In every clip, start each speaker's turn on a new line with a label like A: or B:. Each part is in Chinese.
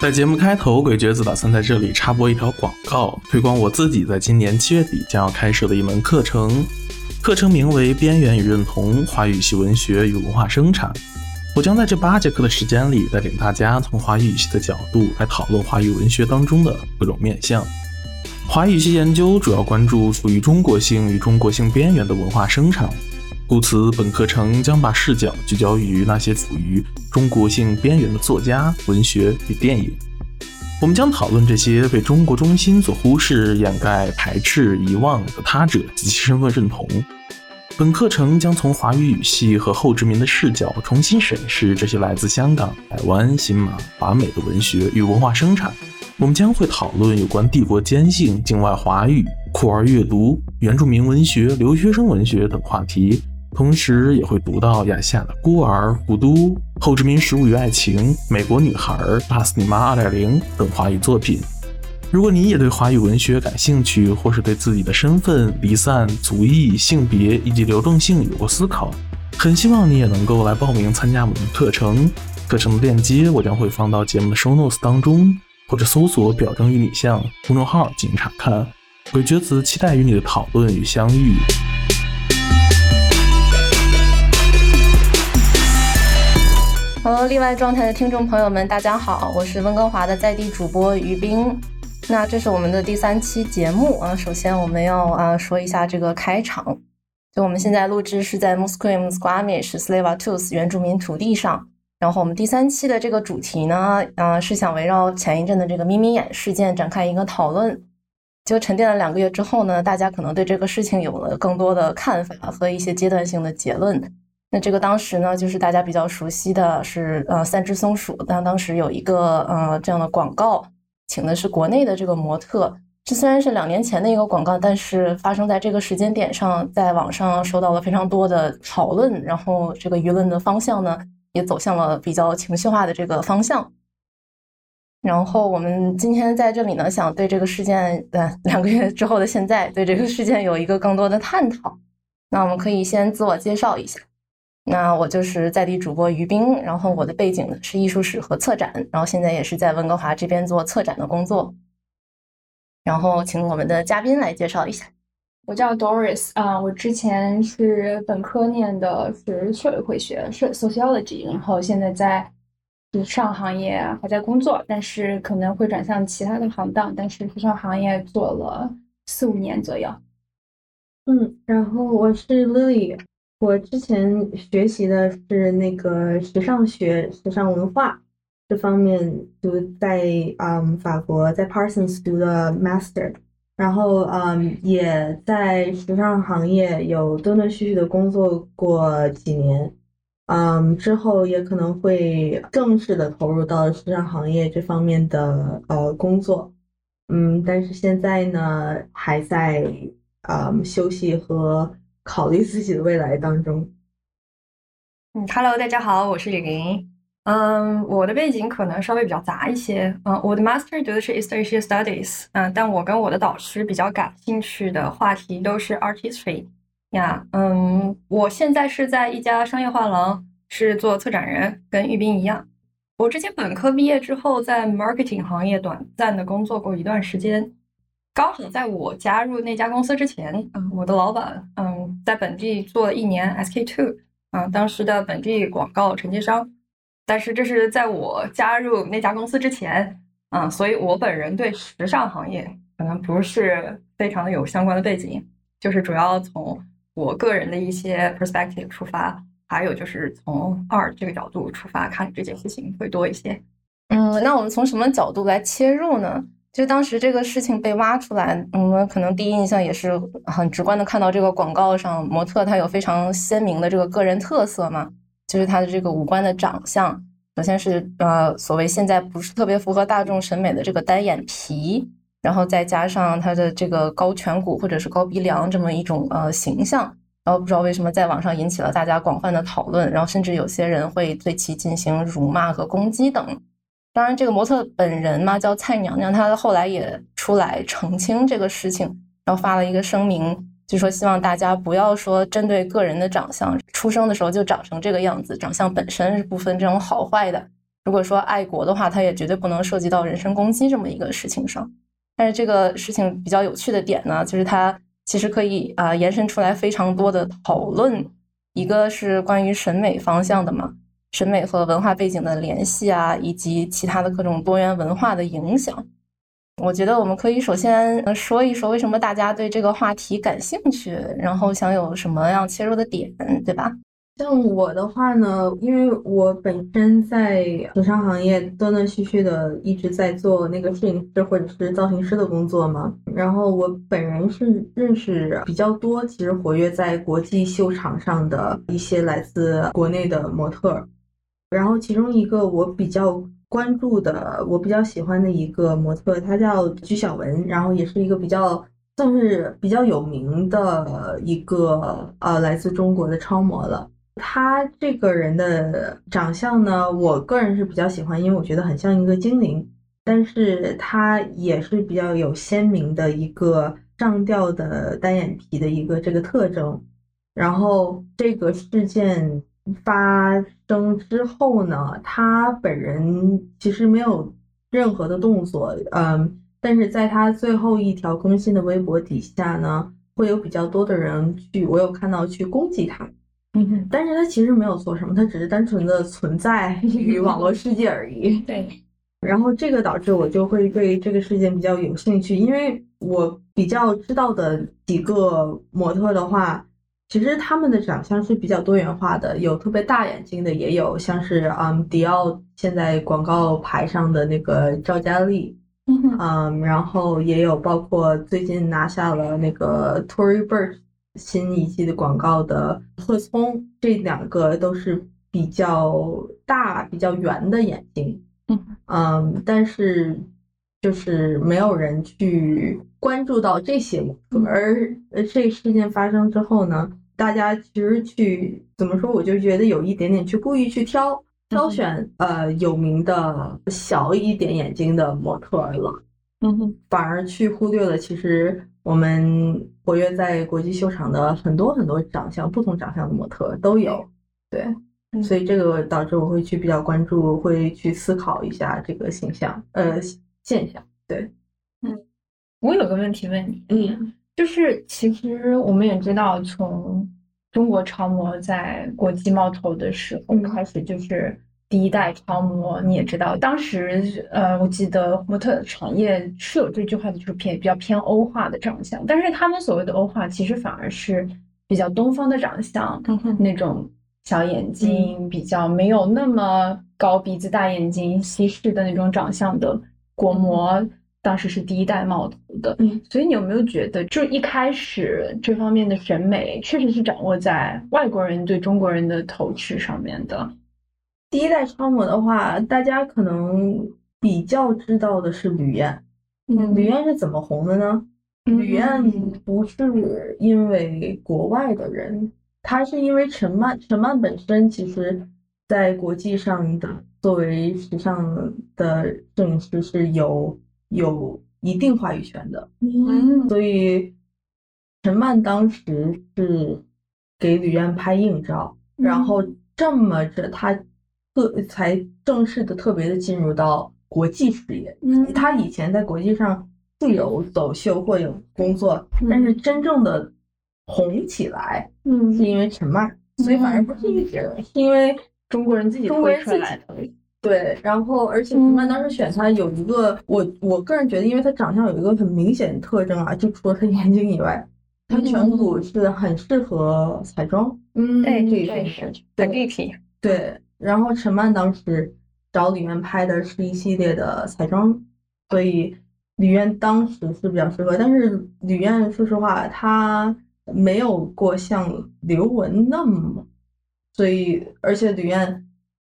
A: 在节目开头，鬼绝子打算在这里插播一条广告，推广我自己在今年七月底将要开设的一门课程，课程名为《边缘与认同：华语系文学与文化生产》。我将在这八节课的时间里，带领大家从华语语系的角度来讨论华语文学当中的各种面向。华语系研究主要关注处于中国性与中国性边缘的文化生产，故此本课程将把视角聚焦于那些处于中国性边缘的作家、文学与电影。我们将讨论这些被中国中心所忽视、掩盖、排斥、遗忘的他者及其身份认同。本课程将从华语语系和后殖民的视角重新审视这些来自香港、台湾、新马、华美的文学与文化生产。我们将会讨论有关帝国坚信、境外华语、酷儿阅读、原住民文学、留学生文学等话题，同时也会读到亚细亚的孤儿、古都、后殖民食物与爱情、美国女孩、大死你妈2.0等华语作品。如果你也对华语文学感兴趣，或是对自己的身份、离散、族裔、性别以及流动性有过思考，很希望你也能够来报名参加我们的课程。课程的链接我将会放到节目的 show notes 当中，或者搜索“表征与你像”公众号进行查看。鬼觉子期待与你的讨论与相遇。
B: Hello，例外状态的听众朋友们，大家好，我是温哥华的在地主播于冰。那这是我们的第三期节目啊，首先我们要啊说一下这个开场。就我们现在录制是在 Musqueam Squamish Tsleil Wautus 原住民土地上，然后我们第三期的这个主题呢，啊是想围绕前一阵的这个眯眯眼事件展开一个讨论。就沉淀了两个月之后呢，大家可能对这个事情有了更多的看法和一些阶段性的结论。那这个当时呢，就是大家比较熟悉的是呃三只松鼠，但当时有一个呃这样的广告。请的是国内的这个模特，这虽然是两年前的一个广告，但是发生在这个时间点上，在网上受到了非常多的讨论，然后这个舆论的方向呢，也走向了比较情绪化的这个方向。然后我们今天在这里呢，想对这个事件，呃，两个月之后的现在，对这个事件有一个更多的探讨。那我们可以先自我介绍一下。那我就是在地主播于冰，然后我的背景呢是艺术史和策展，然后现在也是在温哥华这边做策展的工作。然后请我们的嘉宾来介绍一下。
C: 我叫 Doris 啊、呃，我之前是本科念的是社会会学，是 sociology，然后现在在时尚行业还在工作，但是可能会转向其他的行当，但是时尚行业做了四五年左右。
D: 嗯，然后我是 Lily。我之前学习的是那个时尚学、时尚文化这方面，读在嗯法国在 Parsons 读的 Master，然后嗯也在时尚行业有断断续续的工作过几年，嗯之后也可能会正式的投入到时尚行业这方面的呃工作，嗯但是现在呢还在嗯休息和。考虑自己的未来当中。
E: 嗯，Hello，大家好，我是李林。嗯、um,，我的背景可能稍微比较杂一些。嗯、uh,，我的 Master 读的是 East Asia Studies。嗯，但我跟我的导师比较感兴趣的话题都是 Artistry 呀。嗯，我现在是在一家商业画廊，是做策展人，跟玉斌一样。我之前本科毕业之后，在 marketing 行业短暂的工作过一段时间。刚好在我加入那家公司之前，嗯，我的老板，嗯，在本地做了一年 SK two，嗯，当时的本地广告承接商。但是这是在我加入那家公司之前，嗯，所以我本人对时尚行业可能不是非常的有相关的背景，就是主要从我个人的一些 perspective 出发，还有就是从二这个角度出发看这件事情会多一些。
B: 嗯，那我们从什么角度来切入呢？就当时这个事情被挖出来，我、嗯、们可能第一印象也是很直观的看到这个广告上模特她有非常鲜明的这个个人特色嘛，就是她的这个五官的长相，首先是呃所谓现在不是特别符合大众审美的这个单眼皮，然后再加上她的这个高颧骨或者是高鼻梁这么一种呃形象，然后不知道为什么在网上引起了大家广泛的讨论，然后甚至有些人会对其进行辱骂和攻击等。当然，这个模特本人嘛叫蔡娘娘，她后来也出来澄清这个事情，然后发了一个声明，就说希望大家不要说针对个人的长相，出生的时候就长成这个样子，长相本身是不分这种好坏的。
F: 如果说爱国的话，它也绝对不能涉及到人身攻击这么一个事情上。但是这个事情比较有趣的点呢，就是它其实可以啊、呃延伸出来非常多的讨论，一个是关于审美方向的嘛，审美和文化背景的联系啊，以及其他的各种多元文化的影响。我觉得我们可以首先呃说一说为什么大家对这个话题感兴趣，然后想有什么样切入的点，对吧？
D: 像我的话呢，因为我本身在时尚行业断断续续的一直在做那个摄影师或者是造型师的工作嘛，然后我本人是认识比较多，其实活跃在国际秀场上的一些来自国内的模特儿，然后其中一个我比较关注的，我比较喜欢的一个模特，她叫鞠晓雯，然后也是一个比较算是比较有名的一个呃来自中国的超模了。她这个人的长相呢，我个人是比较喜欢，因为我觉得很像一个精灵，但是她也是比较有鲜明的一个上吊的单眼皮的一个这个特征。然后这个事件发生之后呢，他本人其实没有任何的动作，嗯，但是在他最后一条更新的微博底下呢，会有比较多的人去，我有看到去攻击他，
C: 嗯哼，
D: 但是他其实没有做什么，他只是单纯的存在于网络世界而已。
C: 对，
D: 然后这个导致我就会对这个事件比较有兴趣，因为我比较知道的几个模特的话，其实他们的长相是比较多元化的，有特别大眼睛的，也有像是嗯迪奥现在广告牌上的那个赵佳丽，
C: 嗯哼，
D: 嗯，然后也有包括最近拿下了那个 Tory Burch 新一季的广告的贺聪，这两个都是比较大、比较圆的眼睛。
C: 嗯
D: 嗯，但是就是没有人去关注到这些嘛。
C: 嗯
D: 而呃这事件发生之后呢，大家其实去怎么说，我就觉得有一点点去故意去挑挑
C: 嗯
D: 选呃有名的小一点眼睛的模特儿了。
C: 嗯哼，
D: 反而去忽略了其实我们活跃在国际秀场的很多很多长相不同长相的模特都有，对，
C: 嗯
D: 所以这个导致我会去比较关注，会去思考一下这个形象，呃，现象。
C: 我有个问题问你，
D: 嗯，
C: 就是其实我们也知道，从中国超模在国际冒头的时候
D: 嗯
C: 开始，就是第一代超模，你也知道，当时呃，我记得模特产业是有这句话的，就是偏比较偏欧化的长相，但是他们所谓的欧化，其实反而是比较东方的长相，
E: 嗯哼
C: 那种小眼睛，比较没有那么高鼻子、大眼睛、西式的那种长相的国模，当时是第一代冒头的。
D: 嗯，
C: 所以你有没有觉得，就一开始这方面的审美确实是掌握在外国人对中国人的头饰上面的？
D: 第一代超模的话，大家可能比较知道的是吕燕，
C: 嗯
D: 吕燕是怎么红的呢？吕燕不是因为国外的人，她是因为陈曼。陈曼本身其实，在国际上的作为时尚的摄影师是有有一定话语权的，
C: 嗯
D: 所以陈曼当时是给吕燕拍硬照，然后
C: 嗯
D: 这么着她特才正式的特别的进入到国际视野。
C: 嗯
D: 他以前在国际上是有走秀或有工作，但是真正的红起来
C: 嗯
D: 是因为陈曼，所以反而不是因为别人，是因为
C: 中国人自己
D: 中国人
C: 推出
D: 自己
C: 来的，嗯
D: 对。然后，而且陈曼当时选他有一个，我我个人觉得，因为他长相有一个很明显的特征啊，就除了他眼睛以外，他颧骨是很适合彩妆，
C: 嗯
E: 哎对，
D: 这也
E: 对，
D: 是
E: 是很立体。
D: 对。然后陈曼当时找李媛拍的是一系列的彩妆，所以李媛当时是比较适合。但是李媛说实话，她没有过像刘雯那么，所以而且李媛，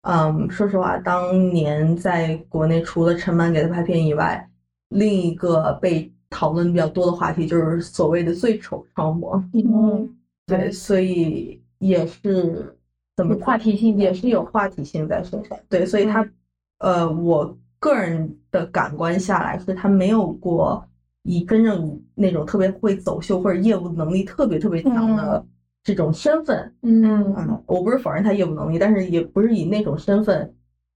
D: 嗯，说实话，当年在国内除了陈曼给她拍片以外，另一个被讨论比较多的话题就是所谓的最丑超模。
C: 嗯，
D: 对，所以也是怎么
C: 有
D: 说
C: 话题性在嗯
D: 也是有话题性在身上。对，所以他，呃，我个人的感官下来是他没有过以真正那种特别会走秀或者业务能力特别特别强的这种身份。
C: 嗯
D: 嗯，我不是否认他业务能力，但是也不是以那种身份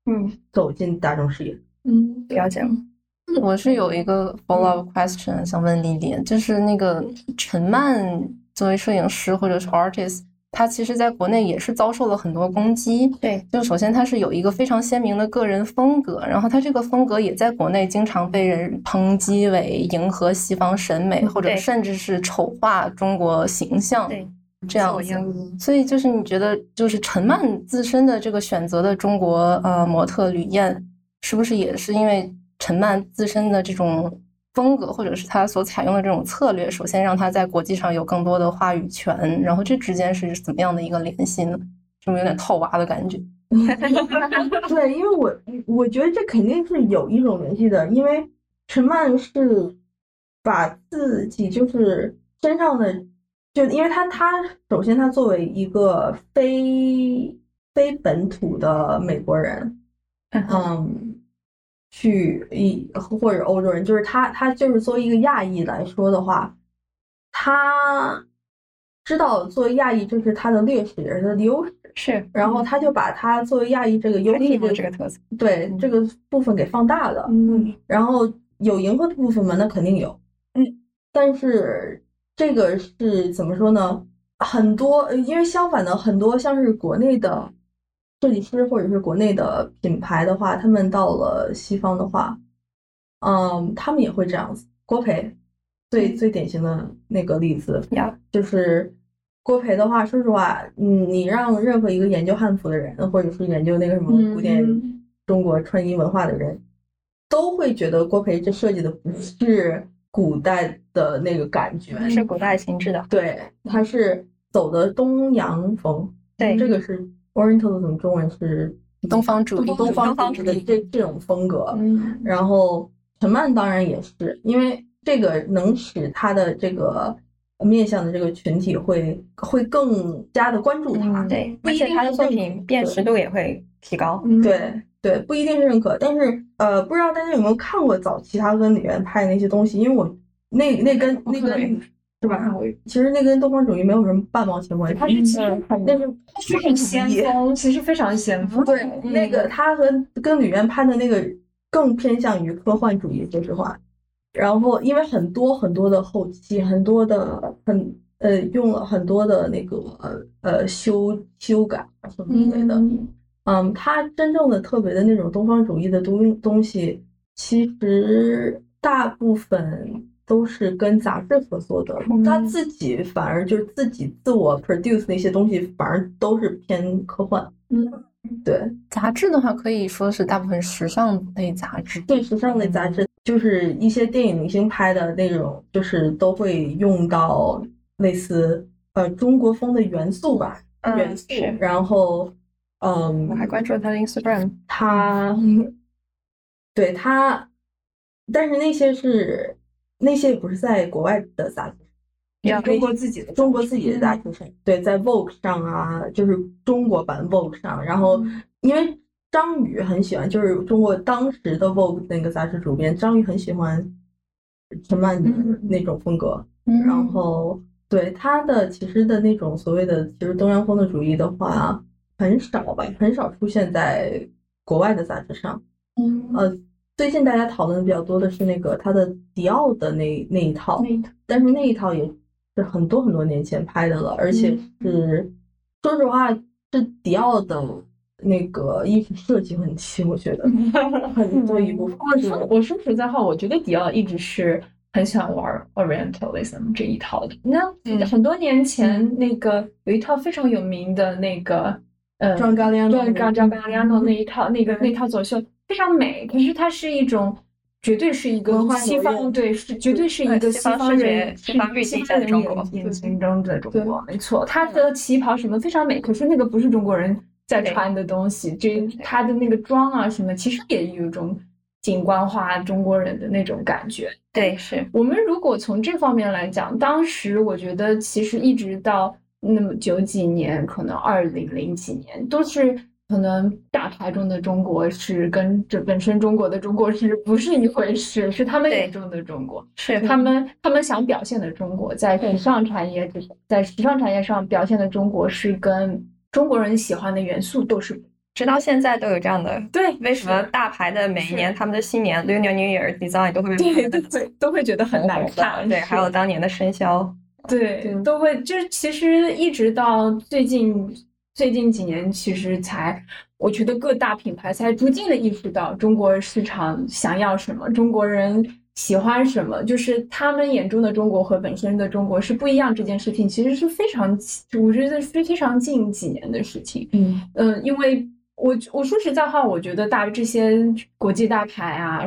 G: 嗯
D: 走进大众视野。
G: 嗯，
E: 了解了。
B: 我是有
E: 嗯
B: 一个 follow up question 想问丽丽，就是那个
E: 嗯
B: 陈曼作为摄影师或者是 artist，她其实在国内也是遭受了很多攻击。
E: 对，
B: 就首先她是有一个非常鲜明的个人风格，然后她这个风格也在国内经常被人抨击为迎合西方审美，或者
E: 嗯对
B: 甚至是丑化中国形象
E: 对
B: 这样
E: 自我
B: 子。
E: 厌恶
B: 所以就是你觉得，就是陈曼自身的这个选择的中国呃模特吕燕，是不是也是因为陈曼自身的这种风格，或者是她所采用的这种策略，首先让她在国际上有更多的话语权，然后这之间是怎么样的一个联系呢？是不是有点套娃的感觉？
D: 对，因为我我觉得这肯定是有一种联系的，因为陈曼是把自己就是身上的，就因为她她首先她作为一个非非本土的美国人，嗯，去以或者欧洲人，就是她她就是作为一个亚裔来说的话，她知道作为亚裔这是她的劣势，也是她的优势。
E: 是
D: 然后他就把他作为亚裔这个优
E: 他利
D: 势
E: 用了这
D: 这
E: 个
D: 个
E: 特色，
D: 对
E: 嗯
D: 这个部分给放大了。
G: 嗯
D: 然后有迎合的部分嘛，那肯定有。
G: 嗯，
D: 但是这个是怎么说呢？很多，呃因为相反的，很多像是国内的设计师或者是国内的品牌的话，他们到了西方的话，嗯，他们也会这样子。郭培最最典型的那个例子
E: 呀
D: 就是郭培的话，说实话，嗯，你让任何一个研究汉服的人，或者是研究那个什么古典
G: 嗯
D: 中国穿衣文化的人，都会觉得郭培这设计的不是古代的那个感觉，
E: 是古代形制的。
D: 对，他是走的东洋风，
E: 对
D: 这个是 Orientalism，中文是
B: 东方主义，
D: 东
E: 方
D: 方
E: 主
D: 主
E: 义
D: 义的这这种风格，
G: 嗯
D: 然后陈曼当然也是，因为这个能使他的这个面向的这个群体会会更加的关注他，
G: 嗯
E: 对，
D: 不
E: 而
D: 一
E: 且
D: 定
E: 他的
D: 是
E: 作
D: 认
E: 品
D: 可
E: 辨
D: 对
E: 识度也会提高。
G: 嗯，
D: 对对，不一定是认可，但是呃，不知道大家有没有看过早期他跟李源拍的那些东西，因为我那那
G: 哦
D: 跟那
E: 我看
D: 跟
E: 过
D: 是吧？其实那跟东方主义没有什么半毛钱关系，
G: 它是其实
E: 嗯
G: 很
D: 那是
G: 是很先锋，其实非常先
D: 嗯
G: 锋。
D: 对，
C: 嗯
D: 那
G: 嗯
D: 个他和跟吕元拍的那个更偏向于科幻主义，说实话。然后因为很多很多的后期，很多的很呃用了很多的那个呃呃修修改啊什么之类的，
G: 嗯
D: 嗯，他真正的特别的那种东方主义的东东西，其实大部分都是跟杂志合作的，他
G: 嗯
D: 自己反而就是自己自我 produce 那些东西，反而都是偏科幻。
G: 嗯，
D: 对，
B: 杂志的话可以说是大部分时尚类杂志。
D: 对时尚类
E: 嗯
D: 杂志，就是一些电影明星拍的那种，就是都会用到类似呃中国风的元素吧，元
E: 嗯，
D: 素。
E: 是。
D: 然后，嗯
E: 我，还关注了他的 Instagram，
D: 他，对他，但是那些是那些不是在国外的杂志，
E: 呀
D: 中国自己的中国自己的杂志上，嗯对，在 Vogue 上啊，就是中国版 Vogue 上，然后因为张宇很喜欢，就是中国当时的 Vogue 那个杂志主编张宇很喜欢陈曼的
G: 嗯嗯嗯
D: 那种风格，
B: 嗯
D: 然后对他的其实的那种所谓的其实东洋风的主义的话，很少吧，很少出现在国外的杂志上。
G: 嗯
D: 呃，最近大家讨论的比较多的是那个他的迪奥的那那一套，
G: 那个
D: 但是那一套也是很多很多年前拍的了，而且是说实话是迪奥的那个衣服设计问题，我觉得很多一部分。
G: 我说我说实在话，我觉得迪奥一直是很喜欢玩 Orientalism 这一套的。那
E: 嗯
G: 很多年前，那个有一套非常有名的那个，呃，
D: John Galliano
G: 对，John John Galliano 那一套，那个那套走秀非常美，可是它是一种。绝对是一个
D: 文化
G: 西
D: 纽
G: 方，
D: 约
G: 对，是绝对是一
E: 对
G: 个
E: 西
G: 西
E: 方
G: 方
E: 视觉
G: 人，
E: 西方背景
G: 西
E: 下
G: 方
E: 的
G: 人
E: 中
G: 眼
E: 国嗯
G: 眼睛中的中
D: 对
G: 国，没错，他的旗袍什么非常美，可是那个不是中国人在
E: 对
G: 穿的东西，这他的那个妆啊什么，其实也有一种景观化中国人的那种感觉。
E: 对，是
G: 我们如果从这方面来讲，当时我觉得其实一直到那么九几年，可能二零零几年，都是可能大牌中的中国是跟这本身中国的中国是不是一回事，是他们
E: 对
G: 眼中的中国。
E: 是
G: 他们他们想表现的中国，在时尚产业之在时尚产业上表现的中国是跟中国人喜欢的元素都是
E: 直到现在都有这样的。
G: 对
E: 为什么大牌的每一年他们的新年 Lunar New Year Design 都会被
G: 对对对，都会觉得很难看。
E: 对，
G: 是
E: 还有当年的生肖，
G: 对
D: 对
G: 都会，就是其实一直到最近最近几年，其实才我觉得各大品牌才逐渐的意识到中国市场想要什么，中国人喜欢什么，就是他们眼中的中国和本身的中国是不一样。这件事情其实是非常，我觉得是非常近几年的事情。
D: 嗯
G: 嗯，因为我我说实在话，我觉得大这些国际大牌啊，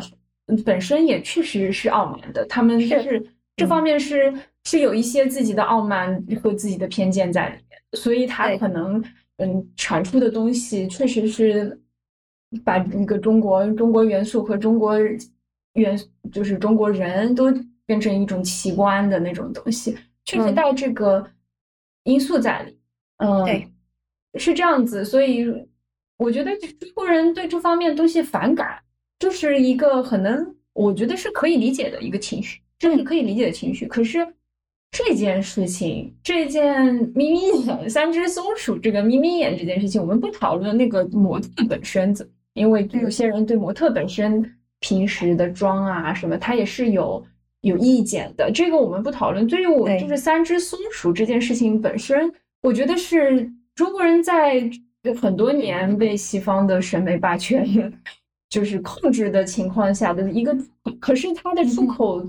G: 嗯本身也确实是傲慢的，他们
E: 是
G: 是这
E: 嗯
G: 方面是是有一些自己的傲慢和自己的偏见在里面，所以他
E: 对
G: 可能嗯产出的东西确实是把那个中国中国元素和中国元就是中国人都变成一种奇观的那种东西，确实
E: 嗯
G: 带这个因素在里。嗯，
E: 对，
G: 是这样子，所以我觉得中国人对这方面东西反感，就是一个很能，我觉得是可以理解的一个情绪，这是可以理解的情绪。可是这件事情，这件眯眯眼三只松鼠这个眯眯眼这件事情，我们不讨论那个模特本身怎么，因为有些人对模特本身平时的妆啊什么，他也是有。有意见的，这个我们不讨论。对于我
E: 对
G: 就是三只松鼠这件事情本身，我觉得是中国人在呃很多年被西方的审美霸权就是控制的情况下的一个，可是它的出口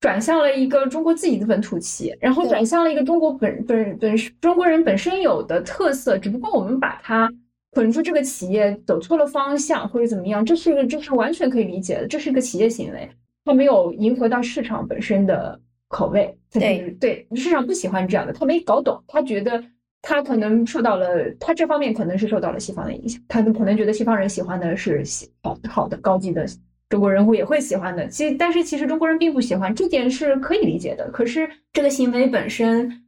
G: 转向了一个中国自己的本土企业，然后
E: 对
G: 转向了一个中国本本本中国人本身有的特色，只不过我们把它。可能说这个企业走错了方向或者怎么样，这是一个这是完全可以理解的，这是一个企业行为，它没有迎合到市场本身的口味，它就
E: 对
G: 是对市场不喜欢这样的，他没搞懂，他觉得他可能受到了，他这方面可能是受到了西方的影响，他可能觉得西方人喜欢的是喜好好的高级的，中国人会也会喜欢的。其实，但是其实中国人并不喜欢，这点是可以理解的。可是这个行为本身。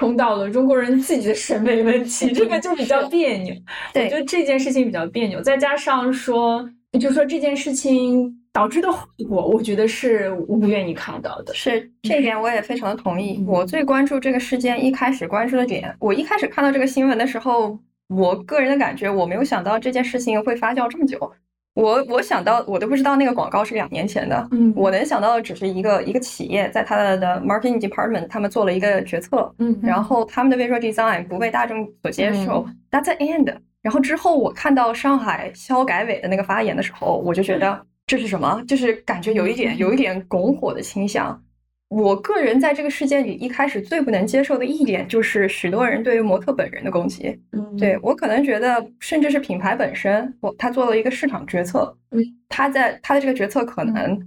G: 冲到了中国人自己的审美问题，这个就比较别扭。我
E: 对
G: 觉得这件事情比较别扭，再加上说，就说这件事情导致的后果，我觉得是我不愿意看到的。
E: 是这一点我也非常的同意
G: 嗯。
E: 我最关注这个事件，一开始关注的点，我一开始看到这个新闻的时候，我个人的感觉，我没有想到这件事情会发酵这么久。我我想到我都不知道那个广告是两年前的，
G: 嗯
E: 我能想到的只是一个一个企业在它的的 marketing department，他们做了一个决策，
G: 嗯
E: 然后他们的 visual design 不被大众所接受、t h a t s the end。然后之后我看到上海消改委的那个发言的时候，我就觉得这是什么？就是感觉有一点有一点拱火的倾向。我个人在这个事件里一开始最不能接受的一点，就是许多人对于模特本人的攻击。
D: 嗯
E: 对我可能觉得，甚至是品牌本身，我他做了一个市场决策，
G: 嗯，
E: 他在他的这个决策可能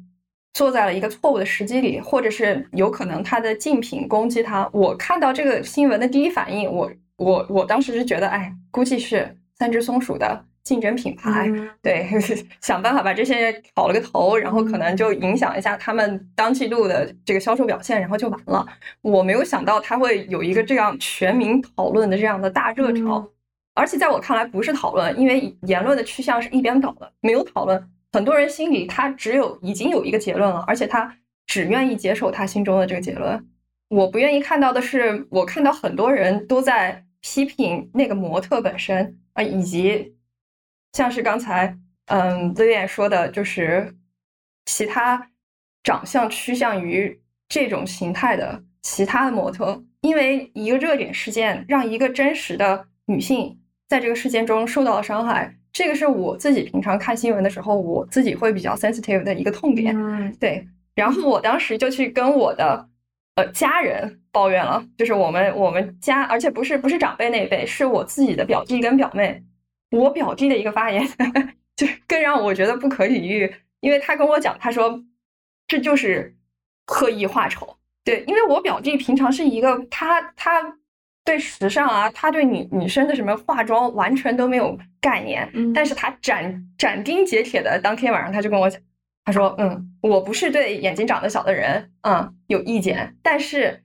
E: 做在了一个错误的时机里，或者是有可能他的竞品攻击他。我看到这个新闻的第一反应，我我我当时是觉得，哎，估计是三只松鼠的竞争品牌，对， 想办法把这些挑了个头，然后可能就影响一下他们当季度的这个销售表现，然后就完了。我没有想到它会有一个这样全民讨论的这样的大热潮，而且在我看来不是讨论，因为言论的趋向是一边倒的，没有讨论。很多人心里他只有已经有一个结论了，而且他只愿意接受他心中的这个结论。我不愿意看到的是，我看到很多人都在批评那个模特本身啊、以及像是刚才嗯 l i 说的，就是其他长相趋向于这种形态的其他的模特，因为一个热点事件让一个真实的女性在这个事件中受到了伤害，这个是我自己平常看新闻的时候，我自己会比较 sensitive 的一个痛点。
D: 嗯
E: 对，然后我当时就去跟我的呃家人抱怨了，就是我们我们家，而且不是不是长辈那一辈，是我自己的表弟跟表妹。我表弟的一个发言， 就是更让我觉得不可理喻，因为他跟我讲，他说这就是刻意化丑。对，因为我表弟平常是一个他他对时尚啊，他对女女生的什么化妆完全都没有概念，
G: 嗯
E: 但是他斩斩钉截铁的当天晚上他就跟我讲，他说：“嗯，我不是对眼睛长得小的人，嗯，有意见，但是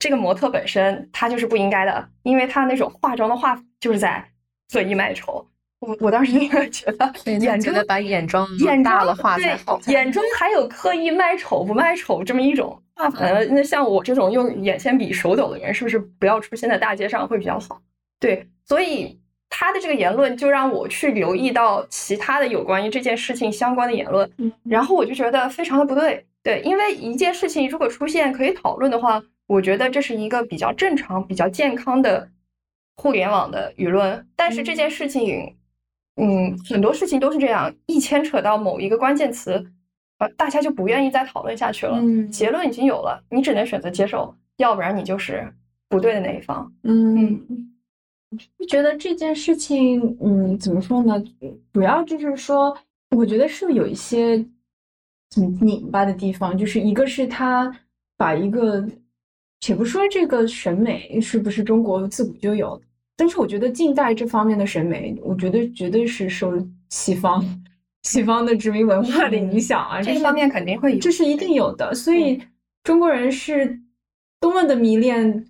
E: 这个模特本身她就是不应该的，因为她那种化妆的画就是在恶意卖丑。”我我当时就 觉得
B: 对，他
E: 眼
B: 觉
E: 中
B: 得把眼妆
E: 眼
B: 嗯大
E: 中
B: 了画
E: 对
B: 才好看。
E: 眼中还有刻意卖丑不卖丑这么一种画法。
B: 嗯
E: 呃那像我这种用眼线笔手抖的人，是不是不要出现在大街上会比较好？对，所以他的这个言论就让我去留意到其他的有关于这件事情相关的言论，
G: 嗯
E: 然后我就觉得非常的不对，对，因为一件事情如果出现可以讨论的话，我觉得这是一个比较正常、比较健康的互联网的舆论，但是这件事情，嗯，很多事情都是这样，一牵扯到某一个关键词，呃，大家就不愿意再讨论下去了，
G: 嗯
E: 结论已经有了，你只能选择接受，要不然你就是不对的那一方，
G: 嗯，就觉得这件事情，嗯，怎么说呢？主要就是说，我觉得是有一些怎么拧巴的地方，就是一个是他把一个，且不说这个审美是不是中国自古就有，但是我觉得近代这方面的审美，我觉得绝对是受西方 西方的殖民文化的影响啊，
E: 这
G: 是
E: 一方面肯定会有。嗯
G: 这是一定有的。所以中国人是多么的迷恋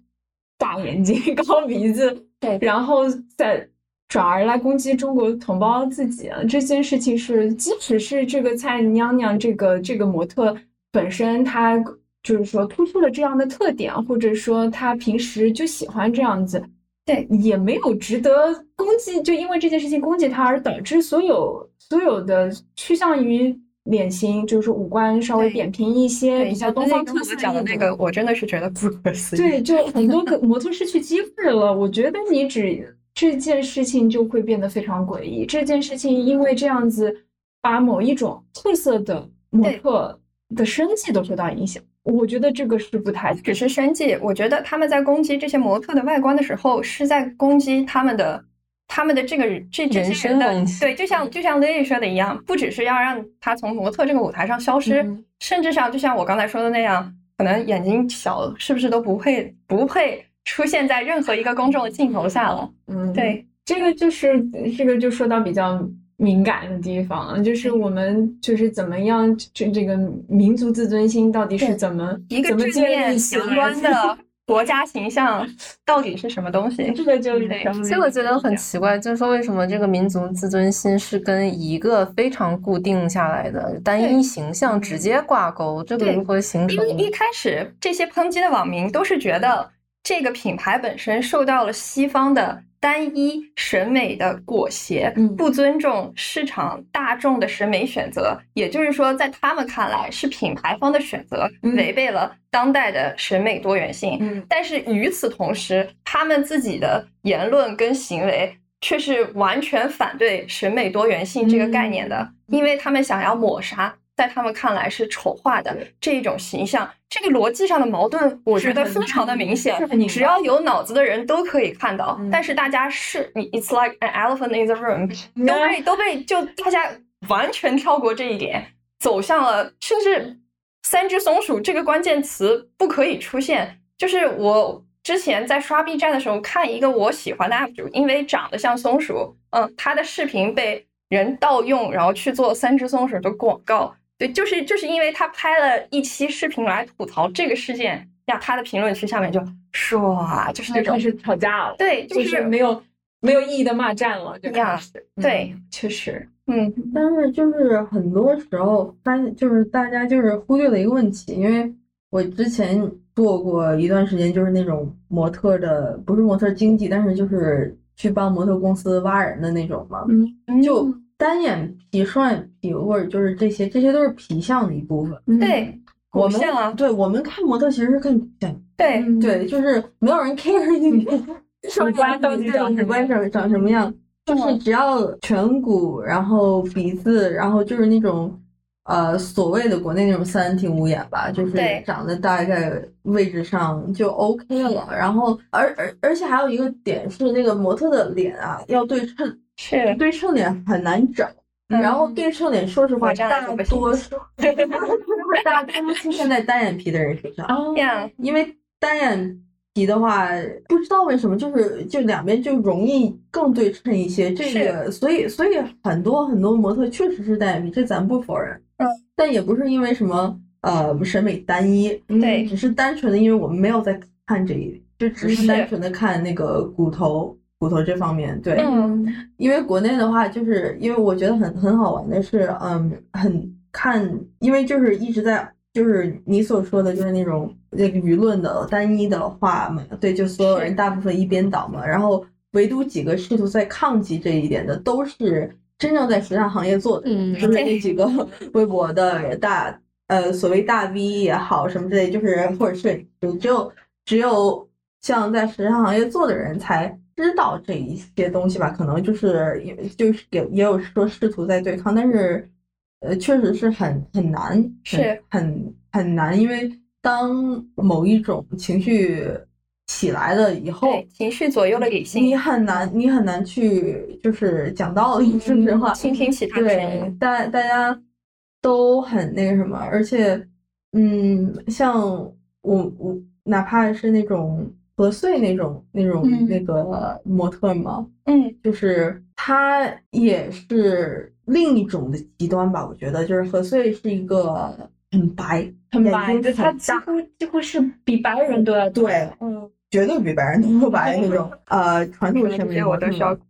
G: 大眼睛、 高鼻子，
E: 对
G: 然后再转而来攻击中国同胞自己啊，这件事情是，即使是这个蔡娘娘这个这个模特本身，她就是说突出了这样的特点，或者说她平时就喜欢这样子。
E: 对，
G: 也没有值得攻击，就因为这件事情攻击她而导致所有所有的趋向于脸型，就是五官稍微
E: 对
G: 扁平一些，
E: 对，
G: 比较东
E: 像
G: 方
E: 那
G: 特
E: 个
G: 色
E: 我讲的
G: 一
E: 那
G: 点
E: 个，我真的是觉得不可思议。
G: 对，就很多个模特失去机会了。我觉得你只这件事情就会变得非常诡异。这件事情因为这样子，把某一种特色的模
E: 对
G: 特的生计都受到影响，我觉得这个是不太
E: 只是生计，我觉得他们在攻击这些模特的外观的时候，是在攻击他们的他们的这个这这
B: 人
E: 些
B: 身
E: 人的
B: 攻击
E: 对，就像就像 Lily 说的一样，不只是要让他从模特这个舞台上消失，
G: 嗯
E: 甚至上就像我刚才说的那样，可能眼睛小是不是都不会不配出现在任何一个公众的镜头下了？
G: 嗯
E: 对，
G: 这个就是这个就说到比较敏感的地方了，就是
E: 嗯
G: 我们就是怎么样，这这个民族自尊心到底是
E: 对
G: 怎么
E: 一个
G: 嗯怎么
E: 正
G: 建
E: 面
G: 立起
E: 极
G: 来
E: 端？的国家形象到底是什么东西？
G: 这个 就是
E: 嗯对
G: 稍微
B: 所以我觉得很奇怪，就是说为什么这个民族自尊心是跟一个非常固定下来的单一形象直接挂钩，这个
E: 对
B: 如何形
E: 因
B: 成
E: 为？一开始这些抨击的网民都是觉得这个品牌本身受到了西方的单一审美的裹挟，
G: 嗯
E: 不尊重市场大众的审美选择，也就是说，在他们看来是品牌方的选择
G: 嗯
E: 违背了当代的审美多元性。
G: 嗯
E: 但是与此同时，他们自己的言论跟行为却是完全反对审美多元性这个概念的，
G: 嗯
E: 因为他们想要抹杀。在他们看来是丑化的
G: 对
E: 这一种形象，这个逻辑上的矛盾，我
G: 是
E: 觉得
G: 很
E: 非常的明显
G: 是很拧。巴
E: 只要有脑子的人都可以看到，
G: 嗯
E: 但是大家是你，it's like an elephant in the room，
G: 嗯
E: 都被都被就大家完全跳过这一点，走向了甚至三只松鼠这个关键词不可以出现。就是我之前在刷 B 站的时候看一个我喜欢的 UP 主，因为长得像松鼠，嗯，他的视频被人盗用，然后去做三只松鼠的广告。对，就是就是因为他拍了一期视频来吐槽这个事件，呀，他的评论区下面就唰，就是那
G: 就
E: 种
G: 开，始吵架了，
E: 对，
G: 就
E: 就是是
G: 没有没有意义的骂战了，就
E: 呀
G: 开始，
E: 对，
G: 嗯确实，
E: 嗯，
D: 但是就是很多时候发现，就是大家就是忽略了一个问题，因为我之前做过一段时间，就是那种模特的，不是模特经纪，但是就是去帮模特公司挖人的那种嘛。
G: 嗯
D: 就单眼皮、双眼皮，或者就是这些，这些都是皮相的一部分。
E: 对，
D: 我
E: 骨
D: 们
E: 相啊，
D: 对我们看模特其实是看皮相，
E: 对，
G: 嗯
D: 对，就是没有人 care 你
E: 嗯
G: 五官到底长什么样
D: 对五官长长什么样，就是只要颧骨，然后鼻子，然后就是那种呃所谓的国内那种三庭五眼吧，就是
E: 对
D: 长在大概位置上就 OK 了。然后而而而且还有一个点是，那个模特的脸啊要对称，
E: 是，
D: 对称脸很难找。
E: 嗯
D: 然后对称脸，说实话，
E: 我这样
D: 大
E: 也不行
D: 多数 大多数现在单眼皮的人身上。
G: 啊，
E: 呀，
D: 因为单眼皮的话，不知道为什么，就是就两边就容易更对称一些。这个，所以所以很多很多模特确实是单眼皮，这咱不否认。
E: 嗯，
D: 但也不是因为什么呃审美单一，嗯
E: 对
D: 只是单纯的因为我们没有在看这一点，就只是
E: 是
D: 单纯的看那个骨头骨头这方面。对，
E: 嗯，
D: 因为国内的话，就是因为我觉得很很好玩的是，嗯，很看，因为就是一直在就是你所说的，就是那种那个舆论的单一的话嘛，对，就所有人大部分一边倒嘛，然后唯独几个试图在抗击这一点的，都是真正在时尚行业做的，
H: 嗯
D: 就是那几个 微博的大呃所谓大 V 也好什么之类，就是或者是只有只有像在时尚行业做的人才知道这一些东西吧，可能就是也就是也也有说试图在对抗，但是呃确实是很很难，很
E: 是
D: 很很难，因为当某一种情绪起来了以后
E: 对，，情绪左右了理
D: 你
E: 性，
D: 很难，你很难去就是讲道理，嗯说实话，
E: 倾听其他声
D: 对
E: 音，，
D: 大大家都很那个什么，而且，嗯，像我我哪怕是那种何穗那种那种
G: 嗯
D: 那个模特嘛，
E: 嗯，
D: 就是她也是另一种的极端吧，我觉得就是何穗是一个很白，
G: 嗯很
D: 眼
G: 白，
D: 睛
G: 就他
D: 很
G: 几
D: 大
G: 乎几乎是比白人都要多
D: 对，
G: 嗯，
D: 绝对比白人都白那 种，呃，传统审
E: 这
D: 美
E: 些我
D: 模特
E: 都需要
D: 嘛。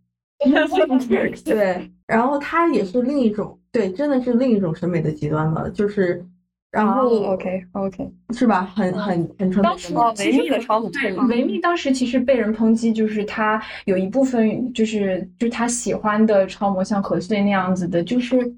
D: 对，然后他也是另一种，对，真的是另一种审美的极端了，就是，然后、
E: 哦 OK OK，
D: 是吧，很很很传
G: 当
D: 统
G: 时
D: 的，
E: 维密的超模
G: 对
E: 嗯
G: 维密当时其实被人抨击，就是他有一部分就是就是他喜欢的超模像何穗那样子的，就是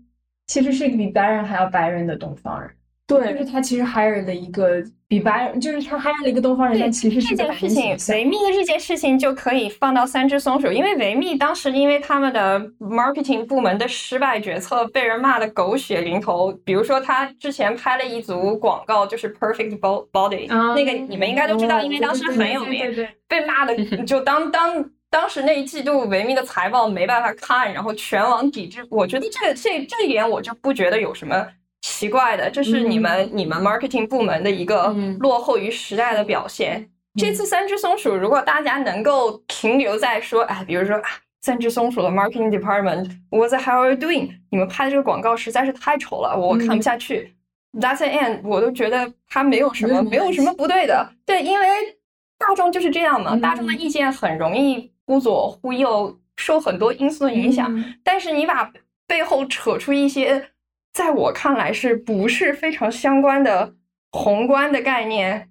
G: 其实是比白人还要白人的东方人，就是
D: 对
G: 他其实 hire 了一个比白人，就是他 hire 了一个东方人，
E: 对
G: 但其实是
E: 这件
G: 个白
E: 事
G: 人
E: 情
G: 形，象
E: 维密的这件事情就可以放到三只松鼠，因为维密当时因为他们的 marketing 部门的失败决策被人骂的狗血淋头。比如说，他之前拍了一组广告，就是 perfect bo- body，、
G: 啊哦
E: 那个你们应该都知道，因为当时很有
G: 对对
E: 名，
G: 对对
E: 被骂的就当当。当时那一季度维密的财报没办法看，然后全网抵制。我觉得这个这这一点我就不觉得有什么奇怪的，这是你们、你们 marketing 部门的一个
H: 嗯
E: 落后于时代的表现。这次三只松鼠，如果大家能够停留在说，哎，比如说啊，三只松鼠的 marketing department，what the hell are you doing？你们拍的这个广告实在是太丑了，我看不下去。That's the end，我都觉得它没有什么，没
G: 没有什么
E: 有什么不对的。对，因为大众就是这样嘛，
G: 嗯
E: 大众的意见很容易忽左忽右，受很多因素的影响。
G: 嗯
E: 但是你把背后扯出一些，在我看来是不是非常相关的宏观的概念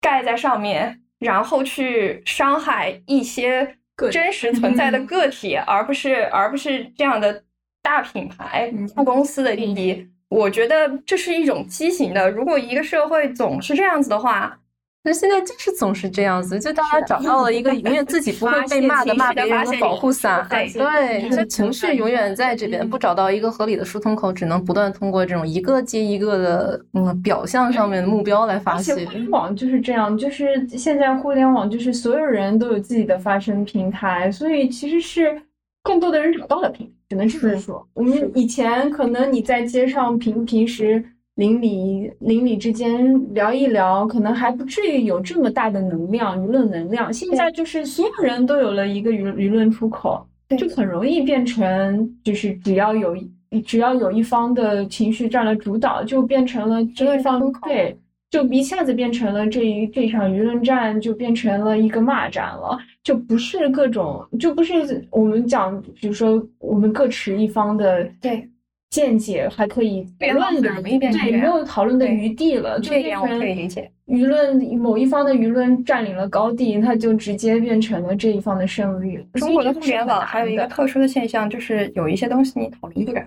E: 盖在上面，然后去伤害一些
H: 个体嗯
E: 真实存在的个体，而不是而不是这样的大品牌、
H: 嗯
E: 大公司的利益。我觉得这是一种畸形的。如果一个社会总是这样子的话，
B: 那现在就是总是这样子，就大家找到了一个永远自己不会被骂的骂别人的保护伞，
E: 发泄情绪
B: 对，
E: 嗯
B: 这情绪永远在这边，不找到一个合理的疏通口，只能不断通过这种一个接一个的嗯表象上面目标来发
G: 而且
B: 泄
G: 互。联网就是这样，就是现在互联网就是所有人都有自己的发声平台，所以其实是更多的人找到了平台，只能这么
D: 是
G: 说。我们以前可能你在街上平平时邻里邻里之间聊一聊，可能还不至于有这么大的能量舆论能量。现在就是所有人都有了一个舆论舆论出口，就很容易变成就是只要有一只要有一方的情绪占了主导，就变成了这一方对。就一下子变成了这一这场舆论战，就变成了一个骂战了，就不是各种，就不是我们讲，比如说我们各持一方的
E: 对
G: 见解，还可以
E: 辩
G: 讨
E: 论
G: 论的
E: 很容易变成
G: 对，
E: 这
G: 没
E: 样
G: 有讨论的
E: 对
G: 余地了，就
E: 这一
G: 变
E: 点我
G: 成
E: 可以理解。
G: 舆论某一方的舆论占领了高地，它就直接变成了这一方的胜利。
E: 中国的互联网还有一个
G: 所以这是很难的
E: 特殊的现象，就是有一些东西你讨论 不了，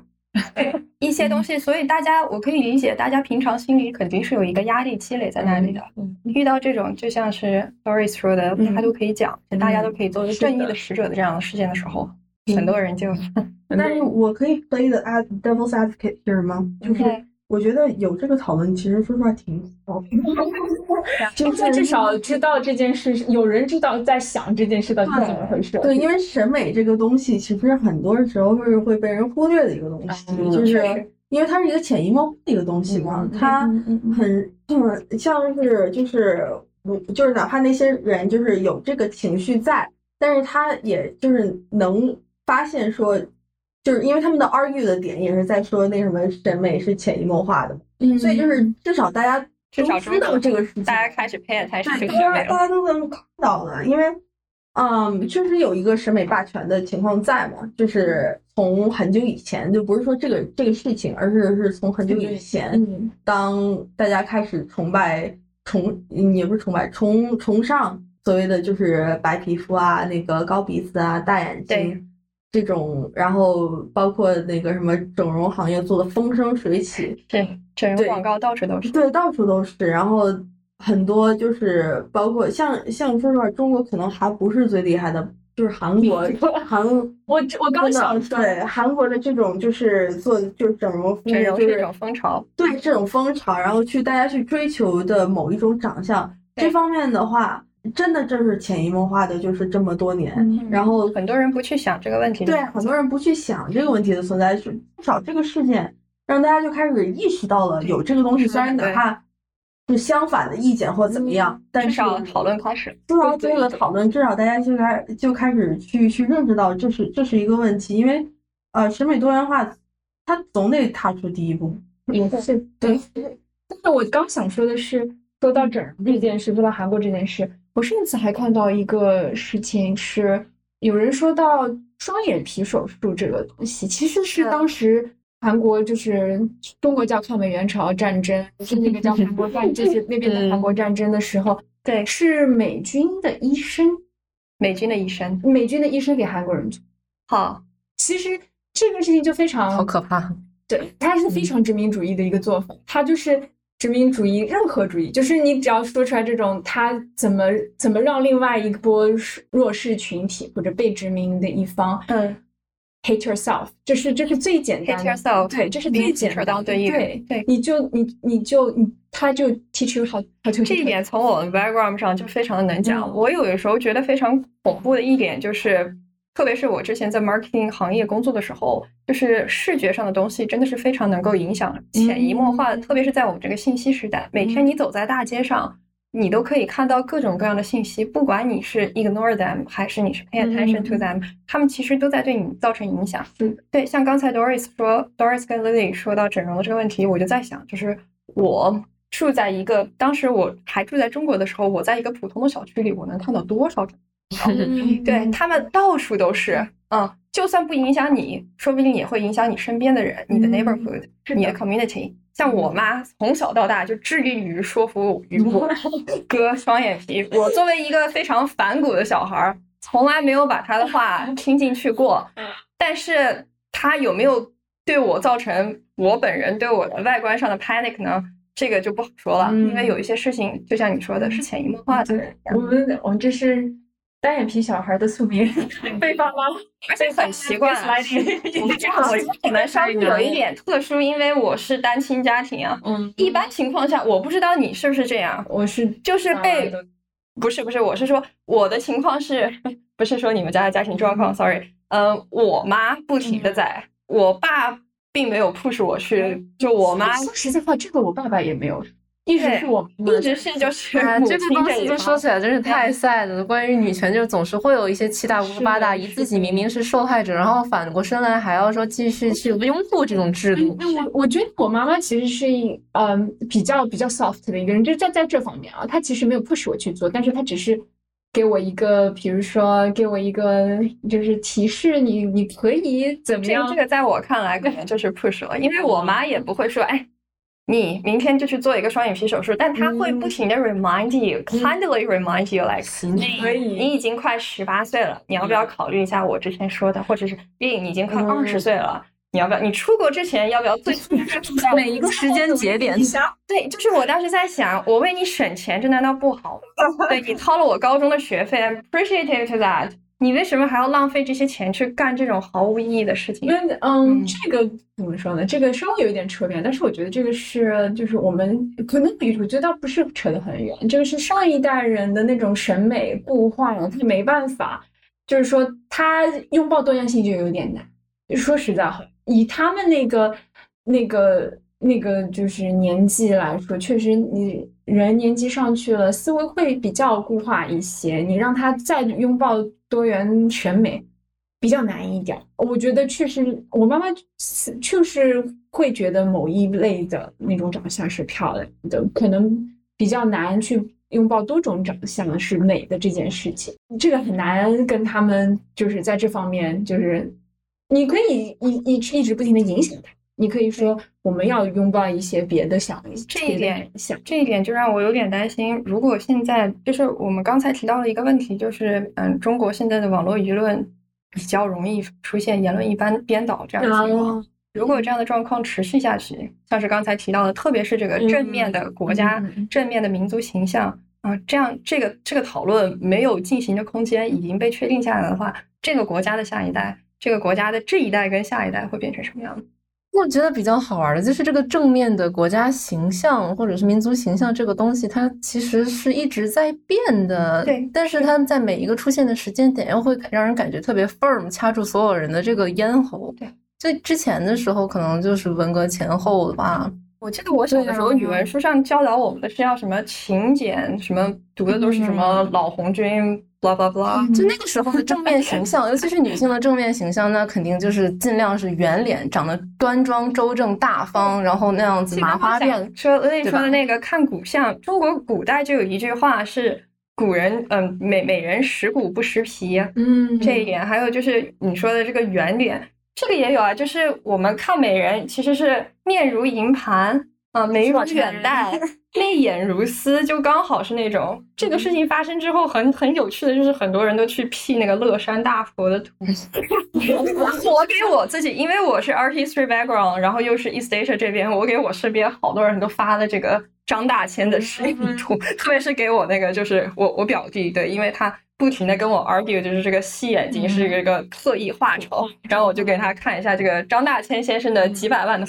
E: 对一些
D: 嗯
E: 东西，所以大家我可以理解，大家平常心里肯定是有一个压力积累在那里
D: 嗯
E: 的。
G: 嗯
E: 遇到这种就像是 Doris 说的，大家都可以讲，大家都可以作为
D: 嗯是
E: 正义
D: 的嗯
E: 的使者的这样的事件的时候，很多人就
D: 但是我可以 play the ad devil's advocate here 吗？就是
E: 对
D: 我觉得有这个讨论，其实说实话挺 好，就
G: 就是
D: 是
G: 至少知道这件事，有人知道在想这件事到底是怎么回事。
D: 对，因为审美这个东西，其实很多时候是会被人忽略的一个东西，
G: 啊
H: 嗯
D: 就是
E: 确实
D: 因为它是一个潜移默化的一个东西嘛，
G: 嗯
D: 它很、嗯像是就是我就是哪怕那些人就是有这个情绪在，但是他也就是能发现说，就是因为他们的 argue 的点也是在说那什么审美是潜移默化的，所以就是至少大家
E: 嗯至少
D: 都知道
E: 中
D: 这个事情，
E: 大家开始 pay attention
D: 对，
E: 这个
D: 大
E: 审
D: 家大
E: 美了。
D: 家都能看到的，因为，嗯，确实有一个审美霸权的情况在嘛，就是从很久以前，就不是说这个这个事情，而是是从很久以前，
G: 嗯，
D: 当大家开始崇拜、崇，嗯也不是崇拜，崇崇尚所谓的就是白皮肤啊，那个高鼻子啊，大眼
E: 对
D: 睛这种，然后包括那个什么整容行业做的风生水起，
E: 对，整容
D: 对
E: 广告到处都是。
D: 对，到处都是。然后很多就是包括像像说实话，中国可能还不是最厉害的，就是韩国韩。
G: 我我
D: 真
G: 刚
D: 的
G: 想说，
D: 对韩国的这种就是做就是整容服务，
E: 整容
D: 就是
E: 一种风潮，
D: 对这种风潮，然后去大家去追求的某一种长相，
E: 对
D: 这方面的话，真的就是潜移默化的，就是这么多年，
G: 嗯
D: 然后
E: 很多人不去想这个问题。
D: 对很多人不去想这个问题的存在，是至少这个事件让大家就开始意识到了有这个东西，
E: 是的
D: 虽然哪
E: 对
D: 怕是相反的意见或怎么样，但
E: 至
D: 是啊
E: 少讨论开始。
D: 至少
E: 对
D: 这个
E: 对
D: 讨论，至少大家就开就开始去去认识到这是这是一个问题，因为呃审美多元化，它总得踏出第一步，
G: 也是对。但是我刚想说的是，说到整容这件事，说到韩国这件事，我上次还看到一个事情是，有人说到双眼皮手术这个东西，其实是
E: 嗯
G: 当时。韩国就是中国叫抗美援朝战争，是那个叫韩国战争，就是那边的韩国战争的时候，
E: 对，
G: 是美军的医生，
E: 美军的医生，
G: 美军的医生给韩国人做。
E: 好，
G: 其实这个事情就非常
B: 好可怕。
G: 对，它
E: 嗯
G: 是非常殖民主义的一个做法，它就是殖民主义，任何主义，就是你只要说出来这种，它怎么怎么让另外一波弱势群体或者被殖民的一方
E: 嗯
G: ，hate yourself，这是这是最简单
E: ，hate
G: 的。
E: yourself，
G: 对，这是
E: 民
G: 最
E: 主
G: 简
E: 主
G: 单
E: 当
G: 的。
E: 对一人
G: 对
E: 对
G: 你就你你就你，他就 teach you how how to
E: 这一
G: hate
E: 点从我的 background 上就非常的能讲。
G: 嗯
E: 我有的时候觉得非常恐怖的一点就是，特别是我之前在 marketing 行业工作的时候，就是视觉上的东西真的是非常能够影响、潜移默
G: 嗯
E: 化的。特别是在我们这个信息时代，每天你走在大街上。你都可以看到各种各样的信息，不管你是 ignore them 还是你是 pay attention to them，、他们其实都在对你造成影响。对，像刚才 Doris 说，Doris 跟 Lily 说到整容的这个问题，我就在想，就是我住在一个当时我还住在中国的时候，我在一个普通的小区里，我能看到多少整容的
G: yourself
E: 对他们到处都是，嗯，就算不影响你，说不定也会影响你身边的人、你的
G: 嗯
E: neighborhood、你的 community。像我妈从小到大就致力于说服于
G: 嗯
E: 我 割双眼皮，我作为一个非常反骨的小孩儿，从来没有把她的 话听进去过。
G: 嗯
E: 但是她有没有对我造成我本人对我的外观上的 panic 呢？这个就不好说了，因为
G: 嗯
E: 有一些事情，就像你说的，是潜移默化的。
G: 我们我们这是单眼皮小孩的宿命，被爸妈
E: 而且很习惯啊。我们家我可能稍微有一点特殊，因为我是单亲家庭啊。
G: 嗯，
E: 一般情况下，我不知道你是不是这样，
G: 我是
E: 就是被
B: 啊
G: 当然的
E: 不是不是，我是说我的情况 是，不是说你们家的家庭状况？Sorry，嗯，我妈不停的在，
B: 嗯
E: 我爸并没有 push 我去，就我妈
G: 说实在话，这个我爸爸也没有，一直
E: 对
G: 是我妈
E: 一直是 就是
B: 啊，
E: 母
B: 这
E: 亲
B: 个东
E: 这
B: 西
E: 一
B: 就说
E: 方。
B: 起来真是太 sad 了。关于女权，就总是会有一些七大姑
G: 是
B: 八大
G: 的
B: 姨，
G: 是
B: 自己
G: 的
B: 明明是受害者，然后反过身来还要说继续去拥护这种
E: 嗯
B: 制度。
G: 嗯那我我觉得我妈妈其实是一嗯比较比较 soft 的一个人，就是在在这方面啊，她其实没有 push 我去做，但是她只是给我一个，比如说给我一个就是提示你，你可以怎么
E: 这
G: 样
E: 个这个在我看来可能就是 push 了，因为我妈也不会说，哎，你明天就去做一个双眼皮手术，但她会不停的 remind you，kindly remind you，like
G: 可以
E: 你已经快十八岁了，你要不要考虑一下我之前说的，或者是丽颖你已经快二十岁了，你要不要？你出国之前要不要最
B: 每一个时间节点，
E: 对，就是我当时在想，我为你省钱，这难道不好吗？对你掏了我高中的学费，I'm appreciative to that，你为什么还要浪费这些钱去干这种毫无意义的事情
G: 因？为嗯，
E: 嗯
G: 这个怎么说呢？这个稍微有一点扯远，但是我觉得这个是就是我们可能比我觉得倒不是扯得很远，这个是上一代人的那种审美固化了，他没办法，就是说他拥抱多样性就有点难。说实在话，以他们那个那个那个就是年纪来说，确实你人年纪上去了，思维会比较固化一些。你让他再拥抱多元审美，比较难一点儿。我觉得确实，我妈妈是就是会觉得某一类的那种长相是漂亮的，可能比较难去拥抱多种长相是美的这件事情。这个很难跟他们就是在这方面，就是你可以一一直一直不停的影响他，
C: 你可以说我们要拥抱一些别的想
E: 这
C: 别
E: 一
C: 的
E: 点
C: 想
E: 这一点就让我有点担心。如果现在就是我们刚才提到了一个问题，就是嗯，中国现在的网络舆论比较容易出现言论一般颠倒这样的情
C: 哦
E: 况。如果这样的状况持续下去，像是刚才提到的，特别是这个正面的国家、
C: 嗯
E: 正面的民族形象啊、这样这个这个讨论没有进行的空间已经被确定下来的话，这个国家的下一代，这个国家的这一代跟下一代会变成什么样子？
B: 我觉得比较好玩的就是这个正面的国家形象或者是民族形象这个东西，它其实是一直在变的。
E: 对
B: 但是它在每一个出现的时间点，又会让人感觉特别 firm，掐住所有人的这个咽喉。
E: 对，
B: 最之前的时候可能就是文革前后啊吧。
E: 我记得我小
B: 对
E: 的时候，
B: 啊
E: 语文书上教导我们的是要什么勤俭，什么读的都是什么
B: 嗯
E: 老红军，blah blah blah。
B: 就那个时候的正面形象，尤其是女性的正面形象，那肯定就是尽量是圆脸，长得端庄、周正、大方，然后那样子麻花辫
E: 辫，说那
B: 对
E: 说
B: 吧
E: 的那个看骨相，中国古代就有一句话是古人，嗯，每每人食骨不食皮，
C: 嗯
E: 这一点，还有就是你说的这个圆脸，这个也有啊，就是我们看美人其实是面如银盘啊、眉
C: 是
E: 如
C: 吧
E: 远黛，媚眼如丝，就刚好是那种。这个事情发生之后很，很有趣的就是很多人都去 P 那个乐山大佛的图，我给我自己，因为我是 art history background，然后又是 East Asia 这边，我给我身边好多人都发了这个张大千的示意图，特别是给我那个就是我我表弟，对，因为他不停的跟我 argue，就是这个细眼睛是这个刻意画丑，然后我就给他看一下这个张大千先生的几百万的。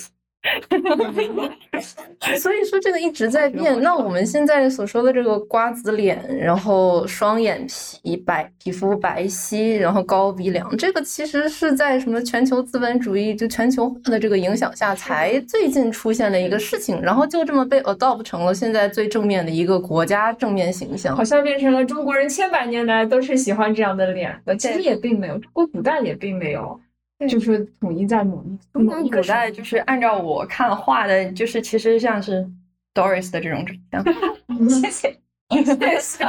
B: 所以说这个一直在变。那我们现在所说的这个瓜子脸，然后双眼皮、白皮肤白皙，然后高鼻梁，这个其实是在什么全球资本主义就全球化的这个影响下，才最近出现的一个事情，然后就这么被 adopt 成了现在最正面的一个国家正面形象
G: 好。像变成了中国人千百年来都是喜欢这样的脸的，其实
E: 对
G: 也并没有，中国古代也并没有，就是统一在某一
E: 中
G: 某
E: 国
G: 一
E: 古
G: 个时
E: 代就是按照我看画的，就是其实像是 Doris 的这种长相。
G: 期
E: 谢谢，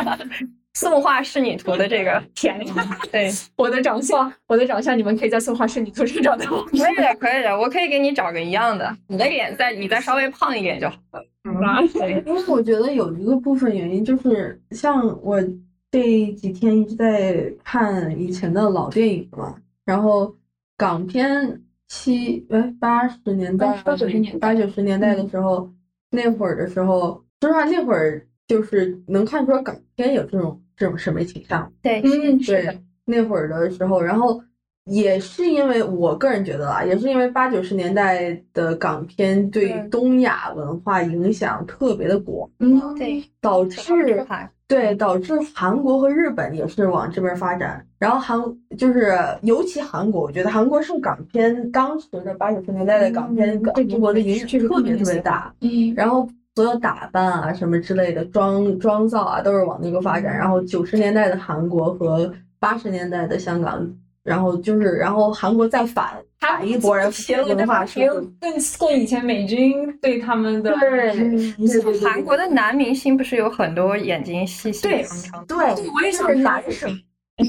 E: 宋画仕女图的这个
G: 天，
E: 对，
G: 我的长相，我的长相，你们可以在送花仕女图上找到。
E: 可以的，可以的，我可以给你找个一样的，你的脸再你再稍微胖一点就好了。嗯对
D: 因为我觉得有一个部分原因就是，像我这几天一直在看以前的老电影嘛，然后港片七哎八十年代
C: 八九十年代嗯
D: 八九十年代的时候，那会儿的时候，说实话那会儿就是能看出来港片有这种这种审美倾向，
E: 对，
C: 嗯，是的
D: 对，那会儿的时候，然后也是因为我个人觉得啊，也是因为八九十年代的港片对
E: 对
D: 东亚文化影响特别的广，
C: 嗯
E: 对，
D: 导致
E: 是吧
D: 对导致韩国和日本也是往这边发展，然后韩就是尤其韩国，我觉得韩国受港片当时的八九十年代的港片
C: 嗯
D: 港
C: 对
D: 中国的影响
C: 确实
D: 特
C: 更
D: 别
C: 明
D: 特别
C: 显
D: 大，
C: 嗯，
D: 然后所有打扮啊什么之类的妆妆造啊都是往那个发展。然后九十年代的韩国和八十年代的香港，然后就是然后韩国再反反一波人文化
G: 也
D: 冲
G: 有
D: 突。
G: 更更以前美军对他们的
D: 对对
E: 韩国的男明星不是有很多眼睛细细
G: 对
E: 长长的？
D: 对，
G: 对我也
D: 就
G: 想
D: 是
G: 说
D: 男生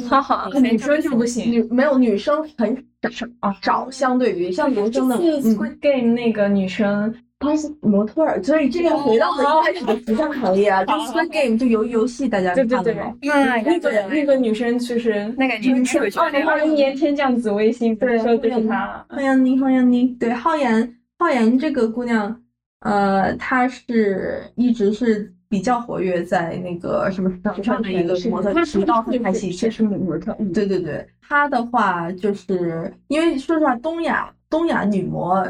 B: 哈哈，
G: 女生哎就不行。
D: 女没有女生很少少，相对于像男生的
G: 这次
D: 嗯
G: Squid Game 那个女生，
D: 她是模特儿，所以这个回到了一开始的时尚行业啊，就 Squid Game 就游游戏大家
G: 对对
D: 看的
G: 对
D: 嘛，
E: 那
G: 那个那个女生就是嗯
E: 那个女生
G: 二零二一年天降紫微星，
D: 对
G: 说就是她。
D: 浩洋妮，浩洋妮，对，浩然，浩然这个姑娘，呃，她是一直是比较活跃在那个什么时尚的一个模特，直到 她拍戏
G: 确实模特，嗯，
D: 对对对，她的话就是因为说实话，东亚东亚女模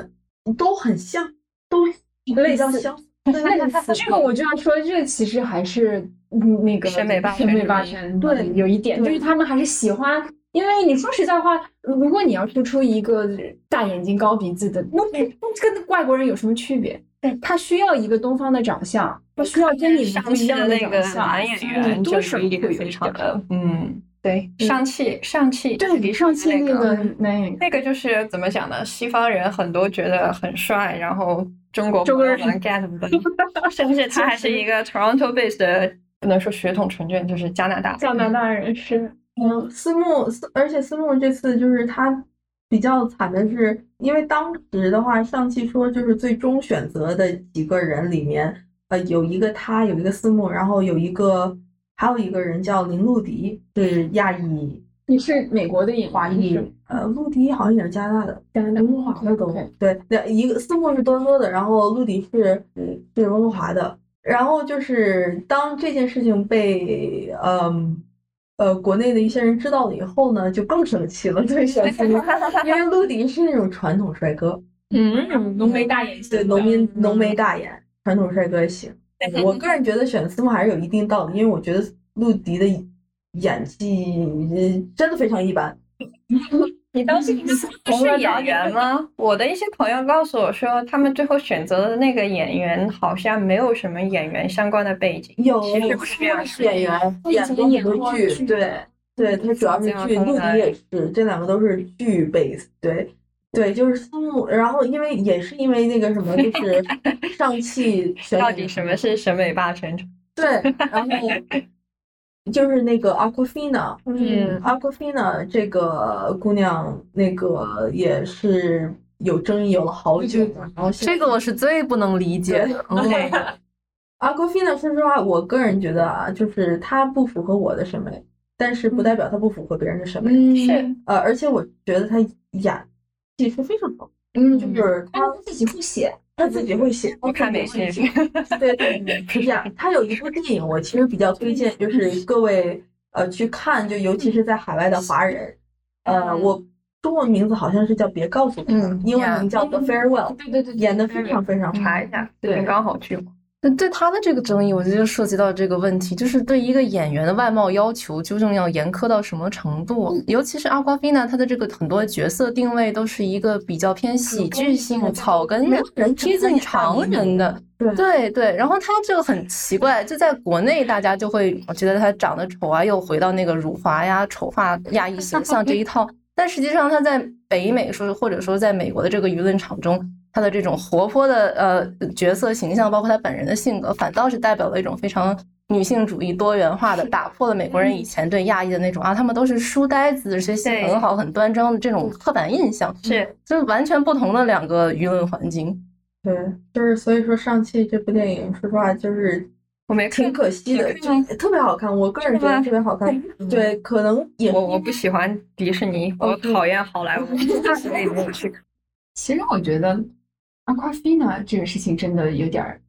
D: 都很像，都
G: 类
D: 比较
G: 似
D: 相嗯似，对类似。
G: 这个我就要说，这个其实还是嗯那个
E: 审美霸权
G: 审美霸权
D: 对
G: 嗯有一点，
D: 对
G: 就是他们还是喜欢，因为你说实在话，如如果你要说出一个大眼睛高鼻子的，那那那跟外国人有什么区别？他需要一个东方的长相，他需要跟你们
E: 上
G: 不一
E: 汽
G: 样
E: 的那
G: 长
E: 个
G: 相，
E: 男演
G: 所以
E: 员，
G: 你
E: 就
G: 多
E: 是
G: 少
E: 一点
G: 会有
E: 非
G: 一
E: 常
G: 点
E: 的，嗯，对，上汽上汽
G: 对比上期
E: 那
G: 那个男演员。
E: 那个就是怎么讲呢？西方人很多觉得很帅，然后中国
G: 中国人
E: 朋友们 get 不 到，甚至他还是一个 Toronto based 的，不能说血统纯正，就是加拿大。
G: 加拿大人是，
D: 嗯，私募，私而且私募这次就是她比较惨的是，因为当时的话，上期说就是最终选择的几个人里面，呃，有一个他，有一个思慕，然后有一个还有一个人叫林路迪，是亚裔
G: 你是美国的华裔，
D: 呃，陆迪好像也是加拿大的，
G: 加拿大
D: 温哥华的都
G: OK
D: 对，那一个思慕是多伦多的，然后陆迪是呃是温哥华的。然后就是当这件事情被嗯呃国内的一些人知道了以后呢，就更生气了，对小思慕， 因为陆迪是那种传统帅哥，
G: 嗯，浓眉大眼型
D: 对
G: 的，
E: 嗯
D: 浓眉浓眉大眼，传统帅哥型。我个人觉得选思慕还是有一定道理，因为我觉得陆迪的演技呃真的非常一般。
E: 你当时不是演员吗？我的一些朋友告诉我说，他们最后选择的那个演员好像没有什么演员相关的背景。
D: 有
E: 其实不是这样
D: 是演员
G: 他以
D: 演
G: 前
D: 过很
G: 演
D: 多
G: 过
D: 剧，
G: 剧
D: 对对，他主要是
E: 这样
D: 剧，
E: 说
D: 陆
E: 来
D: 迪也是，这两个都是剧 base，对对，就是私募，然后因为也是因为那个什么，就是上汽选
E: 到
D: 举
E: 底什么是审美霸权？
D: 对，然后就是那个 Aquafina，
E: 嗯
D: ，Aquafina 这个姑娘那个也是有争议有了好久，然后现在
B: 这个我是最不能理解的。嗯
D: 阿郭菲呢，说实话，我个人觉得啊，就是她不符合我的审美，但是不代表她不符合别人的审美。
G: 嗯，
E: 是
D: 呃，而且我觉得她演技是非常好，
G: 嗯，
D: 就是她
G: 他自己不写，
D: 她自己会写，
E: 不看美剧，
D: 对对对，是这样。她有一部电影，我其实比较推荐，就是各位呃去看，就尤其是在海外的华人，
E: 嗯
D: 呃，我中文名字好像是叫《别告诉我》，
B: 嗯
D: 英文名叫《The
E: 嗯
D: Farewell》，
G: 对对对，
D: 演的非常非常好。
E: 查一下，最近刚好去过。
B: 那对他的这个争议，我觉得就涉及到这个问题，就是对一个演员的外貌要求究竟要严苛到什么程度？
D: 嗯
B: 尤其是阿瓜菲娜，她的这个很多角色定位都是一个比较偏喜剧性、草根的
D: 没有人，
B: 贴近常人的。
D: 对
B: 对对，然后她这个很奇怪，就在国内大家就会觉得她长得丑啊，又回到那个辱华呀、丑化亚裔形象这一套。但实际上，她在北美说，或者说在美国的这个舆论场中，他的这种活泼的呃角色形象，包括他本人的性格，反倒是代表了一种非常女性主义、多元化的，打破了美国人以前对亚裔的那种啊，他们都是书呆子，学习
E: 对
B: 很好、很端庄的这种刻板印象，
E: 是
B: 就是完全不同的两个舆论环境。
D: 对，就是所以说上汽这部电影，说实话就是
E: 我没看
D: 挺可惜的，
E: 你
D: 就
E: 看吗
D: 特别好看，我个人觉
E: 是
D: 得
E: 吗
D: 特别好看。对，可能也是
E: 我，我不喜欢迪士尼，我讨厌好 莱坞，所以没有去看。
G: 其实我觉得 Aquafina 这个事情真的有点儿，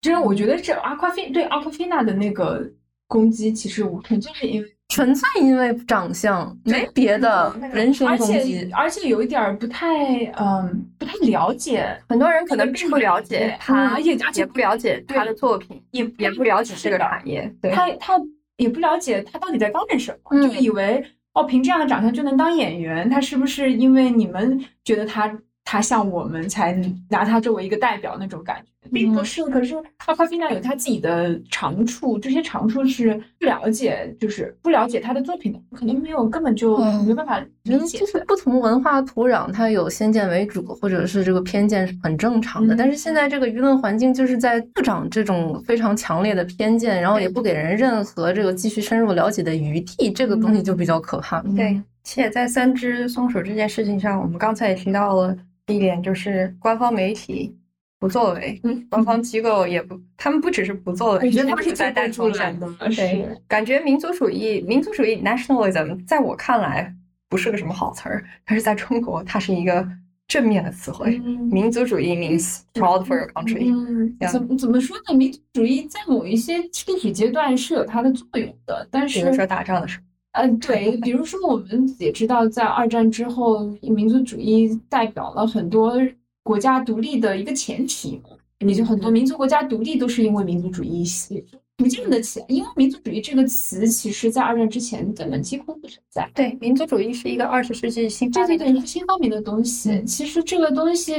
G: 就是我觉得这 Aquafina 对 Aquafina 的那个攻击其实无纯粹是因为
B: 纯粹因为长相，没别的人身
G: 而
B: 攻
G: 且
B: 击。
G: 而且有一点儿不太嗯不太了解，
E: 很多人可能并不了解
G: 嗯
E: 他，
G: 而且而且
E: 也不了解他的作品，
G: 也
E: 也不了解这个产业。对，
G: 他他也不了解他到底在高中什么，
B: 嗯
G: 就以为哦凭这样的长相就能当演员，他是不是因为你们觉得他他像我们才拿他作为一个代表那种感觉？并
D: 嗯
G: 不是，可是阿夸菲娜有他自己的长处，这些长处是不了解，就是不了解他的作品的，肯定没有根本就
B: 嗯
G: 没办法理
B: 觉得
G: 解
B: 就是
G: 的。
B: 不同文化土壤，它有先见为主，或者是这个偏见是很正常的。
G: 嗯
B: 但是现在这个舆论环境就是在助长这种非常强烈的偏见，然后也不给人任何这个继续深入了解的余地，这个东西就比
G: 嗯
B: 较可怕。
E: 对，且在三只松鼠这件事情上，我们刚才也提到了一点，就是官方媒体不作为，
G: 嗯
E: 官方机构也不，他们不只是不作为，
G: 我觉得
E: 他们
G: 他们
E: 是
G: 是
E: 在带风
G: 出
E: 向
G: 来。的，
E: 对
G: 是，
E: 感觉民族主义、民族主义 nationalism，在我看来不是个什么好词儿，但是在中国，它是一个正面的词汇。民族主义 means proud for your country，、
G: 嗯
E: 这，样
G: 怎么怎么说呢？民族主义在某一些历史阶段是有它的作用的，但
E: 比
G: 是
E: 如说打仗的时候，
G: 呃， 对，比如说我们也知道，在二战之后，民族主义代表了很多国家独立的一个前提嘛。也就
E: 嗯
G: 很多民族国家独立都是因为民族主义系逐渐的起来，因为民族主义这个词，其实在二战之前根本几乎不存在。
E: 对，民族主义是一个二十世纪新发
G: 对对
E: 明的
G: 对，一个新发明的东
E: 嗯
G: 西。其实这个东西，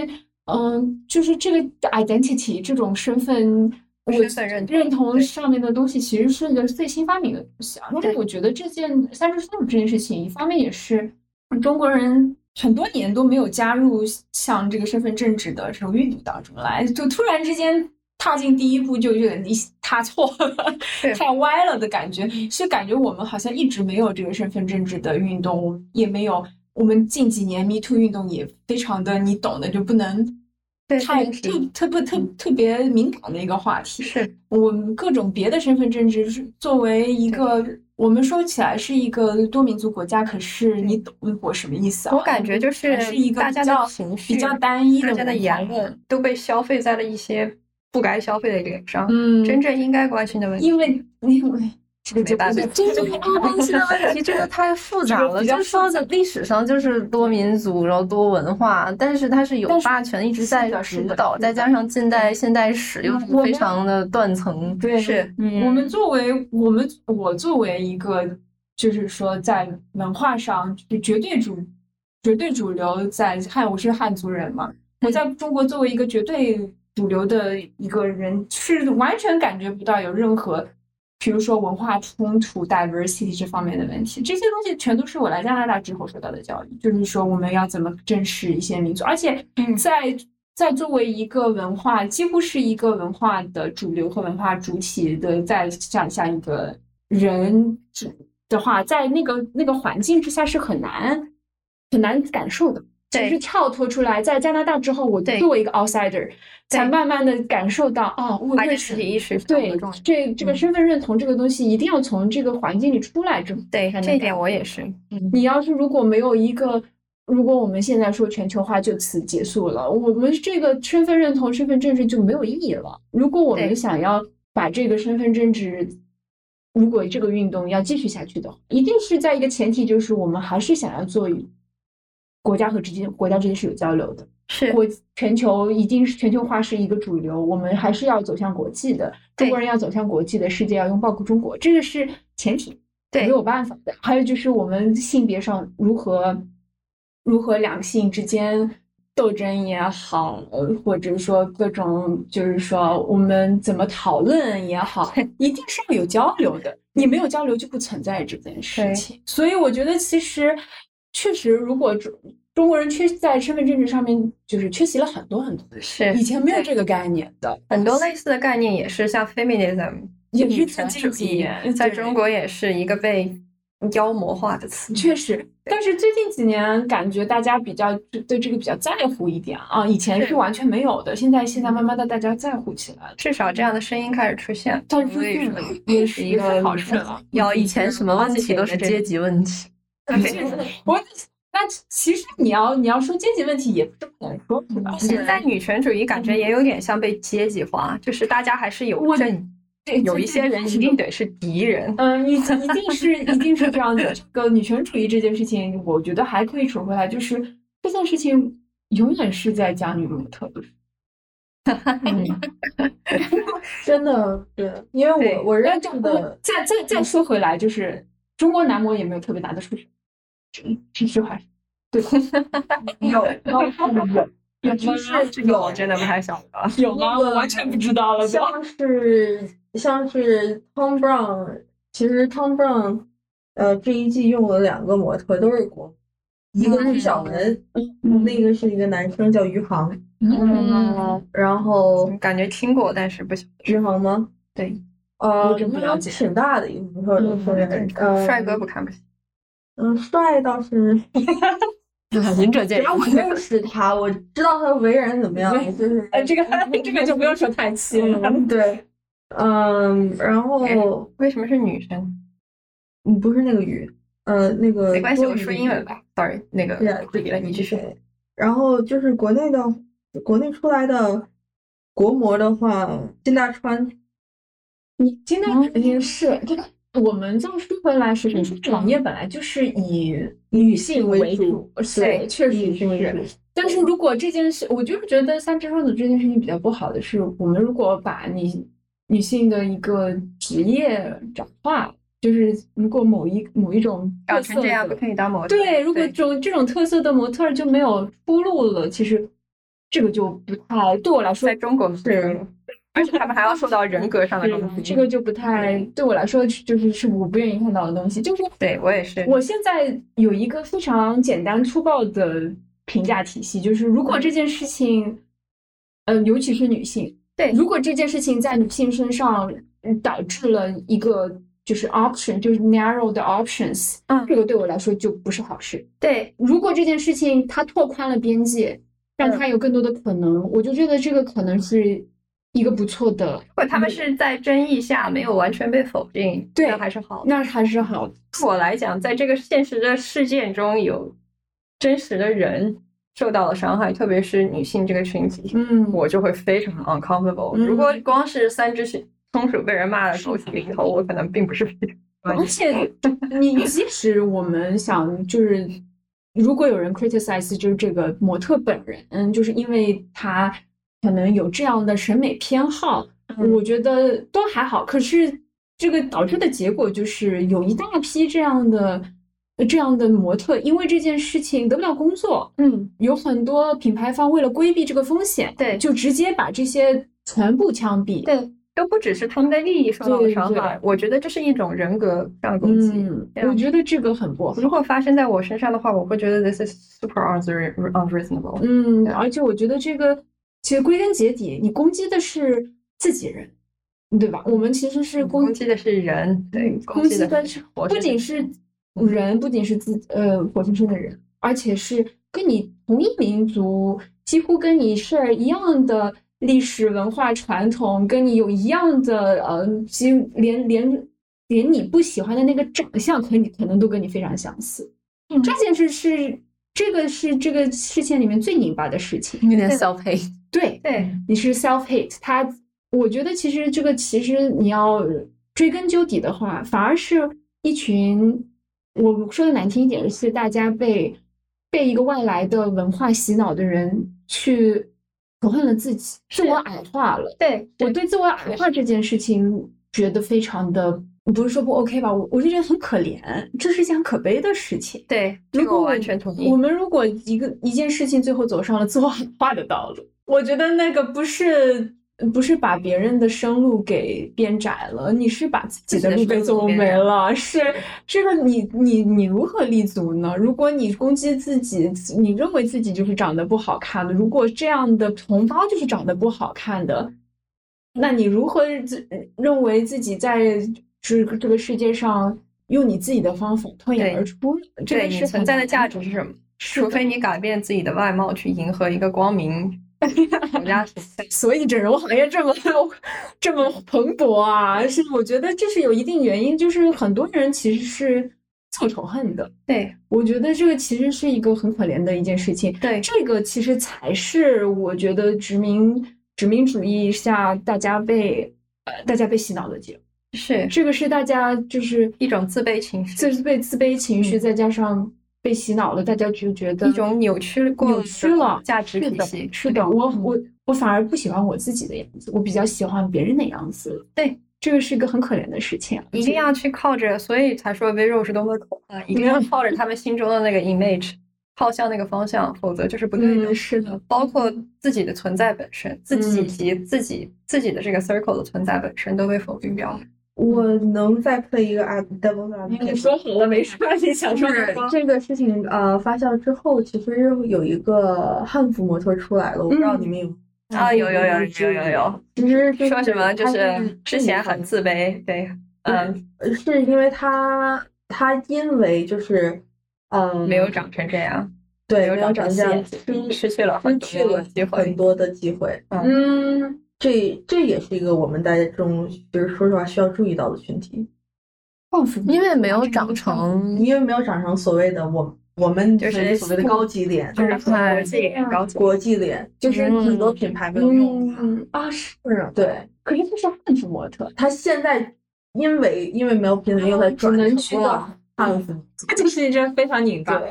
G: 嗯，就是这个 identity 这种身份。我
E: 身份认同
G: 认同上面的东西其实是一个最新发明的东西啊，然后
E: 对
G: 我觉得这件三十松鼠这件事情，一方面也是中国人很多年都没有加入像这个身份政治的这种运动当中来，就突然之间踏进第一步就有点你踏错了
E: 对，
G: 太歪了的感觉，是感觉我们好像一直没有这个身份政治的运动，也没有我们近几年 Me Too 运动也非常的，你懂的，就不能
E: 对
G: 太
E: 这个
G: 特特不
E: 嗯
G: 特特别敏感的一个话题。
E: 是
G: 我们各种别的身份政治是作为一个，我们说起来是一个多民族国家，可是你懂我什么意思啊？
E: 嗯我感觉就
G: 还是一个
E: 大
G: 比
E: 家
G: 较
E: 的情绪、
G: 比较单一
E: 大
G: 的
E: 家的
G: 文
E: 言
G: 化
E: 论都被消费在了一些不该消费的脸上，
G: 嗯，
E: 真正应该关心的问题
G: 因为因为 这个
E: 没
G: 就
E: 办
G: 不
E: 法
G: 是。
B: 这这个关 系的问题真的太复杂了。
G: 这个比较
B: 就说在历史上就是多民族，然后多文化，但是它是有
G: 但是
B: 霸权一直在
G: 是的是
B: 主
G: 的
B: 导，
G: 是的嗯
B: 再加上近代现代史又
G: 我
B: 是
G: 们
B: 非常的断层。嗯
G: 对，
E: 是
G: 我们作为我们我作为一个，就是说在文化上就绝对主绝对主流在汉，我是汉族人嘛，我在中国作为一个绝对主流的一个人，是完全感觉不到有任何。比如说文化冲突、diversity 这方面的问题，这些东西全都是我来加拿大之后受到的教育，就是说我们要怎么正视一些民族，而且
E: 嗯
G: 在在作为一个文化，几乎是一个文化的主流和文化主体的，在这样像一个人的话，在那个那个环境之下是很难很难感受的。
E: 对
G: 就是跳脱出来，在加拿大之后，我
E: 对
G: 作为一个 outsider，才慢慢的感受到，哦，我
E: 把
G: 为
E: 这
G: 什
E: 实
G: 么
E: 体意识非常
G: 对
E: 的重要
G: 这这个身份认同这个东西，一定要从这个环境里出来之后。
E: 对
G: 才能
E: 这一
G: 改
E: 点我也是，
G: 你要是如果没有一个，如果我们现在说全球化就此结束了，我们这个身份认同、身份政治就没有意义了。如果我
E: 对
G: 们想要把这个身份政治，如果这个运动要继续下去的话，一定是在一个前提，就是我们还是想要做与国家和之间国家之间是有交流的。
E: 是
G: 国全球一定是全球化是一个主流，我们还是要走向国际的。
E: 对
G: 中国人要走向国际的世界，要拥抱中国，这个是前提，
E: 对
G: 没有办法的。还有就是我们性别上如何如何两性之间斗争也好，呃或者说各种就是说我们怎么讨论也好，一定是要有交流的。你没有交流就不存在这件事
E: 对
G: 情。所以我觉得其实确实，如果中中国人缺在身份政治上面就是缺席了很多很多的事，
E: 是
G: 以前没有
E: 对
G: 这个概念的，
E: 很多类似的概念也是像 feminism
G: 也是
E: 女
G: 最
E: 权
G: 近
E: 主
G: 几
E: 义，
G: 年
E: 在
G: 对
E: 中国也是一个被妖魔化的词。
G: 确实，但是最近几年感觉大家比较对这个比较在乎一点啊，以前
E: 是
G: 是完全没有的，现在现在慢慢的大家在乎起来了。
E: 至少这样的声音开始出现，
G: 但是
E: 所以
G: 这个
E: 说
G: 也是一个好事了。
E: 要
B: 以前什么问题都是阶级问题，
E: 嗯
G: 我那其实你要你要说阶级问题，也不是不能说，是吧？
E: 现在女权主义感觉也有点像被阶级化，就是大家还是有
G: 我
E: 正，
G: 对
E: 嗯有
G: 这
E: 一些人一定得是敌人。
G: 嗯，一一定是一定是这样的。这个女权主义这件事情，我觉得还可以扯回来，就是这件事情永远是在讲女模特的事。
D: 真的对，因为
E: 对
D: 我我认
G: 但这
D: 识
G: 我
D: 的，
G: 再再再说回来，就是中国男模也没有特别拿得出手，这这句话是对吧？
E: 有
G: 有
E: 这个我真的不太晓得。
G: 有吗？我完全不知道了。
D: 像是像是 Tom Brown，其实 Tom Brown，呃，这一季用了两个模特，都是国模，一
G: 嗯
D: 个是小文，另一个是一个男生叫余杭，
E: 嗯，
D: 然后
E: 感觉听过，但是不晓得。
D: 余杭吗？
E: 对，
D: 呃，
G: 我真不了解嗯
D: 挺大的一个模特，说是呃，
E: 帅哥不看不行。
D: 嗯，帅倒是，
B: 仁者见
D: 然后我认识他，我知道他为人怎么样，就是
G: 呃，这个 这个就不用说太细了。
D: 嗯，对，嗯，然后
E: 为什么是女生？
D: 嗯不是那个鱼，呃，那个
E: 没关系，
D: 多
E: 我说
D: 余
E: 英文吧。Sorry，那个
D: 对啊
E: 不理了，你继续。
D: 对，然后就是国内的，国内出来的国模的话，金大川，
G: 你今天肯定是这个。我们再说回来，实际上行业本来就是以女性为主，对，确实是。但是如果这件事，我就是觉得三只双子这件事情比较不好的是，我们如果把你女性的一个职业转化，就是如果某一某一种
E: 搞
G: 特
E: 成
G: 色
E: 这样
G: 的
E: 不可以当模特。
G: 对，如果这种这种特色的模特儿就没有出路了，其实这个就不太对我来说
E: 在中国
G: 是，
E: 而且他们还要受到人格上的东西。
G: 这个就不太对我来说就是是我不愿意看到的东西。就是
E: 对我也是。
G: 我现在有一个非常简单粗暴的评价体系，就是如
E: 嗯
G: 果这件事情，嗯、尤其是女性，
E: 对
G: 如果这件事情在女性身上嗯导致了一个就是 option，就是 narrow 的 options，
E: 嗯
G: 这个对我来说就不是好事。
E: 对，
G: 如果这件事情它拓宽了边界，
E: 嗯
G: 让它有更多的可能，我就觉得这个可能是一个不错的，
E: 如果他们是在争议下没有完全被否定，
G: 对
E: 那还是好的。
G: 那还是好的。
E: 对我来讲，在这个现实的事件中，有真实的人受到了伤害，特别是女性这个群体，
G: 嗯
E: 我就会非常 uncomfortable。
G: 嗯
E: 如果光是三只松鼠被人骂的狗血淋头，我可能并不是非常关
G: 而
E: 心。
G: 且你即使我们想就是，如果有人 criticize 就是这个模特本人，嗯，就是因为他可能有这样的审美偏好，
E: 嗯
G: 我觉得都还好。可是这个导致的结果就是有一大批这样的。呃这样的模特因为这件事情得不了工作，
E: 嗯，
G: 有很多品牌方为了规避这个风险，
E: 对
G: 就直接把这些全部枪毙。
E: 对，都不只是他们的利益受到了
G: 对
E: 伤
G: 对
E: 害，我觉得这是一种人格上的攻击。
G: 嗯，
E: 对啊
G: 我觉得这个很不好。
E: 如果发生在我身上的话，我会觉得 this is super unre- unreasonable。
G: 嗯，
E: 对
G: 而且我觉得这个其实归根结底，你攻击的是自己人，对吧？我们其实是
E: 嗯攻
G: 攻嗯
E: 击的是人，对，
G: 攻击
E: 的
G: 的
E: 是
G: 是
E: 活
G: 不
E: 生嗯
G: 仅
E: 生
G: 是人，不仅是自呃活生生的人，而且是跟你同一民族，几乎跟你 share 一样的历史文化传统，跟你有一样的呃，几乎连连连你不喜欢的那个长相，可你可能都跟你非常相似。
E: 嗯
G: 这件事是这个是这个事件里面最拧巴的事情。
B: 有点 self hate。
G: 对，
E: 对，
G: 你是 self hate，他，我觉得其实这个其实你要追根究底的话，反而是一群，我说的难听一点是大家被被一个外来的文化洗脑的人去仇恨了自己，自我矮化了。
E: 对，
G: 我对自我矮化这件事情觉得非常的，不是说不 OK 吧，我我就觉得很可怜，这是一件很可悲的事情。
E: 对，这
G: 如
E: 个
G: 果
E: 我
G: 我
E: 完全同意
G: 我。们如果一个一件事情最后走上了自我 喊话的道路，我觉得那个不是不是把别人的生路给变窄了，你是把自己的路给走没了。是这个你你你如何立足呢？如果你攻击自己，你认为自己就是长得不好看的，如果这样的同胞就是长得不好看的，那你如何自认为自己在这个这个世界上？用你自己的方法脱
E: 对
G: 颖而出呢，这
E: 对
G: 个
E: 你
G: 是
E: 存在的价值
G: 是。
E: 是什么？
G: 是
E: 除非你改变自己的外貌去迎合一个光 明国家所谓
G: 所以整容行业这么这么蓬勃啊，是我觉得这是有一定原因，就是很多人其实是自我仇恨的。
E: 对
G: 我觉得这个其实是一个很可怜的一件事情，
E: 对
G: 这个其实才是我觉得殖民殖民主义下大家被呃大家被洗脑的结果，
E: 是
G: 这个是大家就是
E: 一种自卑情绪，
G: 就是被自卑情绪，再加上被洗脑了，大家就觉得
E: 一种扭曲过
G: 扭曲了
E: 的价值
G: 是
E: 体
G: 的，
E: 系。
G: 是的，嗯我我我反而不喜欢我自己的样子，我比较喜欢别人的样子了。
E: 对，
G: 这个是一个很可怜的事情啊，
E: 一定要去靠着，所以才说 visual 是多么的可怕，一定要靠着他们心中的那个 image，靠向那个方向，否则就是不对的。
G: 嗯是的，
E: 包括自己的存在本身，自己以及自己自己的这个 circle 的存在本身都被否定掉了。
D: 我能再配一个啊 double
G: 你说好了没事儿，你想说
D: 就是这个事情呃发酵之后，其实有一个汉服模特出来了，我不知道你们有
E: 啊，有有有有有有，
D: 其实就是
E: 说什么就
D: 他
E: 是之前很自卑，对，嗯，
D: 呃是因为他他因为就是嗯
E: 没有长成这样，
D: 对
E: 没有
D: 没有长
E: 长成
D: 这样失
E: 现失去了很
D: 失去
E: 多
D: 了
E: 机会
D: 很多的机会，
G: 嗯，
D: 这这也是一个我们大家中其实说实话需要注意到的群体，
G: 报复
B: 因为没有
E: 嗯
B: 长成，
D: 因为没有长成所谓的我我们
E: 就是
D: 所谓的高级脸，
E: 就是很国
B: 哎
E: 际眼高级。嗯
D: 国际脸，就是很多品牌没有用它，
G: 嗯啊是，
D: 对。
G: 可是这是汉服模特，
D: 他现在因为因为没有平
E: 啊
D: 台，又在转
G: 能去
D: 成了
E: 嗯
D: 汉服，
G: 这就是一件非常拧巴。
D: 对，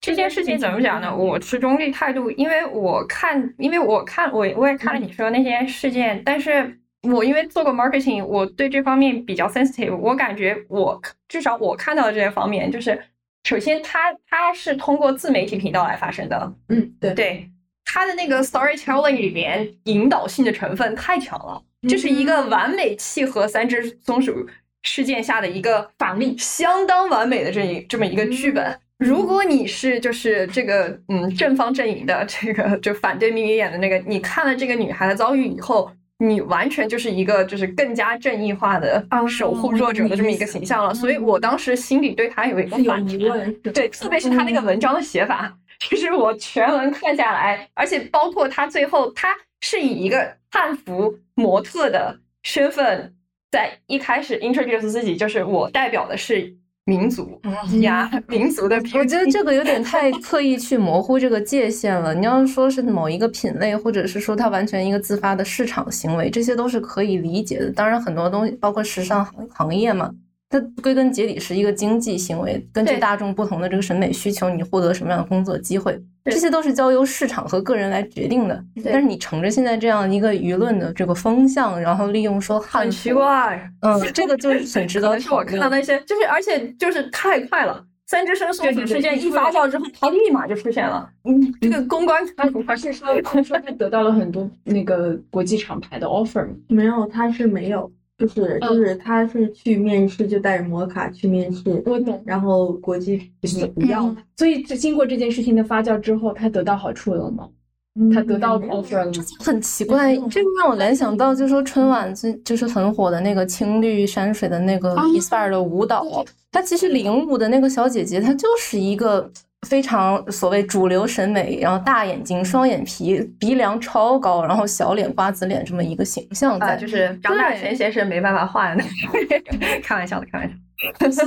E: 这件事情怎么讲呢？我持中立态度，因为我看，因为我看，我我也看了
D: 嗯
E: 你说的那些事件，但是我因为做过 marketing，我对这方面比较 sensitive。我感觉我至少我看到的这些方面，就是首先它它是通过自媒体频道来发生的，
D: 嗯，对，
E: 对它的那个 storytelling 里面引导性的成分太强了，这是一个完美契合三只松鼠事件下的一个反例，相当完美的这一这么一个剧本。如果你是就是这个嗯正方阵营的这个就反对命运演的那个，你看了这个女孩的遭遇以后，你完全就是一个就是更加正义化的守护弱者的这么一个形象了，所以我当时心里对他有一个
G: 有
E: 反
G: 疑
E: 弹，
G: 问，
E: 对，特别是他
D: 嗯
E: 那个文章的写法，就是我全文看下来，而且包括他最后，他是以一个汉服模特的身份，在一开始 introduce 自己，就是我代表的是民族呀， 民族的
B: 我
E: 平
B: 觉得这个有点 太刻意去模糊这个界限了。你要是说是某一个品类，或者是说它完全一个自发的市场行为，这些都是可以理解的。当然，很多东西包括时尚行行业嘛，它归根结底是一个经济行为，根据
E: 对
B: 大众不同的这个审美需求，你获得什么样的工作机会，
E: 对
B: 这些都是交由市场和个人来决定的。
E: 对
B: 但是你乘着现在这样一个舆论的这个风向，然后利用说汉
E: 很
B: 服
E: 奇，怪，
B: 嗯，这个就是很值
E: 可
B: 得
E: 能是
B: 讨
E: 我看到
B: 论。
E: 那些，就是而且就是太快了。三只生松鼠事件一发酵之后，它立马就出现了。嗯，这个公关
G: 他他是说他说他得到了很多那个国际厂牌的 offer 吗
D: 没有，他是没有，就是
E: 嗯
D: 就是他是去面试就带着摩卡去面试，
G: 我懂。
D: 然后国际就是不要了，
G: 所以这经过这件事情的发酵之后，他得到好处了吗？
D: 嗯
G: 他得到 offer 了吗？
B: 很奇怪，
E: 嗯
B: 这个让我联想到，就说春晚最就是很火的那个青绿山水的那个
E: 啊
B: inspire 的舞蹈，它其实领舞的那个小姐姐，她就是一个非常所谓主流审美，然后大眼睛、双眼皮、鼻梁超高，然后小脸瓜子脸这么一个形象
E: 啊，
B: 在，
E: 就是张大千先生没办法换的， 开玩笑的，开玩笑。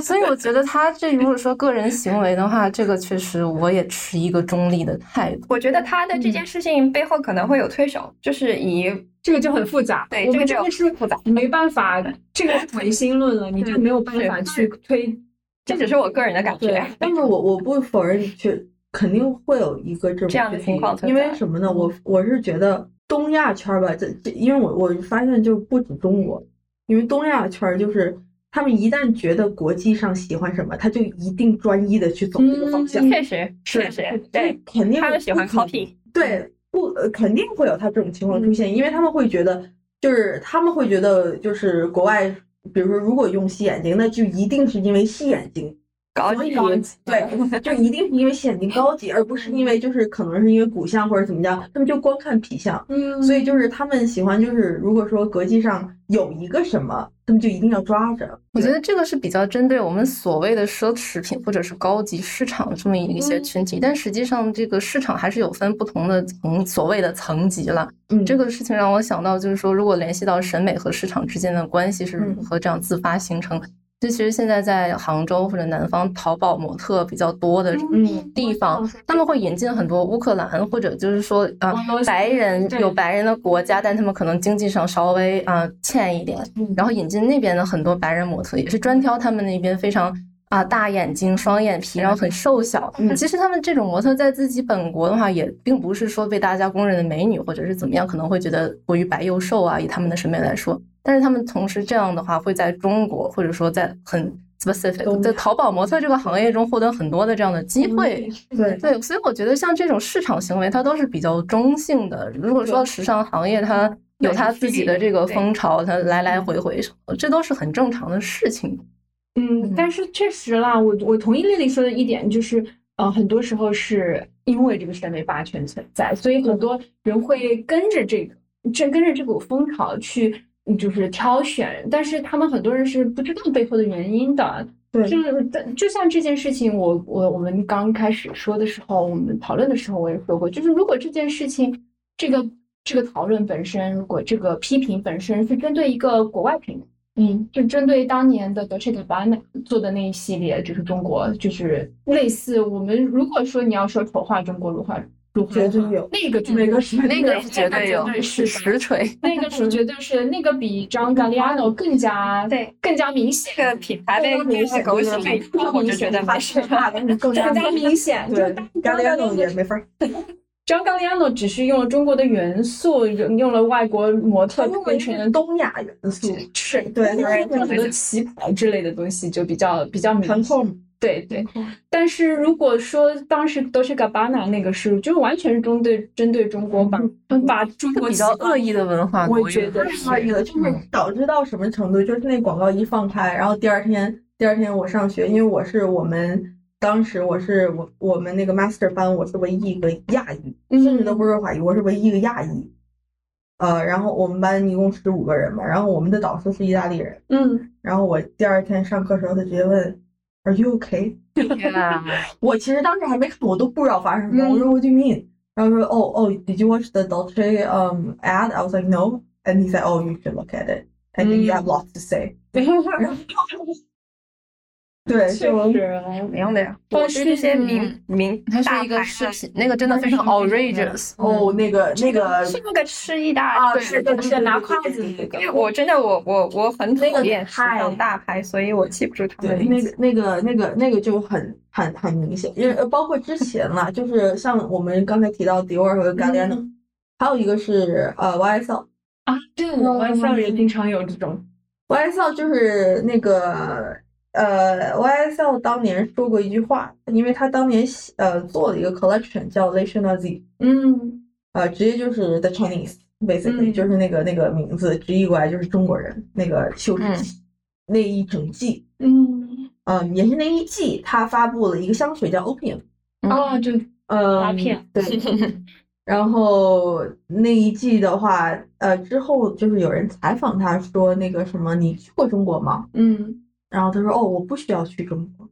B: 所以我觉得她这如果说个人行为的话，这个确实我也持一个中立的态度。
E: 我觉得他的这
D: 嗯
E: 件事情背后可能会有推手，就是以
G: 这个就很复杂，
E: 对
G: 我们
E: 这
G: 真
E: 个
G: 的是
E: 复杂，
G: 没办法，这个是唯心论了，你就没有办法去推。
E: 这只是我个人的感觉
D: 对，，但是我我不否认，确肯定会有一个这种
E: 这样的情况存
D: 因为
E: 在嗯
D: 什么呢？我我是觉得东亚圈儿吧，这这，因为我我发现就不止中国，因为东亚圈儿就是他们一旦觉得国际上喜欢什么，他就一定专一的去走 这个方向，
E: 嗯确实，确实，对，
D: 肯定
E: 他们喜欢
D: 不可
E: copy，
D: 对，不，呃，肯定会有他这种情
E: 嗯
D: 况出现，因为他们会觉得，就是他们会觉得，就是国外，比如说，如果用吸眼睛，那就一定是因为吸眼睛，
E: 搞
D: 所以
E: 搞
D: 对，就一定是因为吸眼睛高级，而不是因为就是可能是因为骨相或者怎么样，他们就光看皮相，
G: 嗯
D: 所以就是他们喜欢就是如果说国际上有一个什么，他们就一定要抓着，
B: 我觉得这个是比较针对我们所谓的奢侈品或者是高级市场这么一些群体，但实际上这个市场还是有分不同的层所谓的层级了。
D: 嗯，
B: 这个事情让我想到，就是说，如果联系到审美和市场之间的关系是如
D: 嗯
B: 何这样自发形成，就其实现在在杭州或者南方淘宝模特比较多的
D: 嗯
B: 地方，他们会引进很多乌克兰或者就是说啊、
G: 俄罗斯
B: 白人
G: 对
B: 有白人的国家，但他们可能经济上稍微啊、欠一点，然后引进那边的很多白人模特，也是专挑他们那边非常。啊，大眼睛、双眼皮，然后很瘦小。其实他们这种模特在自己本国的话，也并不是说被大家公认的美女，或者是怎么样，可能会觉得过于白又瘦啊。以他们的审美来说，但是他们同时这样的话，会在中国或者说在很 specific 在淘宝模特这个行业中获得很多的这样的机会。
D: 对，
B: 嗯对，所以我觉得像这种市场行为，它都是比较中性的。如果说时尚行业它有它自己的这个风潮，它来来回回什么，这都是很正常的事情。
G: 嗯，但是确实啦，我我同意丽丽说的一点，就是呃，很多时候是因为这个审美霸权存在，所以很多人会跟着这个，这跟着这股风潮去，嗯就是挑选，但是他们很多人是不知道背后的原因的。
D: 对
G: 就是但就像这件事情，我我我们刚开始说的时候，我们讨论的时候我也说过，就是如果这件事情，这个这个讨论本身，如果这个批评本身是针对一个国外品牌。嗯，就针对当年的德式改版做的那一系列，就是中国，就是类似我们如果说你要说丑化中国如何如何
D: 绝对有，
G: 嗯那个
D: 每个
G: 是
D: 时
B: 那个是绝对有，
G: 是
B: 实锤。
G: 那个是绝对是那个比张 Galliano 更加
E: 对
G: 更加明显，
E: 这个品牌被
G: 更加
E: 被狗血
G: 明
E: 被
G: 显
E: 抓，我就觉得没事。
D: 更 加
G: 更加 明显，就
D: 对
G: 当，
D: 加
G: 当
D: 利亚
G: 当
D: 诺也没法儿，
G: 张 Galliano 只是用了中国的元素，用用了外国模特变成了
D: 东亚元素，
G: 是，
D: 对
G: 但是
E: 对
G: 很多棋牌之类的东西就比较比较明
D: 盘
G: 显。
D: 控。
G: 对对，但是如果说当时都是 Gabbana 那个是，就是完全是针对针对中国把
E: 嗯
G: 把中国
B: 比较
G: 旗袍
B: 恶意的文化，
G: 我觉得是嗯
D: 太了，就是导致到什么程度？就是那广告一放开，然后第二天，第二天我上学，因为我是我们当时我是我我们
B: 嗯
D: 那个 master 班，我是唯一一个亚裔，甚至都不是华裔，我是唯一一个亚裔。呃，然后我们班一共十五个人嘛，然后我们的导师是意大利人，
G: 嗯，
D: 然后我第二天上课时候，他直接问 Are you okay？我
B: 啊
D: 其实当时还没看，我都不知道发生什么，我
B: 嗯
D: 说 What do you mean？然后说 Oh oh did you watch the Dolce um ad? I was like no, and he said Oh you should look at it. I think you
B: 嗯
D: have lots to say. 对，
G: 确
D: 就
G: 实，
E: 怎样的呀？
G: 但
E: 我对这些
G: 是
E: 名
D: 嗯
E: 名
B: 它
E: 大
B: 是一个
E: 牌
B: 视
E: 的
B: 频，那个真的非常 outrageous。嗯
D: 哦那个那个
E: 嗯是那个吃意大
D: 啊
E: 利
D: 是
E: 的
D: 的，
G: 是
D: 是
G: 的
D: 的，
G: 拿
D: 拿
G: 筷
D: 筷子
G: 子那
D: 那
G: 个
D: 个。
E: 因为我真的我我我很
D: 那个
E: 讨厌时
D: 太
E: 尚大牌，所以我记不住他们
D: 对，
E: 的名
D: 那
E: 字。
D: 个、那个、那个、那个就很、很、很明显，因为呃包括之前啦，就是像我们刚才提到迪奥和
G: 嗯
D: Galliano，、还有一个是呃 YSL，YSL
G: 啊，对我们校园经常有这种，
D: 就是那个呃 YSL 当年说过一句话，因为他当年写呃做了一个 collection 叫 l a t i o n a Z，
G: 嗯，
D: 呃，直接就是 The Chinese。basically、
G: 嗯
D: 就是那个那个名字直译过来就是中国人，那个修饰、那一整季，
G: 嗯，
D: 嗯，也是那一季，他发布了一个香水叫 Opium，
G: 哦，就
D: 呃，
G: 发片
D: 对。然后那一季的话，呃，之后就是有人采访他说那个什么，你去过中国吗？
G: 嗯，
D: 然后他说，哦，我不需要去中国，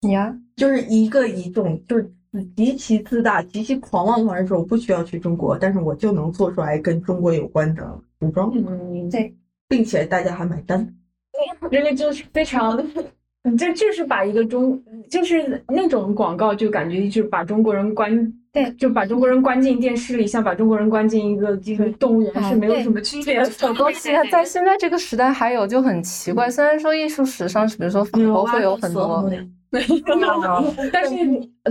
E: 你呀，
D: 就是一个一种就是极其自大、极其狂妄的方式说，我不需要去中国，但是我就能做出来跟中国有关的服装，
G: 嗯
E: 对，
D: 并且大家还买单。
G: 这个就是 非常，你这就是把一个中，就是那种广告，就感觉就是把中国人关，
E: 对，
G: 就把中国人关进电视里，像把中国人关进一个这个动物
E: 哎
G: 园是没有什么区别的。
B: 很多现在在现在这个时代还有就很奇怪，虽然说艺术史上，比如说法国嗯
G: 啊
B: 会有啊很多，
G: 但是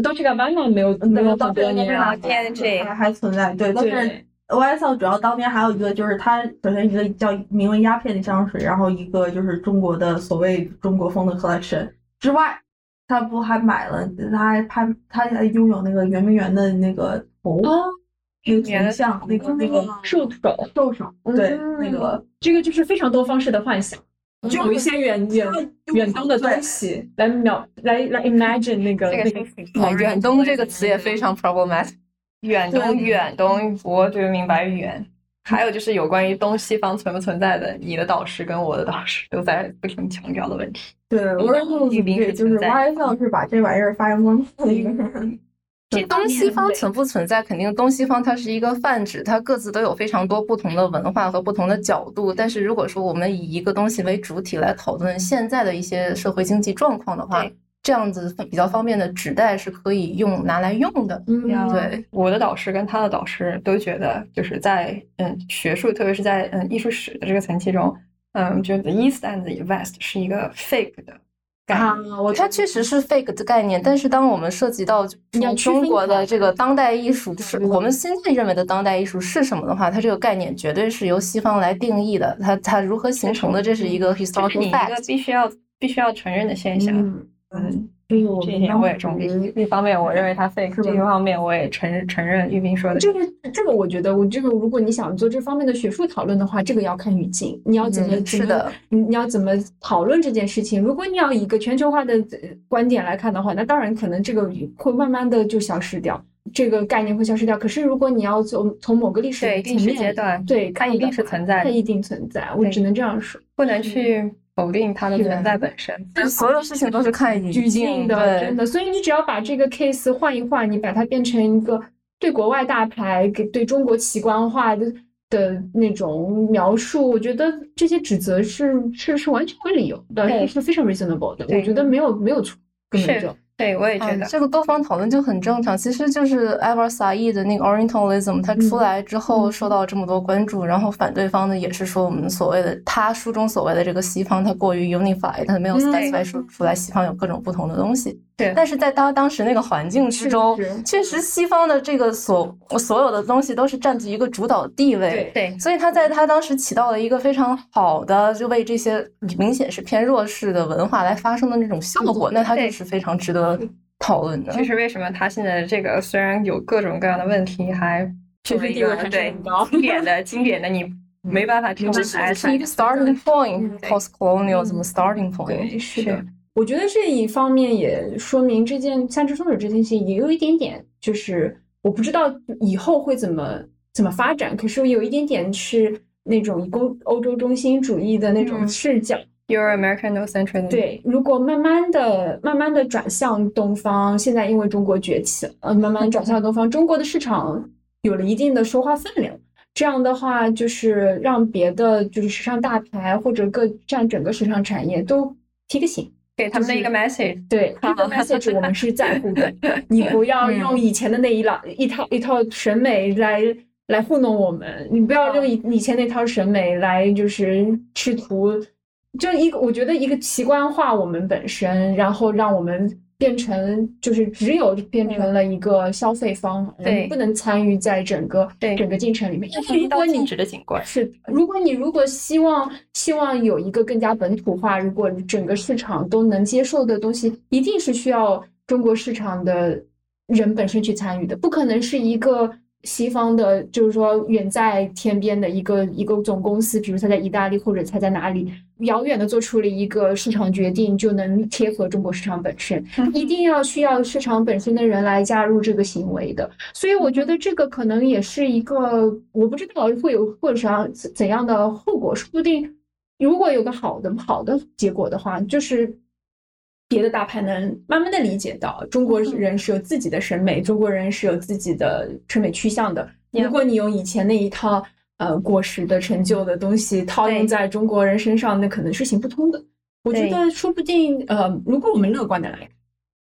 G: Dolce Gabbana 没有没有很多年
E: 老
G: 啊，
E: 店这
D: 还还存在，对，但是
G: 对
D: YSL 主要当年还有一个就是它首先一个叫名为鸦片的香水，然后一个就是中国的所谓中国风的 collection 之外，他不还买了，他还拍，他还拥有那个圆明园的那个头，那个
E: 哦圆
D: 铜像，那个那个
E: 嗯
G: 兽首，
D: 兽首，对，那个
G: 这个就是非常多方式的幻想，
E: 嗯
G: 就有一些远远远东的东西来描来来 imagine 那个
E: 这
G: 那个
E: 个是
B: 啊远东这个词也非常 problematic。
E: 远东远东，我只明白远。还有就是有关于东西方存不存在的，你的导师跟我的导师都在不停强调的问题。
D: 对，我说
E: 玉冰
D: 对，
E: 是
D: 就
E: 存
D: 是
E: 在嗯的
D: YSL 是把这玩意儿发扬光大的一个人。
B: 这东西方存不存在，肯定东西方它是一个泛指，它各自都有非常多不同的文化和不同的角度。但是如果说我们以一个东西为主体来讨论现在的一些社会经济状况的话
E: 对，
B: 这样子比较方便的指代是可以用拿来用的。
C: 嗯
G: 嗯
E: 嗯
B: 对，
E: 我的导师跟他的导师都觉得，就是在嗯学术，特别是在嗯艺术史的这个层级中，嗯，觉得 East and the West 是一个 fake 的概念。
G: 啊，我
B: 它确实是 fake 的概念，但是当我们涉及到就是
G: 你要
B: 说
G: 区分
B: 中国
G: 开
B: 的这个当代艺术是
G: 对
B: 我们现在认为的当代艺术是什么的话，它这个概念绝对是由西方来定义的，它它如何形成的，这是一个
E: 这是你
B: historical
E: 一个
B: fact。
E: 必须要必须要承认的现象。嗯，
D: 这个我
E: 这一
D: 们
E: 点
D: 当
E: 我也中
D: 时
E: 立。一方面我认为他 fake，
D: 是
E: 这
D: 吧
E: 一方面我也承认承认玉斌说的
G: 这个这个，我觉得我这个，如果你想做这方面的学术讨论的话，这个要看语境，你要怎么、
B: 嗯
G: 怎
B: 是
G: 么
B: 的，
G: 你你要怎么讨论这件事情。如果你要以一个全球化的呃观点来看的话，那当然可能这个会慢慢的就消失掉，这个概念会消失掉。可是如果你要从从某个历史
E: 对
G: 层
E: 历史
G: 面
E: 阶段
G: 对
E: 它
G: 看
E: 一定
G: 的
E: 是
G: 话
E: 存在
G: 它
E: 的
G: 一定存在，我
E: 对
G: 只能这样说。
E: 不能去否定它的
G: 是
E: 存在本身。
B: 就是所有事情都是看语境
G: 嗯的，
B: 对
G: 真，的。所以你只要把这个 case 换一换，你把它变成一个对国外大牌给对中国奇观化的的那种描述，我觉得这些指责是是是完全有理由
E: 对
G: 的，是非常 reasonable 的。
E: 对
G: 我觉得没有没有错，根本
E: 是
G: 就
E: 对，我也觉
B: 嗯
E: 得，
B: 这个多方讨论就很正常。其实就是 e v a r Said 的那个 Orientalism，它出来之后
G: 嗯
B: 受到这么多关注，然后反对方呢也是说我们所谓的他书中所谓的这个西方，它过于 unified，它没有
G: 嗯
B: specify 出出来西方有各种不同的东西。
E: 对
B: 但是在他当时那个环境之中
G: 确实，
B: 确实西方的这个所所有的东西都是占据一个主导地位。
G: 对
E: 对
B: 所以他在他当时起到了一个非常好的，就为这些明显是偏弱势的文化来发生的那种效果，那他就是非常值得讨论的
E: 这。是为什么他现在这个虽然有各种各样的问题，还
G: 学
E: 作为
G: 术
E: 一
G: 地位
E: 个
G: 还是
E: 对
G: 很高。
E: 经典的经典的你没办法跳
B: 这
E: 出来
B: 是是一个 starting
E: 嗯
B: point
E: 对
B: post colonialism starting point。
G: 对，是
E: 是
G: 的。我觉得这一方面也说明这件夏至松手这件事情也有一点点，就是我不知道以后会怎么怎么发展，可是有一点点是那种以欧欧洲中心主义的那种视角。
E: Euro American Centrism。
G: 对，如果慢慢的、慢慢的转向东方，现在因为中国崛起，呃，慢慢转向东方，中国的市场有了一定的说话分量。这样的话，就是让别的就是时尚大牌或者各占整个时尚产业都提个醒，
E: 给他们的一个 message、就是。
G: 对，这个 message 我们是在乎的，你不要用以前的那一老一套一套审美来。来糊弄我们，你不要用以以前那套审美来，就是试图，就一个我觉得一个奇观化我们本身，然后让我们变成就是只有变成了一个消费方，
E: 嗯对，
G: 不能参与在整个
E: 对
G: 整个进程里面。
E: 如果你指的景观
G: 是，如果你如果希望希望有一个更加本土化，如果整个市场都能接受的东西，一定是需要中国市场的人本身去参与的，不可能是一个。西方的，就是说远在天边的一个一个总公司，比如它在意大利或者它在哪里，遥远的做出了一个市场决定，就能贴合中国市场本身，一定要需要市场本身的人来加入这个行为的。所以我觉得这个可能也是一个，我不知道会有会有啥怎样的后果，说不定如果有个好的好的结果的话，就是。别的大牌能慢慢的理解到，中国人是有自己的审美，中国人是有自己的审美趋向的。如果你用以前那一套呃过时的陈旧的东西套用在中国人身上，那可能是行不通的。我觉得说不定呃，如果我们乐观的来看，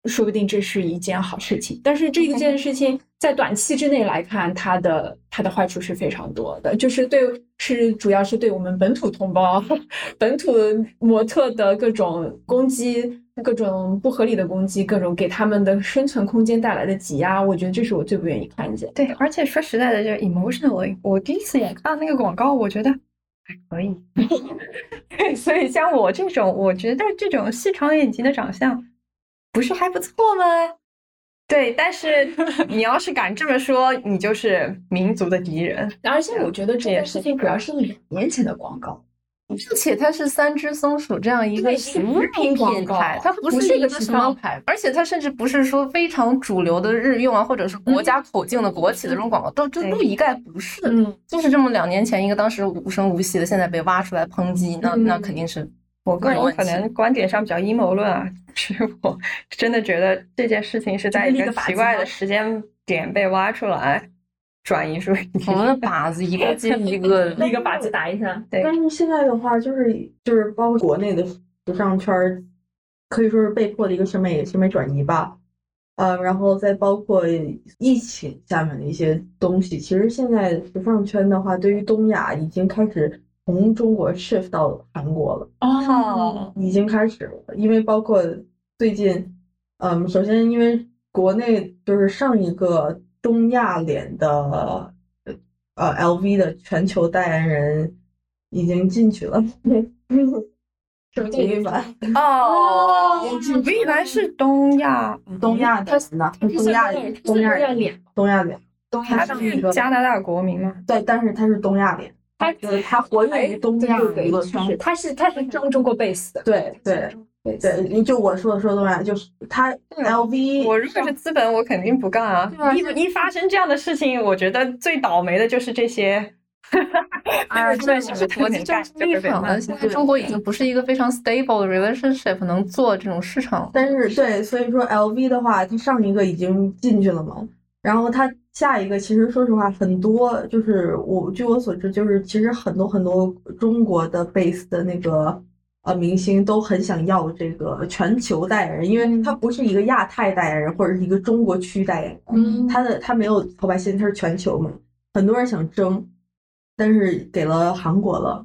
G: 说不定这是一件好事情。但是这一件事情在短期之内来看，它的它的坏处是非常多的，就是对是主要是对我们本土同胞、 本土模特的各种攻击。各种不合理的攻击，各种给他们的生存空间带来的挤压，我觉得这是我最不愿意看见。
E: 对，而且说实在的，就是 emotional，我第一次眼看那个广告，我觉得还可以。 对，所以像我这种，我觉得这种细长眼睛的长相，不是还不错吗？对，但是你要是敢这么说，你就是民族的敌人。
G: 而且啊我觉得这件事情主要是两年前的广告。
B: 并且它是三只松鼠这样一个食品品牌，它不是一个时尚牌，而且它甚至不是说非常主流的日用啊，或者是国家口径的国企的这种广告，都、嗯、就都一概不是。嗯，就是这么两年前一个当时无声无息的，现在被挖出来抨击，那、嗯、那肯定是
E: 我个人可能观点上比较阴谋论啊，是我真的觉得这件事情是在一个奇怪的时间点被挖出来。转移是
B: 我们的靶子一个接一 个，
G: 一个靶子打一下。
E: 对，
D: 哎但是现在的话，就是就是包括国内的时尚圈儿，可以说是被迫的一个审美审美转移吧。呃，然后再包括疫情下面的一些东西，其实现在时尚圈的话，对于东亚已经开始从中国 shift 到韩国了。
E: 哦、
D: oh.，已经开始了，因为包括最近，嗯，首先因为国内就是上一个。东亚脸的呃，LV 的全球代言人已经进去了，
G: 什么进去
E: 哦，未来是东亚，
D: 东亚
B: 他
D: 呢？东亚
G: 东
D: 亚
G: 脸，
D: 东亚脸，
E: 东亚是加拿大国民吗？
D: 对，但是他是东亚脸，
G: 他
D: 他活跃于东亚娱乐圈，
G: 他是他是中中国 base 的，
D: 对对。对，就我说的说的东西，就是他 LV。
E: 我如果是资本，我肯定不干啊！一一发生这样的事情，我觉得最倒霉的就是这 些。哎
B: 啊，对，就是国际政治立场了。现在中国已经不是一个非常 stable 的 relationship 能做这种市场。
D: 但是对，所以说 LV 的话，它上一个已经进去了嘛，然后它下一个其实说实话很多，就是我据我所知，就是其实很多很多中国的 base 的那个。呃，明星都很想要这个全球代言人，因为他不是一个亚太代言人或者是一个中国区代言人，嗯、他的他没有老百姓，他是全球嘛，很多人想争，但是给了韩国了，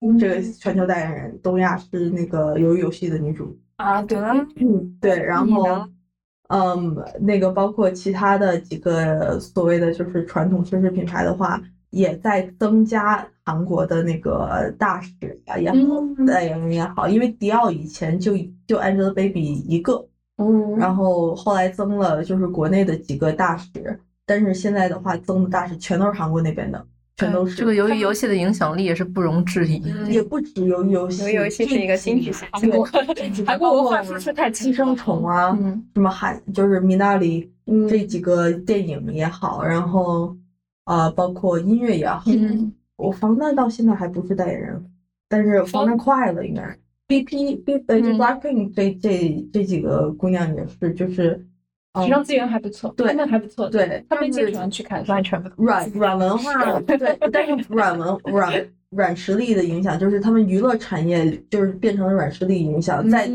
D: 嗯、这个全球代言人，东亚是那个《鱿鱼游戏》的女主
G: 啊，对，
D: 嗯，对，然后，嗯，那个包括其他的几个所谓的就是传统奢侈品牌的话。也在增加韩国的那个大使啊，也好，
B: 嗯
D: 代言人也好，因为迪奥以前就就 Angelababy 一个，
B: 哦
G: 嗯，
D: 然后后来增了就是国内的几个大使，但是现在的话增的大使全都是韩国那边的，全都是。
B: 这个由于游戏的影响力也是不容置疑，
D: 嗯、也不止由于游戏，由于
E: 游戏是一个新体系，韩国
G: 韩国文化输出太
D: 寄生虫啊，
G: 嗯
D: 嗯、什么韩就是米娜里这几个电影也好，然后。啊、包括音乐也好，
G: 嗯
D: 我防弹到现在还不是代言人，但是防弹快了应该。B P B 呃，就
G: 嗯
D: Blackpink 这这这几个姑娘也是，就是，嗯
G: 时，尚资源还不错，
D: 对
G: 他们还不错，
D: 对，
G: 他们经常去看，完全不同。
D: 软软文化，对，但是软文软软实力的影响，就是他们娱乐产业就是变成了软实力影响，再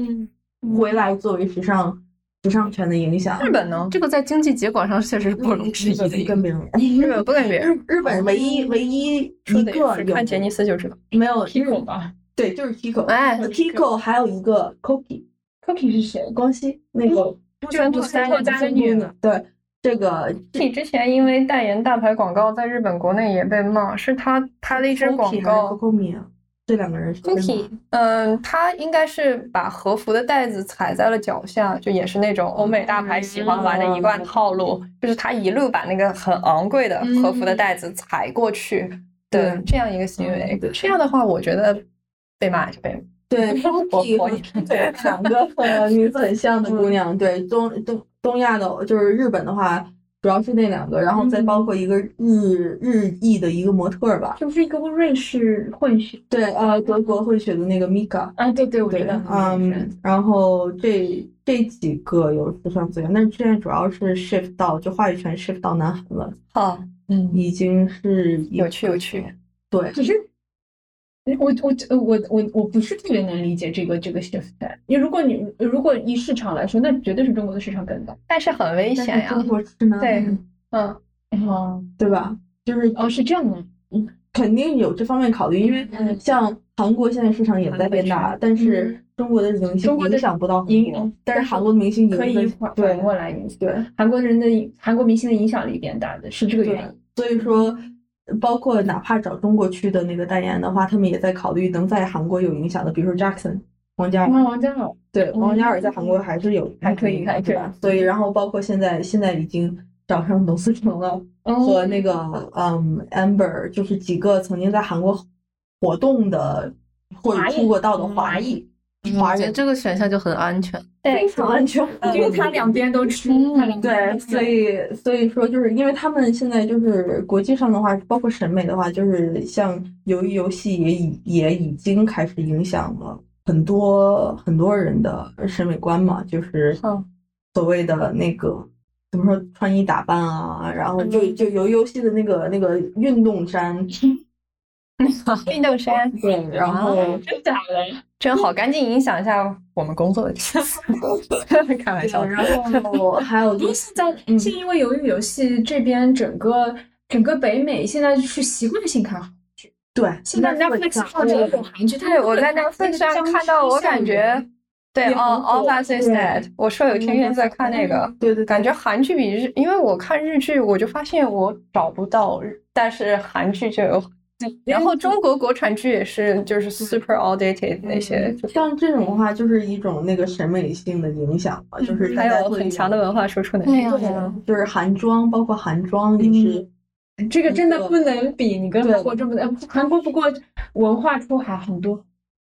D: 回来作为时尚时尚圈的影响，
B: 日本呢，这个在经济结果上确实是不容置疑的一个。
D: 跟别人
B: 日本不跟别人
D: 日日本唯一唯一
E: 说
D: 一
E: 的也
D: 个
E: 是
D: 有
E: 看杰尼斯就知道。
D: 没有
G: Kiko 吧
D: 对，就是 Kiko，
B: 哎
D: ，Kiko 还有一个 Koki
G: ，Cookie 是谁？
D: 光熙那个
G: 就是
E: 不
G: 不
E: 三
G: 三
E: 人
G: 人
E: 之
G: 之
E: 女
G: 女
E: 呢
G: 呢。
D: 对这个
E: 你之前因为代言大牌广告，在日本国内也被骂，是他拍了一支广
D: Koki 还是
E: 告。
D: Coco 米啊，这两个人是
E: Cookie，嗯，他应该是把和服的带子踩在了脚下，就也是那种欧美大牌喜欢玩的一贯套路，
D: 哦
E: 就是他一路把那个很昂贵的和服的带子踩过去的
D: 嗯
E: 这样一个行为
D: 嗯对。
E: 这样的话，我觉得被骂就被骂。
D: 对 Koki
E: 我
D: 和对两个呃名字很像的姑娘，对东东东亚的，就是日本的话，主要是那两个，然后再包括一个日日裔的一个模特儿吧，
G: 是不是一个瑞士混血？
D: 对，呃，德国混血的那个 Mika。
G: 啊，对对，我
D: 对，
G: 知道。
D: 嗯，然后这这几个有时尚资源，但是现在主要是 shift 到就话语权 shift 到南韩了，
E: 好，嗯，
D: 已经是一
E: 有趣有趣。
D: 对，
G: 可是我我我我我不是特别能理解这个这个 shift，因为如果你如果以市场来说，那绝对是中国的市场更大。
E: 但是很危
D: 但
E: 险
D: 是
E: 呀
D: 中。国是呢，
E: 对嗯，
G: 哦
D: 对吧？就是
G: 哦，是这样的，
D: 肯定有这方面考虑，因为
G: 嗯
D: 像韩国现在市场也在变大，但是中国的明星
G: 中国的
D: 影响不到韩
G: 影
D: 国，但是韩国的明星
G: 可以
D: 影
G: 反
D: 响
G: 反
D: 对
G: 过来影响
D: 对
G: 韩国人的影韩国明星的影响力变大的，是这个原
D: 对
G: 因。，
D: 所以说。包括哪怕找中国区的那个代言的话，他们也在考虑能在韩国有影响的，比如说 Jackson 王嘉尔，
G: 哇，王嘉尔，
D: 对，王嘉尔在
G: 嗯
D: 韩国还是有
G: 还可以
D: 影
G: 还
D: 响，对
G: 可以
D: 吧？所以，然后包括现在，现在已经找上董思成了，
G: 哦
D: 和那个嗯 Amber，就是几个曾经在韩国活动的或者
G: 华
D: 出
G: 裔嗯
D: 过道的华
G: 华嗯
D: 裔，
B: 我
D: 华
B: 觉得嗯
D: 人
B: 这个选项就很安全。
D: 非常安全。
G: 呃因为他两边都吃，他两边
D: 对，
G: 都吃
D: 所以所以说，就是因为他们现在就是国际上的话，包括审美的话，就是像由于游戏也已也已经开始影响了很多很多人的审美观嘛，就是
E: 嗯
D: 所谓的那个怎么说穿衣打扮啊，然后就就由于游戏的那个那个运动衫，
E: 运动衫
D: 对，然后
G: 真假的？
E: 真好，赶紧影响一下我们工作 的气氛。 开玩笑的，
D: 然后还有就嗯
G: 因为现
E: 嗯
G: 在是因为由于游戏这边整个整个北美现在就是习惯性看好，
D: 对，
G: 现在 Netflix 上这种韩剧，它
E: 对，我在 Netflix 上看到，我感觉对
G: 也很
E: ，All All
G: 火
E: That Is
G: 对
E: That，我舍友天天在看那个，
D: 嗯对对
E: 感觉韩剧比日，因为我看日剧，我就发现我找不到日，但是韩剧就有。然后中国国产剧也是，就是 super outdated 那些，就
D: 嗯像这种的话，就是一种那个审美性的影响吧，就是
G: 嗯
D: 大
E: 嗯还
D: 家
E: 有
D: 会
E: 很强的文化输出能
B: 对
E: 力
B: 呀。
D: 对，就是韩妆，包括韩妆也是，
E: 嗯
G: 这个真的不能比，你跟
D: 对
G: 韩国这么的，韩国不过文化出海很多，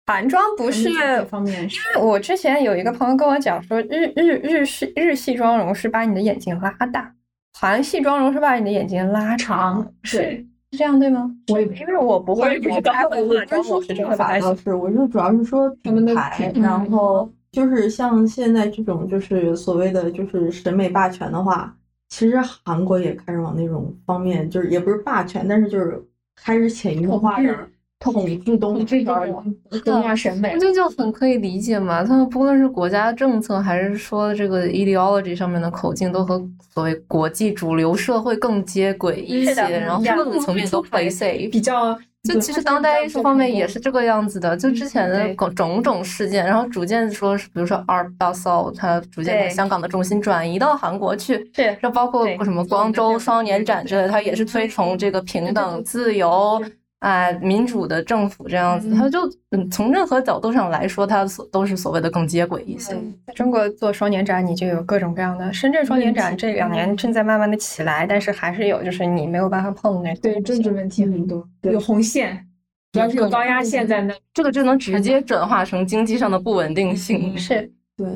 E: 韩妆不是
G: 这方面是
E: 因为我之前有一个朋友跟我讲说，日日日系日系妆容是把你的眼睛拉大，韩系妆容是把你的眼睛拉长，是
G: 对
E: 是这样对吗？
G: 我也不
E: 因为我不会，
G: 我也不知
E: 不
G: 道
E: 太会化
D: 不是
E: 妆，
D: 说
E: 我是真的不
D: 法
E: 太
D: 倒
E: 行。
D: 是，我就主要是说
G: 他们
D: 品
G: 的
D: 牌，
G: 品
D: 然
E: 嗯
G: 牌
D: 后就是像现在这种就是所谓的就是审美霸权的话，其实韩国也开始往那种方面，就是也不是霸权，但是就是开始潜移默化的统治东
G: 这
D: 亚
G: 种东亚审美，
B: 这就很可以理解嘛，他们不论是国家政策，还是说这个 ideology 上面的口径，都和所谓国际主流社会更接轨一些，
E: 是的
B: 然后
E: 亚
B: 各个层面都 play
G: 比
B: safe。
G: 较
B: 就其实当代艺术方面也是这个样子的，就之前的
E: 嗯对
B: 种种种事件，然后逐渐说是，比如说 Art b a s o 它逐渐
E: 对
B: 把香港的重心转移到韩国去，
E: 是
B: 这包括
E: 对
B: 什么光州双年展之类的，它也是推崇这个平等、自由、啊、民主的政府这样子。它就嗯，从任何角度上来说，它所都是所谓的更接轨一些。
E: 中国做双年展，你就有各种各样的。深圳双年展这两年正在慢慢的起来，但是还是有就是你没有办法碰的那种。
G: 对政治问题很多，
E: 嗯
D: 对
G: 有红线，主要是有高压线在那。
B: 这个就能直接转化成经济上的不稳定性。
E: 是
D: 对，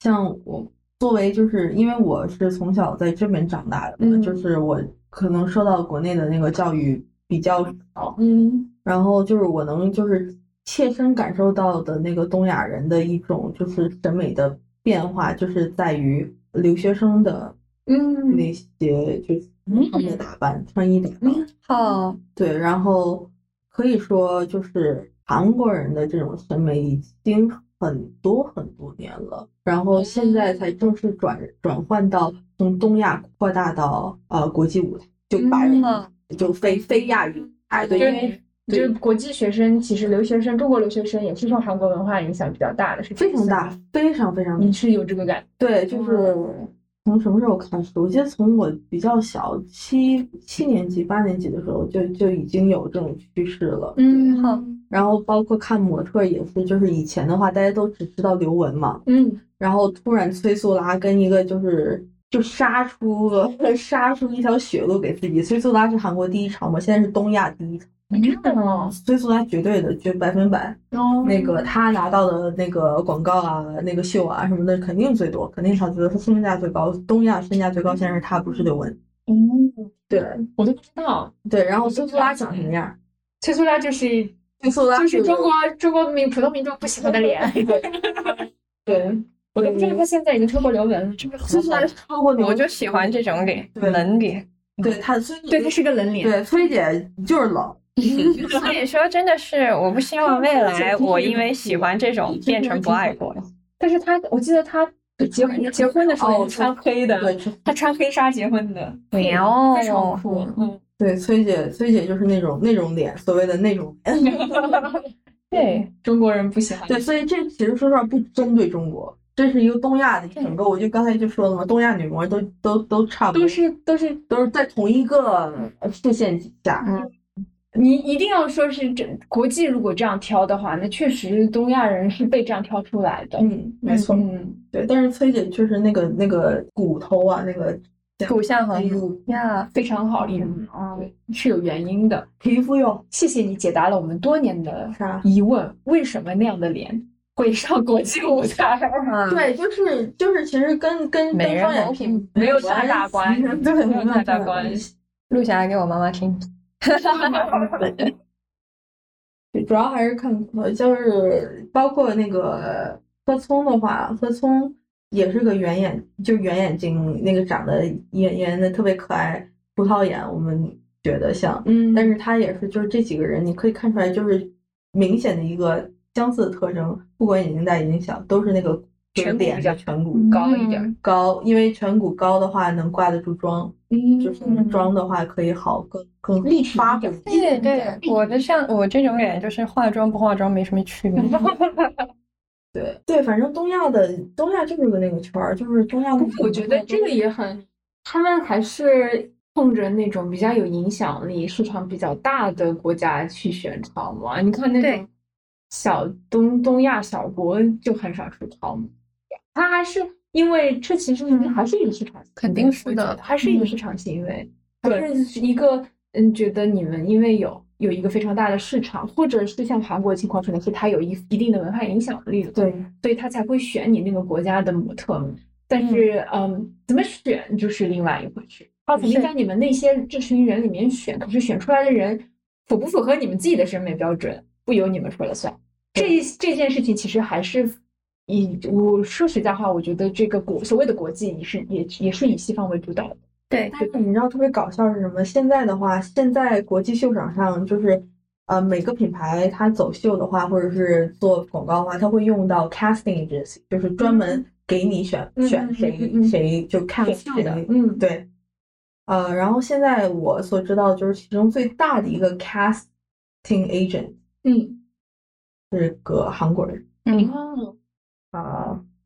D: 像我作为就是因为我是从小在这边长大的嘛，
G: 嗯
D: 就是我可能受到国内的那个教育比较少，
G: 嗯
D: 然后就是我能就是切身感受到的那个东亚人的一种就是审美的变化，就是在于留学生的
G: 嗯
D: 那些就是他们的打扮、穿衣打扮，
E: 好，
D: 对，然后可以说就是韩国人的这种审美已经很多很多年了，然后现
G: 嗯
D: 在才正式转转换到从东亚扩大到呃国际舞台，就白
G: 嗯
D: 人、就非非亚语哎对，因
G: 就是
D: 为
G: 就是国际学生，其实留学生，中国留学生也是受韩国文化影响比较大的，嗯是
D: 非常大。，非常非常大
G: 你是有这个感觉？
D: 对，就是从什么时候开始？我记得从我比较小，七七年级、八年级的时候就就已经有这种趋势了。对，
E: 好，
D: 然后包括看模特儿也是，就是以前的话，大家都只知道刘雯嘛，
G: 嗯，
D: 然后突然崔素拉跟一个就是就杀出 了杀出一条血路给自己。崔素拉是韩国第一潮嘛，现在是东亚第一潮。
G: 哦，
D: 崔素拉绝对的，绝百分百。那个她拿到的那个广告啊、那个秀啊什么的，肯定最多，肯定她觉得她身价最高，东亚身价最高，现在是她，不是刘雯。
G: 嗯，
D: 对
G: 我都不知道，
D: 对，然后崔素拉长什么样？
G: 崔苏拉就是
D: 崔素拉
G: 就是中国中国民普通民众不喜欢的 脸，
D: 对，
G: 我都不知道他现在已经超过刘雯了，真的
D: 崔素拉是超过刘
E: 我
D: 雯，
E: 就喜欢这种脸，
D: 对
E: 冷脸。
D: 对她崔素
G: 对，他是个冷脸，
D: 对崔姐
G: 嗯
D: 就是冷，
E: 所以说，真的是，我不希望未来我因为喜欢这种变成不 爱国人。
G: 但是他我记得他结婚结婚的时候也是哦穿黑的，
D: 对是
G: 他穿黑纱结婚的，
E: 没有
G: 非常酷，嗯，
D: 对崔姐崔姐就是那种那种脸，所谓的那种
G: 嗯
D: 脸。
G: 对，中国人不喜欢，
D: 对，所以这其实说实话不针对中国，这是一个东亚的一整个。我就刚才就说了嘛，东亚女模都都都差不多，
G: 都是都是
D: 都是在同一个呃视线底下。
G: 你一定要说是这国际如果这样挑的话，那确实东亚人是被这样挑出来的。
D: 嗯，没错，
G: 嗯，
D: 对。但是崔姐确实那个那个骨头啊，那个
E: 骨相
D: 哎
E: 很好
D: 呦，
E: 呀，
G: 非常好，嗯，是有原因的。
D: 皮肤啊又
G: 谢谢你解答了我们多年的
D: 啥？
G: 疑问：为什么那样的脸会上国际舞台？
D: 对，就是就是，其实跟跟跟
E: 美人
D: 双眼
E: 毛
D: 皮
E: 病
G: 没有太大关 系
D: 系，对，
G: 没有太大
D: 关
G: 关
D: 系。
E: 录下来给我妈妈听。
D: 对，主要还是看呃，就是包括那个贺聪的话，贺聪也是个圆眼，就圆眼睛那个长得圆圆的特别可爱，葡萄眼，我们觉得像，
G: 嗯
D: 但是他也是就是这几个人，你可以看出来就是明显的一个相似的特征，不管眼睛大眼睛小，都是那个就是
G: 颧骨
D: 脸
G: 比较嗯
D: 的颧骨
G: 高一点，
D: 高，因为颧骨高的话能挂得住妆，
G: 嗯
D: 就是妆的话可以好更更
G: 立体
D: 发
G: 一点
D: 挥
E: 对对，我的像我这种脸，就是化妆不化妆没什么区别。
D: 对对，反正东亚的东亚就是个那个圈儿，就是东亚的很多都。
G: 我觉得这个也很，他们还是冲着那种比较有影响力、市场比较大的国家去选潮嘛。你看那
E: 对
G: 种小东东亚小国就很少出潮嘛，他还是因为这其实还是一个市场行为，
E: 嗯肯定是
G: 我觉
E: 的
G: 得还是一个
E: 嗯
G: 市场行为，还是一个嗯，觉得你们因为有。有一个非常大的市场，或者是像韩国的情况，可能是它有一一定的文化影响力，
D: 对，
G: 所以他才会选你那个国家的模特嘛。但是，嗯，怎么选就是另外一回事。他肯定在你们那些这群人里面选，可是选出来的人符不符合你们自己的审美标准，不由你们说了算。这一这件事情其实还是以我说实在话，我觉得这个国所谓的国际也是也也是以西方为主导的。
E: 对
D: 但是你知道特别搞笑是什么？现在的话，现在国际秀场上就是，呃，每个品牌它走秀的话，或者是做广告的话，它会用到 casting agency，就是专门给你选、
G: 嗯
D: 选
G: 嗯
D: 谁、
G: 嗯嗯
D: 谁就看
G: 选
D: 谁
G: 秀的嗯
D: 对。呃，然后现在我所知道就是其中最大的一个 casting agent
G: 嗯，
D: 是个韩国人
G: 哦，
D: 啊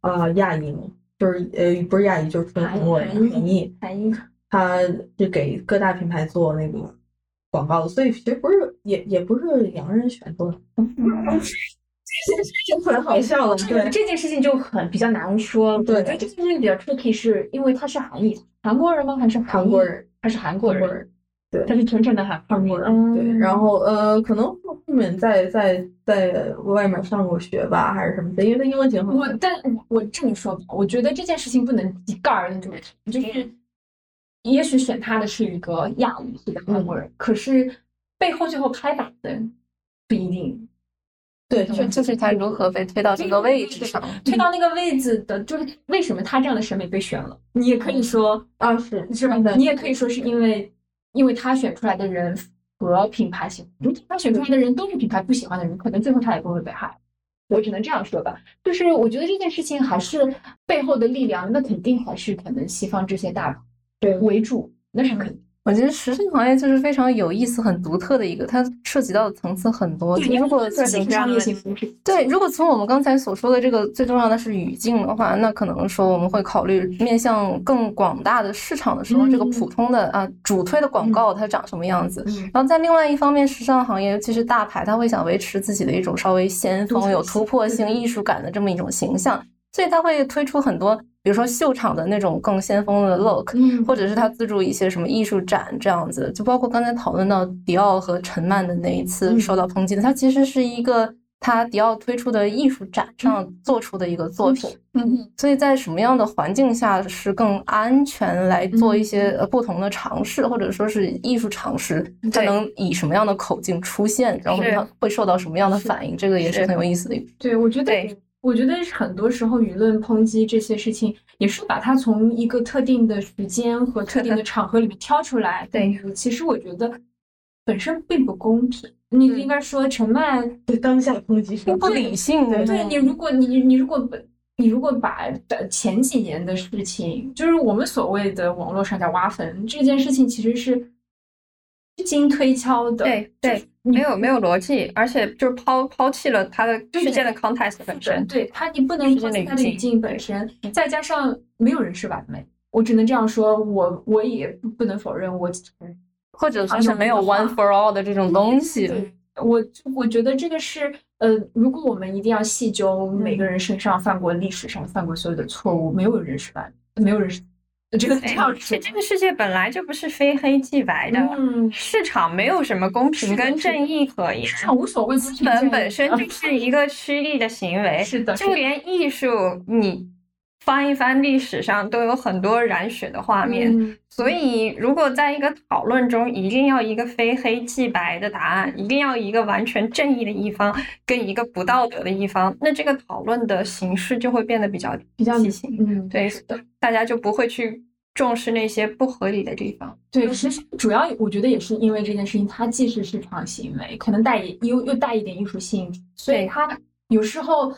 D: 啊、呃亚裔嘛，就是呃不是亚裔就是纯
G: 韩
D: 韩国人
G: 韩裔
D: 韩裔。嗯
G: 韩一
D: 他是给各大品牌做那个广告的，所以其实不是也也不是洋人选做的，
G: 就很
D: 好笑了。对
G: 这件事情就很比较难说。
D: 对
G: 我觉得这件事情比较 tricky，是因为他是韩裔，韩国人吗？还是裔
D: 韩国？人，
G: 还是韩国
D: 韩国
G: 人？
D: 人，
G: 他是纯纯的韩嗯
D: 韩国人。对，然后呃，可能后面在在在外面上过学吧，还是什么的，因为他英文挺好
G: 我
D: 的。
G: 但我这么说吧，我觉得这件事情不能一概而论这么看，就是也许选他的是一个亚裔系的外国
D: 嗯
G: 人，可是背后最后拍板的不一定。
B: 对，就就是他如何被推到这个位置上，
G: 推
D: 嗯
G: 到那个位置的，就是为什么他这样的审美被选了？你也可以说
D: 啊，是
G: 是吧？你也可以说是因为，因为他选出来的人和品牌喜欢，如果他选出来的人都是品牌不喜欢的人，可能最后他也不会被害。我只能这样说吧，就是我觉得这件事情还是背后的力量，那肯定还是可能西方这些大
D: 对
G: 为主，那是肯定。
B: 我觉得时尚行业就是非常有意思、很独特的一个，它涉及到的层次很多。就如果
G: 从商业性服饰，
B: 对，如果从我们刚才所说的这个最重要的是语境的话，那可能说我们会考虑面向更广大的市场的时候，
G: 嗯
B: 这个普通的啊主推的广告它长什么样子。然后在另外一方面，时尚行业尤其是大牌，它会想维持自己的一种稍微先锋、有突破性、艺术感的这么一种形象，所以它会推出很多，比如说秀场的那种更先锋的 look，
G: 嗯
B: 或者是他资助一些什么艺术展这样子，就包括刚才讨论到迪奥和陈曼的那一次
G: 嗯
B: 受到抨击的，它其实是一个他迪奥推出的艺术展上做出的一个作品。
G: 嗯，
B: 所以在什么样的环境下是更安全来做一些呃不同的尝试，或者说是艺术尝试，它
E: 对
B: 能以什么样的口径出现，然后
E: 是
B: 它会受到什么样的反应，这个也是
E: 是
B: 很有意思的一个。
G: 对，我觉得
E: 对，
G: 我觉得很多时候舆论抨击这些事情，也是把它从一个特定的时间和特定的场合里面挑出 来。
E: 对
G: 嗯，其实我觉得本身并不公平。你应该说陈曼，
D: 对当下抨击是
B: 不理性的，
G: 对你，如果你你你如果本你如果把呃前几年的事情，就是我们所谓的网络上叫挖坟这件事情，其实是经推敲的。
E: 对对，没有没有逻辑，而且就是抛抛弃了它的
G: 对
E: 事件的 context 本身。
G: 对他，你不能
E: 是这
G: 抛弃
E: 个
G: 他的
E: 语
G: 语
E: 境嗯
G: 境本身，再加上没有人是完美，我只能这样说，我我也不能否认我，
E: 嗯
B: 或者说是没有 one for all 的这种东西。
G: 我我觉得这个是呃，如果我们一定要细究
E: 嗯
G: 每个人身上犯过历史上犯过所有的错误，没有人是完美，没有人是，呃这个这
E: 对
G: 样
E: 而
G: 说
E: 且，这个世界本来就不是非黑即白的，
G: 嗯，
E: 市场没有什么公平跟正义可言，
G: 市场无所谓，资
E: 资本本身就是一个趋利的行为，
G: 啊是的，是
E: 就
G: 的
E: 连艺术，你翻一翻历史上都有很多染血的画面。
G: 嗯
E: 所以，如果在一个讨论中，一定要一个非黑即白的答案，一定要一个完全正义的一方跟一个不道德的一方，那这个讨论的形式就会变得比较
G: 比较
E: 畸形。
G: 嗯，
E: 对， 大家就不会去重视那些不合理的地方。
G: 对，其实主要我觉得也是因为这件事情，它既是市场行为，可能带一又又带一点艺术性质，所以
E: 对
G: 它有时候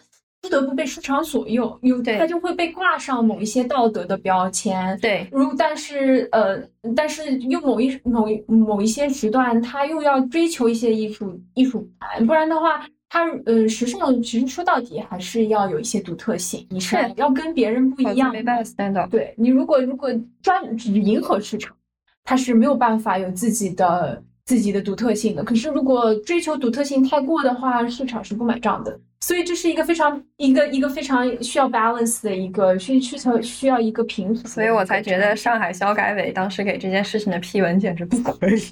G: 不得不被市场左右，有
E: 对
G: 它就会被挂上某一些道德的标签。
E: 对，
G: 如但是呃，但是又某一某一某一些时段，它又要追求一些艺术艺术感，不然的话，它呃时尚其实说到底还是要有一些独特性，你是
E: 是
G: 要跟别人不
E: 否
G: 一
E: 则
G: 样
E: 没
G: 的。
E: 办法 stand up。
G: 对你如果如果专只迎合市场，它是没有办法有自己的自己的独特性的。可是如果追求独特性太过的话，市场是不买账的。所以这是一个非常一个一个非常需要 balance 的一个需需求需要一个平衡的一个状态，
E: 所以我才觉得上海消改委当时给这件事情的批文简直不可以，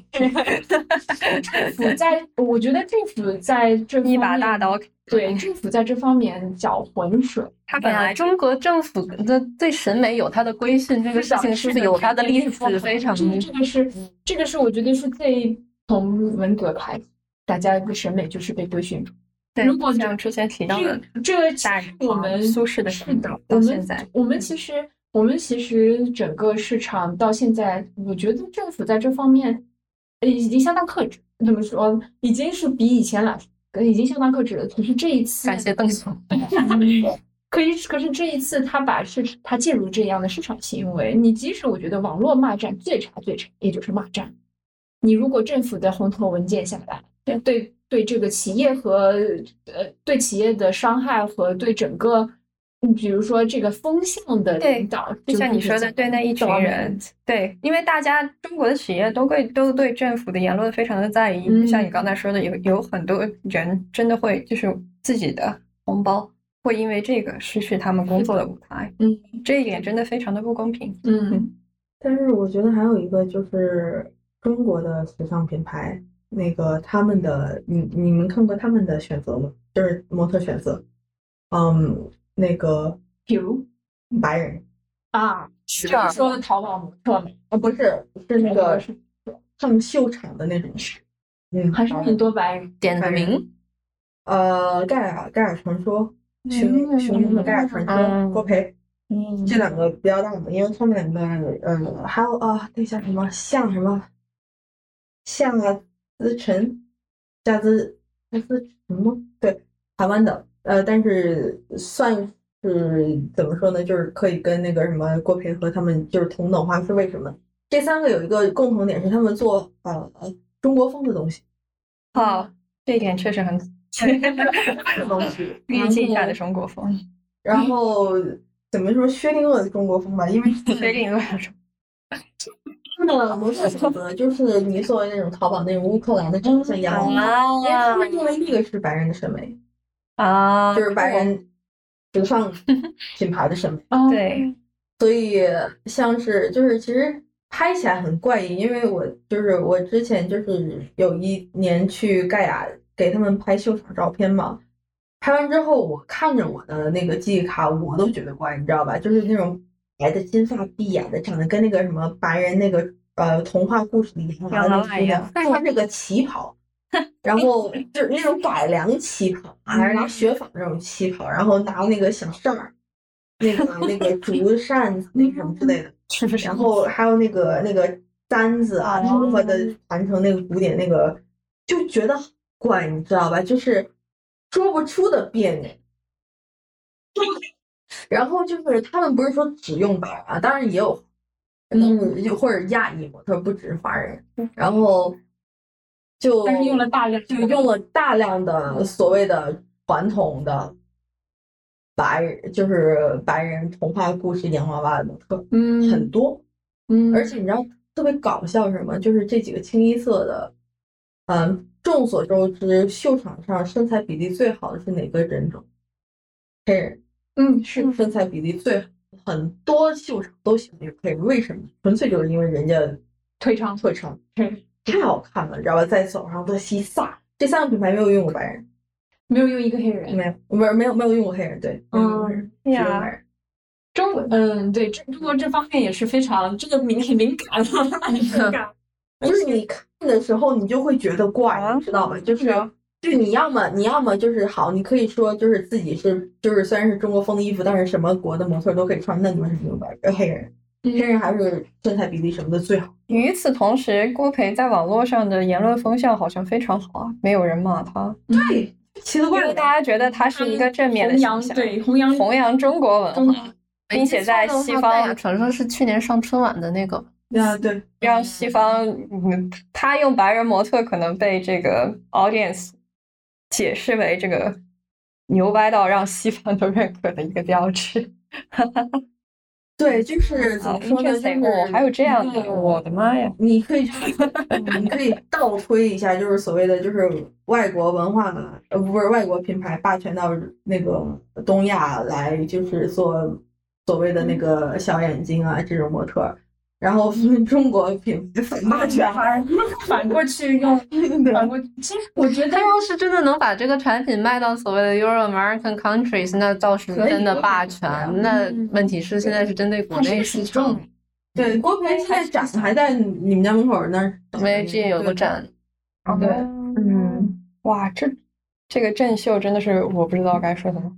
G: 政 府在我觉得政府在这
E: 一
G: 方
E: 把
G: 面
E: 大刀。
G: 对政府在这方面搅浑水，
E: 他本
B: 本
E: 来
B: 来
E: 就
B: 中国政府的对审美有它的规训，这个事情是有它的历史，非常
G: 这个这个是这个是我觉得是最从文革开始，大家的审美就是被规训出
E: 对，
G: 如果这
E: 像之前提到的，
G: 这这个其
E: 大
G: 实我们
E: 苏轼的
G: 是
E: 审美
G: 的，
E: 到
G: 我们
E: 现在
G: 我
B: 嗯
G: 们其实我们其实整个市场到现在，我觉得政府在这方面呃已经相当克制，怎么说，已经是比以前来呃已经相当克制了。可是这一次，
B: 感谢邓总。
G: 可以，可是这一次他把市他介入这样的市场行为，你即使我觉得网络骂战最差最差，也就是骂战。你如果政府的红头文件下来，对对对这个企业和呃对企业的伤害和对整个，嗯，比如说这个风向的
E: 对
G: 领导，
E: 就像你说的，对那一群人，，对，因为大家中国的企业都会都对政府的言论非常的在意，就像你刚才说的，有有很多人真的会就是自己的红包会因为这个失去他们工作的舞台，
G: 嗯，
E: 这一点真的非常的不公平。
G: 嗯，
D: 但是我觉得还有一个就是中国的时尚品牌，那个他们的，你你们看过他们的选择吗？就是模特选择，嗯，那个
G: 比如
D: 白人，
G: 啊，
B: 是
G: 就是说的淘宝模特美，
D: 啊，不是，是那个
G: 是
D: 上秀场的那种。嗯，
G: 还是很多白人。
B: 点个名，
D: 呃，盖亚盖亚传说，雄雄鹰的盖亚传说，郭培
G: 嗯
D: 这两个比较让我们，因为他们两个，呃，还有啊，那叫什么像什么，像啊，资晨，夏资夏资晨吗？对，台湾的，呃，但是算是怎么说呢，就是可以跟那个什么郭培和他们就是同等化，是为什么？这三个有一个共同点是他们做呃中国风的 东西，
E: 好，哦这一点确实很
D: 东西，
E: 滤镜下的中国风，
D: 然后怎么说薛定谔的中国风吧，因为
E: 确定有点中。
D: 真的不是选择，就是你所谓那种淘宝那种乌克兰的真正羊毛，因为他们认为那个是白人的审美，
E: 啊，
D: 就是白人时尚品牌的审美，
G: 哦
E: 对，
D: 所以像是就是其实拍起来很怪异，因为我就是我之前就是有一年去盖亚给他们拍秀场照片嘛。拍完之后，我看着我的那个记忆卡，我都觉得怪，你知道吧？就是那种白的金发碧眼的，长得跟那个什么白人那个呃童话故事里面的那
E: 老
D: 个
E: 奶
D: 姑
E: 呀
D: 娘，穿着个旗袍，然后就是那种改良旗袍，还是拿雪纺那种旗袍，然后拿那个小扇儿，那个那个竹扇子那种之类的，
E: 是不是
D: 然？后还有那个那个簪子啊，头发的盘成那个古典那个，就觉得怪，你知道吧？就是说不出的别扭。然后就是他们不是说只用白人啊，当然也有，嗯，就或者亚裔模特，不只是华人。然后就
G: 但是用了大量，
D: 就用了大量的所谓的传统的白人，就是白人童话故事洋娃娃的模特，
G: 嗯
D: 很多。
G: 嗯，
D: 而且你知道特别搞笑是什么？就是这几个清一色的，嗯，众所周知，秀场上身材比例最好的是哪个人种？黑人
G: 嗯是
D: 身材比例最好，很多秀场都喜欢这个黑人，为什么？纯粹就是因为人家
G: 腿长
D: 腿长
G: 嗯，
D: 太好看了，你知道吧？在走上的西萨，这三个品牌没有用过白人，
G: 没有用一个黑人。
D: 没有，不是没有没有用过黑人，对，没有用过黑人，只用
E: 呀
D: 白人。
G: 中国，嗯，对，这中国这方面也是非常这个敏很敏感，啊敏感。
D: 就是你看的时候，你就会觉得怪，
E: 啊
D: 你知道吗？就是，就你要么你要么就是好，你可以说就是自己是就是虽然是中国风的衣服，但是什么国的模特儿都可以穿，那你为什么用白人呃黑人？黑人还是身材比例什么的最好。
E: 与此同时，郭培在网络上的言论风向好像非常好啊，没有人骂他，
D: 对，奇了
E: 因为
D: 怪了。
E: 大家觉得他是一个正 面的
G: 弘扬
E: 形象，
G: 对弘扬
E: 弘扬中国文化，并且在西方
B: 传哎说是去年上春晚的那个，
D: 啊，对，
E: 让西方，嗯，他用白人模特可能被这个 audience 解释为这个牛掰到让西方都认可的 一个标志。
D: 对，就是怎
E: 啊
D: 么说呢？就是
E: ，interesting，哦，还有这样的，
D: 嗯
E: 我的妈呀！
D: 你可以， 你可以倒推一下，就是所谓的就是外国文化，呃，不是外国品牌霸权到那个东亚来，就是做所谓
E: 嗯
D: 的那个小眼睛啊这种模特儿，然后
E: 嗯
D: 中国品牌反霸权，
G: 反过 去用，反过去，其实我觉得
B: 他要是真的能把这个产品卖到所谓的 Euro American countries，那倒是真的霸权。那
E: 嗯
B: 问题是现在是针对国内市场，
D: 对，郭培现在展还在你们家门口那儿，
B: 因为之前有个，展，
D: 对，
E: 哦嗯，哇，这这个郑秀真的是我不知道该说什么，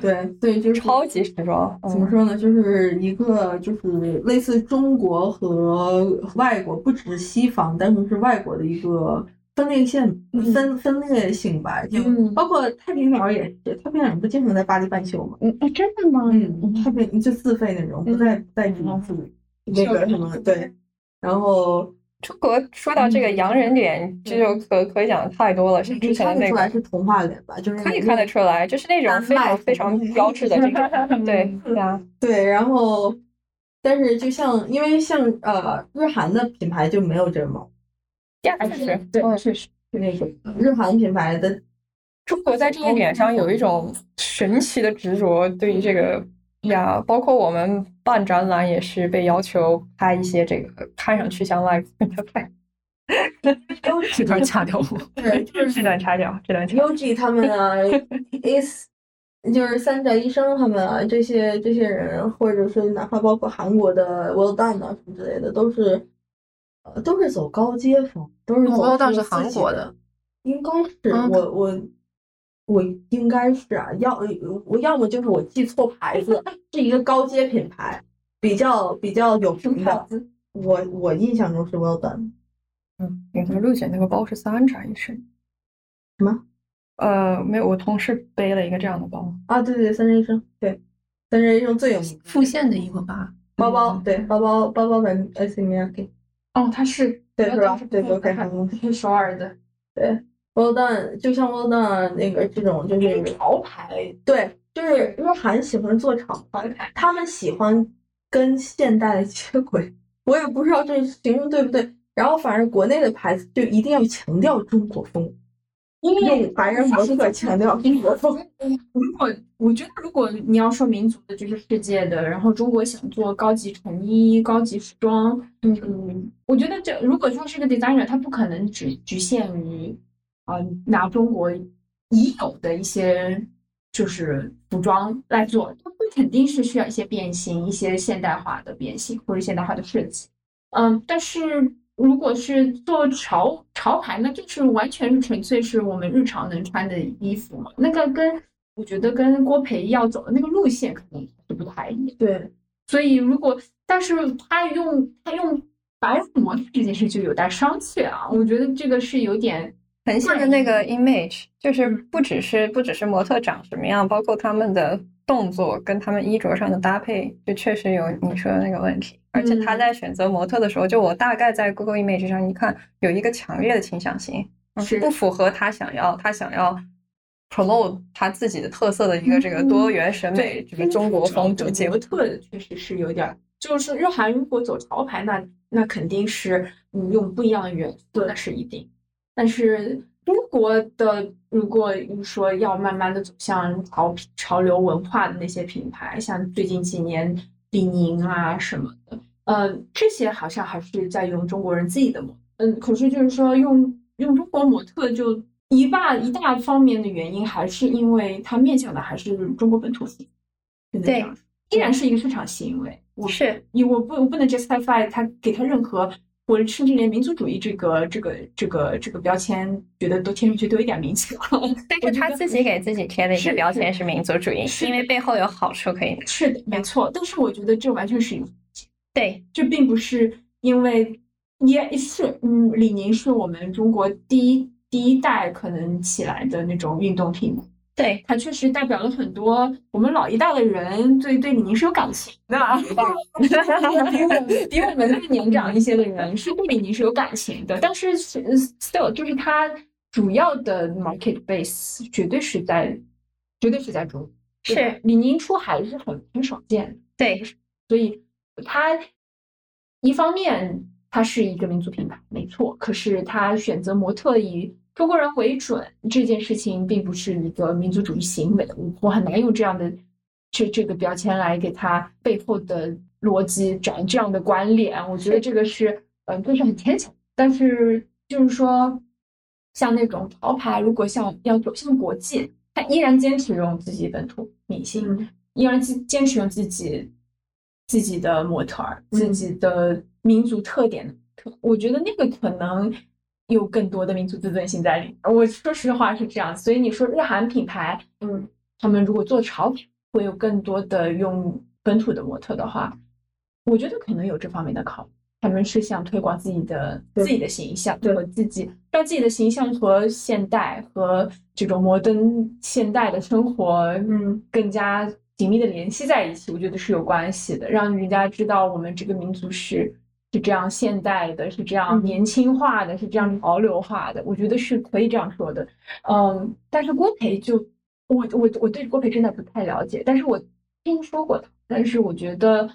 D: 对对，就是
E: 超级时装，
D: 怎么
E: 嗯，
D: 说呢？就是一个就是类似中国和外国，不只是西方，单纯是外国的一个分裂线
E: 嗯
D: 分分裂性吧。就
G: 嗯
D: 包括太平鸟也是，太平鸟不经常在巴黎办秀吗？
G: 嗯，哎，真 的吗
D: 嗯，太平就自费那种，不在不
E: 嗯哦
D: 在主主那个什么对。然后
E: 中国说到这个洋人脸，这就可可以讲的太多了，像之前的
D: 看得
E: 那
D: 出
E: 个
D: 来是童话脸吧？就是
E: 可以看得出来，就是那种非常非常标志的这种，对
G: 嗯
E: 对啊，
D: 对，然后但是就像因为像呃日韩的品牌就没有这么
E: 呀，就是
G: 对，确实，
D: 那种
E: 嗯
D: 日韩品牌的
E: 中国在这一点上有一种神奇的执着，对于这个哎呀，包括我们办展览也是被要求拍一些这个看上去像外国人的 拍。这 段掐掉 我，啊
D: 对，
E: 这段掐掉，这段掐掉。
D: Yogi 他们啊，Is 就是三宅一生他们啊，这些这些人，或者是哪怕包括韩国的 Well Done 啊什么之类的，都是呃都是走高阶风，都是走
B: Well Done 是
D: 出自
B: 哦韩
D: 己
B: 国
D: 的
B: 的，
D: 应该是
B: 嗯
D: 我我我应该是啊，要我要么就是我记错牌子，是一个高阶品牌，比较比较有
E: 什么
D: 名
E: 牌
D: 的。
E: 子？
D: 我我印象中是 Well Done，
E: 嗯，给他六姐那个包是三宅一生。
D: 什么？
E: 呃，没有，我同事背了一个这样的包。
D: 啊，对对，三宅一生，对，三宅一生最有名的
B: 复线的一个吧，
D: 包包，对包包包包本 S M R K，
G: 哦，他是
D: 对是吧？对
G: 不
D: ，OK，韩国。
G: 是首尔的，
D: well done，就像 well done 那个这种就是潮牌，对，就是因为韩喜欢做潮牌，他们喜欢跟现代的接轨，我也不知道这形容对不对。然后反正国内的牌子就一定要强调中国风，
G: 因为
D: 用白人模特强调中国风。
G: 如果我觉得，如果你要说民族的，就是世界的，然后中国想做高级成衣、高级服装，嗯，我觉得这如果他是个 designer，他不可能只局限于啊、呃拿中国已有的一些就是服装来做，他肯定是需要一些变形、一些现代化的变形或者现代化的设计。嗯，但是如果是做潮潮牌，那就是完全是纯粹是我们日常能穿的衣服嘛。那个跟我觉得跟郭培要走的那个路线可能是不太一样。
D: 对，
G: 所以如果，但是他用他用白人模特这件事就有待商榷啊。我觉得这个是有点
E: 很像的那个 image，就是不只是不只是模特长什么样，包括他们的动作跟他们衣着上的搭配，就确实有你说的那个问题。而且他在选择模特的时候，就我大概在 Google Image 上一看，有一个强烈的倾向性，嗯
G: 是
E: 不符合他想要他想要 promote 他自己的特色的一个这个多元审美，这个中国风
G: 这
E: 不
G: 个
E: 进
G: 模特确实是有点儿，就是日韩如果走潮牌，那那肯定是嗯用不一样的元素，那是一定。但是中国的如果说要慢慢的走向潮品潮流文化的那些品牌，像最近几年李宁啊什么的，呃，这些好像还是在用中国人自己的模特嗯，可是就是说用用中国模特就一大一大方面的原因，还是因为它面向的还是中国本土性，只能这
E: 对
G: 样说，依然是一个市场行为。我
E: 是
G: 你我不我不能 justify 他给他任何，我甚至连民族主义这个这个这个这个标签，觉得都贴上去都有点明显了。
E: 但
G: 我
E: 是
G: 觉
E: 他
G: 得
E: 自己给自己贴的一
G: 是
E: 个标
G: 是
E: 签是民族主义，
G: 是
E: 因为背后有好处可以拿。
G: 是的，没错。但是我觉得这完全是一个
E: 对，
G: 这并不是因为也是嗯，李宁是我们中国第一第一代可能起来的那种运动品牌，
E: 对，
G: 它确实代表了很多我们老一代的人对对李宁是有感情的，啊 比我们比我们更年长一些的人是对李宁是有感情的，但是是 still 就是它主要的 market base 绝对是在绝对是在中国，
E: 是
G: 对吧李宁出海是很很少见的。
E: 对，
G: 所以它一方面它是一个民族品牌，没错，可是它选择模特以中国人为准这件事情，并不是一个民族主义行为，我我很难用这样的这这个标签来给它背后的逻辑展这样的关联，我觉得这个是嗯，呃这是很牵强，但是就是说。像那种潮牌，如果像要走向国际，它依然坚持用自己本土明星，
D: 嗯
G: 依然坚坚持用自己自己的模特儿、自己的民族特点的模特儿，我觉得那个可能有更多的民族自尊心在里面。我说实话是这样，所以你说日韩品牌，嗯，他们如果做潮品，会有更多的用本土的模特的话，我觉得可能有这方面的考虑。他们是想推广自己的
D: 对
G: 自己的形象
D: 对
G: 和自己，让自己的形象和现代和这种摩登现代的生活，嗯，更加紧密的联系在一起，我觉得是有关系的，让人家知道我们这个民族是是这样现代的，是这样
D: 嗯
G: 年轻化的，是这样潮流化的，我觉得是可以这样说的。嗯，但是郭培就我我我对郭培真的不太了解，但是我听说过他，但是我觉得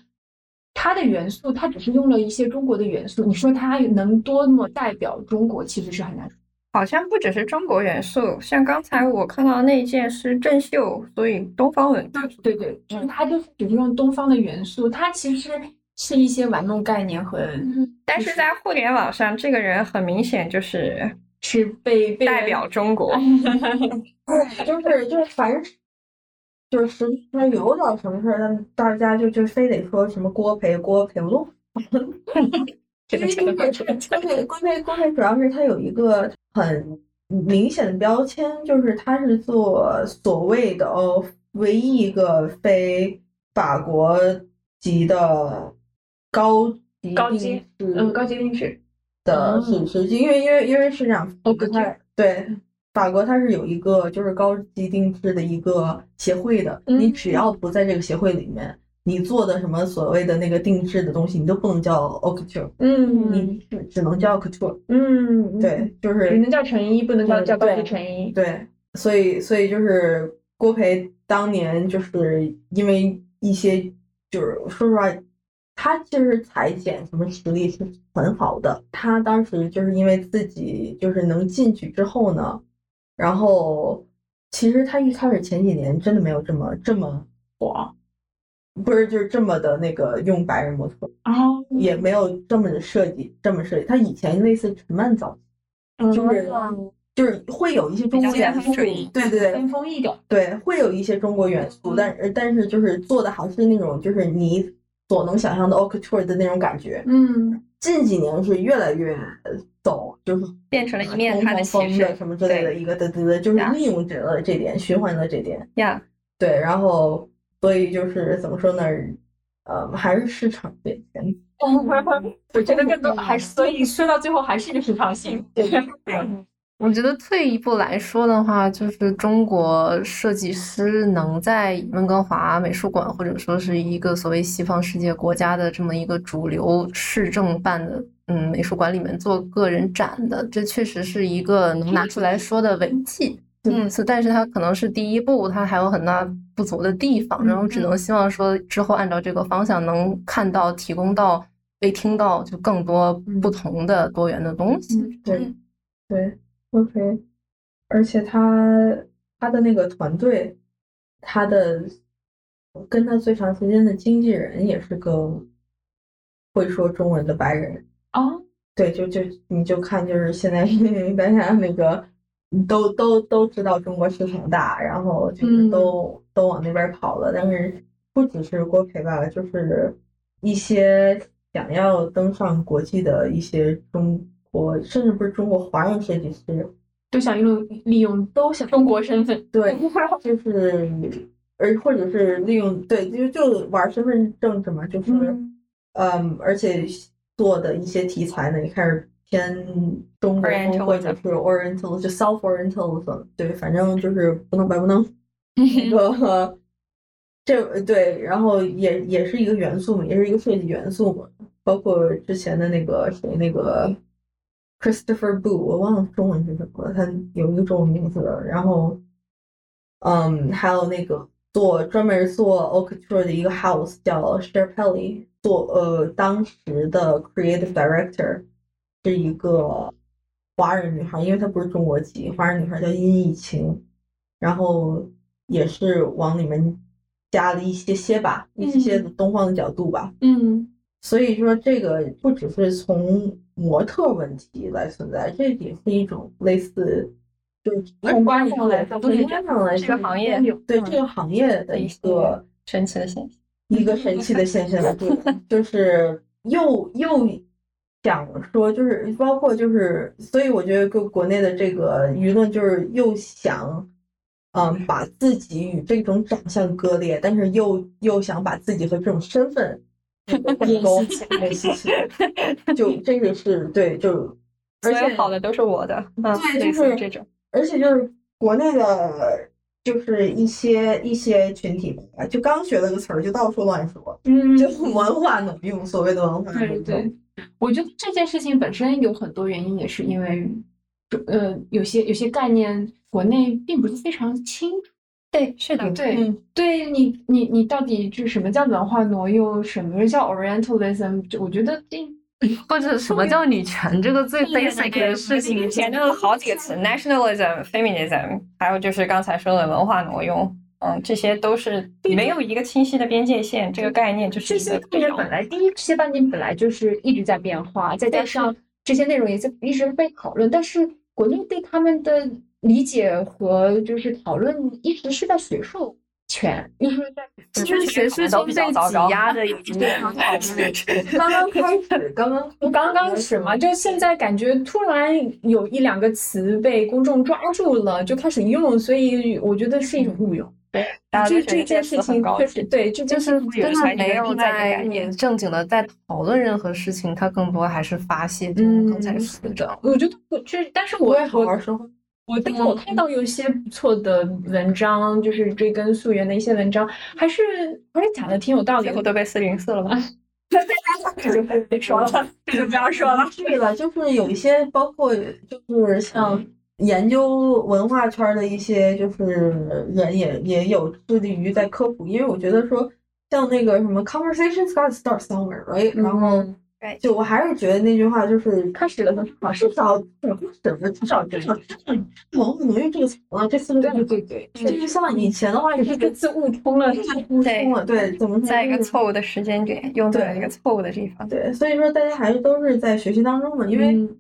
G: 他的元素，他只是用了一些中国的元素，你说他能多么代表中国，其实是很难说。
E: 好像不只是中国元素，像刚才我看到的那一件是郑秀，所以东方文
G: 对对对，就是他就是只是用东方的元素，他其实是一些玩弄概念和
E: 但是在互联网上，这个人很明显就是
G: 是被被
E: 代
G: 人
D: 啊
E: 表中国。
D: 就是就是，反正就是说有点什么事儿，但大家就就非得说什么郭培郭培，我都因为郭培郭培 郭培郭培主要是他有一个很明显的标签，就是他是做所谓的哦唯一一个非法国籍的高级
G: 高级嗯高级定制
D: 的史诗级，因为因为因为是这样，
G: 哦不对
D: 对。法国它是有一个就是高级定制的一个协会的，
G: 嗯
D: 你只要不在这个协会里面，你做的什么所谓的那个定制的东西，你都不能叫 haute couture，
G: 嗯
D: 你只只能叫 couture，
G: 嗯
D: 对，就
G: 只
D: 是
G: 能叫成衣，不能叫
D: 嗯
G: 叫高级
D: 对
G: 成衣。
D: 对，所以所以就是郭培当年就是因为一些就是说实话，他就是裁剪什么实力是很好的，他当时就是因为自己就是能进去之后呢，然后其实他一开始前几年真的没有这么这么火，不是就是这么的那个用白人模特
G: 啊，
D: 也没有这么的设计，这么设计。他以前类似陈曼早期，就是就是会有一些中国
E: 比较
D: 元素，
E: 偏水银
D: 对对对
G: 跟风一点，
D: 对，会有一些中国元素，但
E: 嗯
D: 呃但是就是做的还是那种就是你所能想象的 haute couture 的那种感觉。
G: 嗯，
D: 近几年是越来越走，就是
E: 变成了一面
D: 中
E: 它的
D: 国风
E: 旗
D: 的
E: 帜
D: 什么之类的
E: 对
D: 一个的的的，就是
E: 呀
D: 利用着了这点，循环了这点。
E: 呀，
D: 对，然后所以就是怎么说呢？呃，还是市场变迁。
G: 我觉得更多还是，所以说到最后还是一个市场性。
B: 我觉得退一步来说的话，就是中国设计师能在温哥华美术馆，或者说是一个所谓西方世界国家的这么一个主流市政办的嗯美术馆里面做个人展的，这确实是一个能拿出来说的伟绩。
E: 嗯
B: 所以但是它可能是第一步，它还有很大不足的地方，然后只能希望说之后按照这个方向能看到、提供到、被听到就更多不同的多元的东西。
D: 对，对，OK，而且他他的那个团队，他的跟他最长时间的经纪人也是个会说中文的白人。
G: 哦，
D: 对，就就你就看，就是现在 大家那个都都都知道中国市场大，然后就是
G: 嗯
D: 都、都往那边跑了。但是不只是郭培吧，就是一些想要登上国际的一些中国，甚至不是中国华人设计师，
G: 都想用利用
D: 都想
G: 中国身份，
D: 对，就是而或者是利用对，就就玩身份政治嘛，就是嗯而且做的一些题材呢，也开始偏中国风
E: Orientalism
D: 或者是 Oriental，就 South Orientalism，对，反正就是不弄白不 弄。那个这对，然后也也是一个元素嘛，也是一个设计元素嘛，包括之前的那个谁那个 Christopher Boo，我忘了中文是什么了，他有一个中文名字的，然后嗯，还有那个做专门做 o c t u r e 的一个 house 叫 Share Pelly，做呃当时的 creative director 是一个华人女孩，因为她不是中国籍，华人女孩叫殷逸晴，然后也是往里面加了一些些吧，一些些的东方的角度吧。
G: 嗯，
D: 所以说，这个不只是从模特问题来存在，这也是一种类似，嗯就是
G: 宏观上来说
D: 宏观上来
E: 这个行业
D: 对这个行业的一个
E: 神奇的现象。
D: 一个神奇的现象，对， 就是又又想说，就是包括就是，所以我觉得跟国内的这个舆论就是又想，嗯，把自己与这种长相割裂，但是又又想把自己和这种身 份挂钩联系起来，就这个是对，就而
E: 所
D: 且
E: 有好的都是我的，嗯，
D: 对
E: 类
D: 就
E: 似于
D: 是
E: 这种，
D: 而且就是国内的，就是一些一些群体吧，就刚学了个词儿就到处乱说，
G: 嗯
D: 就 文化挪用，所谓的文化挪
G: 对
D: 用。
G: 对，我觉得这件事情本身有很多原因，也是因为，呃，有些有些概念国内并不是非常清楚。
E: 对，是的，
G: 对，
D: 嗯
G: 对你你你到底是什么叫文化挪用，什么叫 Orientalism？就我觉得这
B: 或者什么叫女权这个最 basic 的事情，
E: 以前的好几个词，nationalism、feminism，还有就是刚才说的文化挪用，嗯，这些都是没有一个清晰的边界线，这个概念就是
G: 这
E: 一
G: 些
E: 个
G: 概念本来第一这些概念本来就是一直在变化，再加上这些内容也在一直被讨论，但是国内对他们的理解和就是讨论一直是在学术权，艺术
B: 其实学术性
E: 都比
B: 被
E: 较糟
B: 挤
E: 糕
B: 压 的已经
G: 刚刚开始，刚刚刚刚始嘛，就现在感觉突然有一两个词被公众抓住了，就开始用，所以我觉得是一种误用。
E: 大家
G: 这
E: 都
G: 这件事情确实对，这
B: 就是
E: 有
B: 真的
E: 才
B: 没有
E: 另外一个
B: 在
E: 概念
B: 正经的在讨论任何事情，他更多还是发泄，就是刚才
G: 嗯
B: 说的。
G: 我觉得我确实，但是我
D: 我也好好说话。
G: 我但是我看到有一些不错的文章，就是追根溯源的一些文章，还是还是讲的挺有道理
E: 最
G: 的
E: 后。都被四零四 了吧？这就别说了， 这就不要说了。
D: 对了，就是有一些包括就是像研究文化圈儿的一些就是人也也有致力于在科普，因为我觉得说像那个什么 conversations got to start somewhere，right？、然后
E: right
D: 就我还是觉得那句话就是
G: 开始了很好，
D: 至少怎么怎么至少至少至少文化能用这个词啊，这四个字
G: 对对，
D: 就是像以前的话
G: 就
D: 就是是
G: 这次误通了。
D: 不通了，对，怎么说
E: 在一个
D: 就是
E: 错误的时间点，用在
D: 对
E: 一个错误的地方。
D: 对，所以说大家还是都是在学习当中嘛，因为
G: 嗯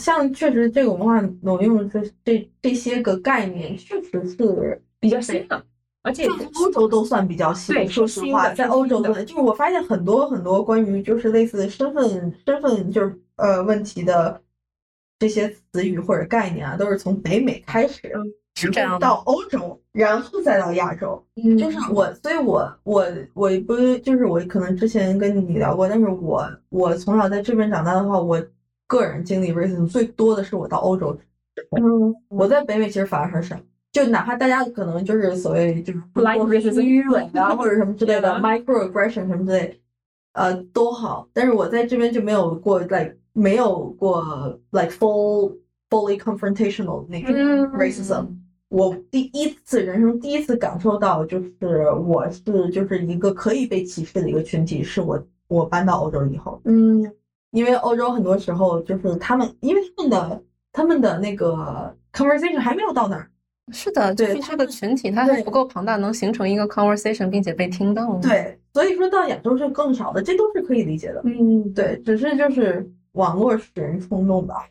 D: 像确实这个文化挪用这这这些个概念，确实是
G: 比较新的，而且
D: 在欧洲都算比较新。
G: 对
D: 说
G: 是
D: 实
G: 新的
D: 话，
G: 是
D: 在欧洲
G: 新的
D: 的，就是我发现很多很多关于就是类似身份身份就是呃问题的这些词语或者概念啊，都是从北美开始，
B: 是这
D: 然后
B: 样的
D: 到欧洲，然后再到亚洲。
G: 嗯
D: 就是我，所以我我我不就是我可能之前跟你聊过，但是我我从小在这边长大的话，我个人经历 racism 最多的是我到欧洲，嗯，我在北美其实反而很少，就哪怕大家可能就是所谓就是
G: Light
D: 说
G: racism
D: 虚伪啊或者什么之类的
G: Yeah
D: microaggression 什么之类，呃都好，但是我在这边就没有过 like 没有过 like full fully confrontational 那种
G: 嗯
D: racism，、我第一次人生第一次感受到，就是我是就是一个可以被歧视的一个群体，是我我搬到欧洲以后，
G: 嗯，
D: 因为欧洲很多时候就是他们，因为他们的他们的那个 conversation 还没有到那儿，
B: 是的，就
D: 对
B: 是
D: 他
B: 这个
D: 们
B: 群体，它还
D: 对
B: 不够庞大，能形成一个 conversation，并且被听到。，
D: 对，所以说到亚洲是更少的，这都是可以理解的，
G: 嗯，
D: 对，只是就是网络使人冲动吧，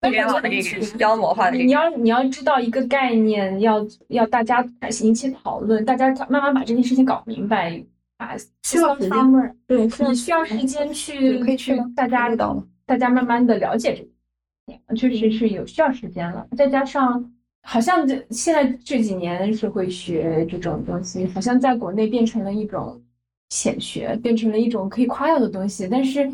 E: 互联网的这个 妖魔化的这个，
G: 你要你要知道一个概念，要要大家引起讨论，大家慢慢把这件事情搞明白，啊，需要
D: 时间
G: 对，你需要时间去
E: 可以嗯去吗
G: 大家
E: 知道吗？
G: 大家慢慢的了解这个，确实是有需要时间了。再加上，好像这现在这几年社会学这种东西，好像在国内变成了一种显学，变成了一种可以夸耀的东西。但是，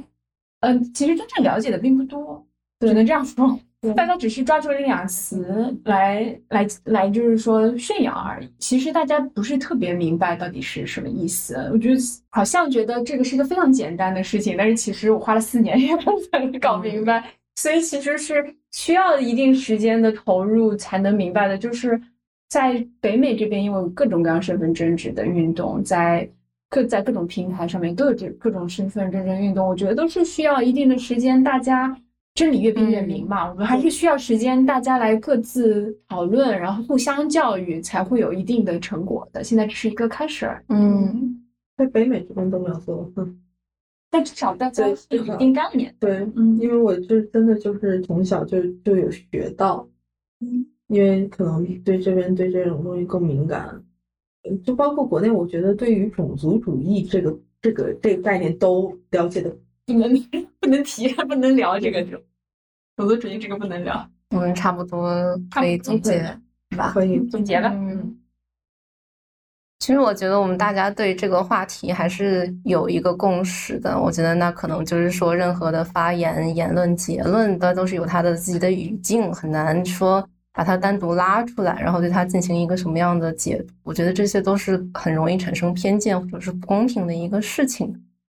G: 嗯、其实真正了解的并不多，只能这样说。大家只是抓住了这两个词来来来，就是说炫耀而已。其实大家不是特别明白到底是什么意思。我觉得好像觉得这个是一个非常简单的事情，但是其实我花了四年也 不能搞明白。所以其实是需要一定时间的投入才能明白的。就是在北美这边，因为有各种各样身份争执的运动，在各在各种平台上面都有这各种身份争争运动，我觉得都是需要一定的时间，大家真理越辩越明嘛。我们还是需要时间，大家来各自讨论，然后互相教育，才会有一定的成果的。现在只是一个开始而已，
B: 嗯，
D: 在北美这边都没有做，嗯，
G: 但至少大家
D: 对
G: 是有一定概念。
D: 对，
G: 嗯
D: 因为我就真的就是从小就就有学到，因为可能对这边对这种东西更敏感，呃就包括国内，我觉得对于种族主义这个这个这个概念都了解的，
G: 不能不能提， 不能聊这个种种族主义，这个不能聊。
B: 我们差不多
G: 嗯差
B: 可
G: 不
B: 以
G: 多
B: 总
G: 对
B: 结。
D: 可以
G: 总结吧，
B: 嗯，其实我觉得我们大家对这个话题还是有一个共识的。我觉得那可能就是说，任何的发言、言论、结论，它都是有它的自己的语境，很难说把它单独拉出来，然后对它进行一个什么样的解读。我觉得这些都是很容易产生偏见或者是不公平的一个事情。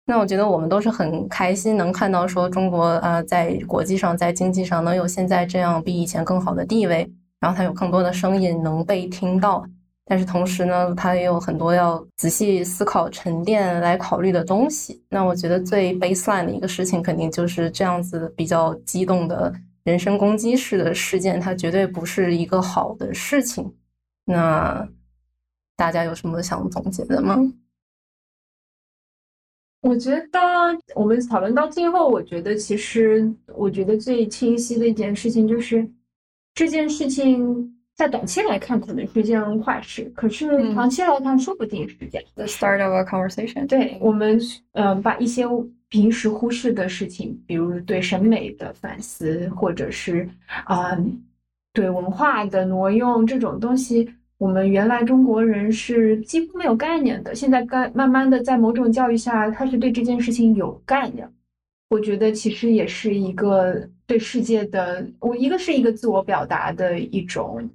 B: 那我觉得我们都是很开心，能看到说中国呃在国际上、在经济上能有现在这样比以前更好的地位，然后它有更多的声音能被听到。但是同时呢，它也有很多要仔细思考、沉淀来考虑的东西。那我觉得最 baseline 的一个事情，肯定就是这样子比较激动的人身攻击式的事件，它绝对不是一个好的事情。那大家有什么想总结的吗？
G: 我觉得我们讨论到最后，我觉得其实我觉得最清晰的一件事情就是，这件事情在短期来看可能是一件坏事，可是长期来看说不定是件好
E: The start of a conversation，
G: 对我们，呃，把一些平时忽视的事情，比如对审美的反思，或者是啊、对文化的挪用这种东西，我们原来中国人是几乎没有概念的。现在该慢慢的在某种教育下开始对这件事情有概念。我觉得其实也是一个对世界的，我一个是一个自我表达的一种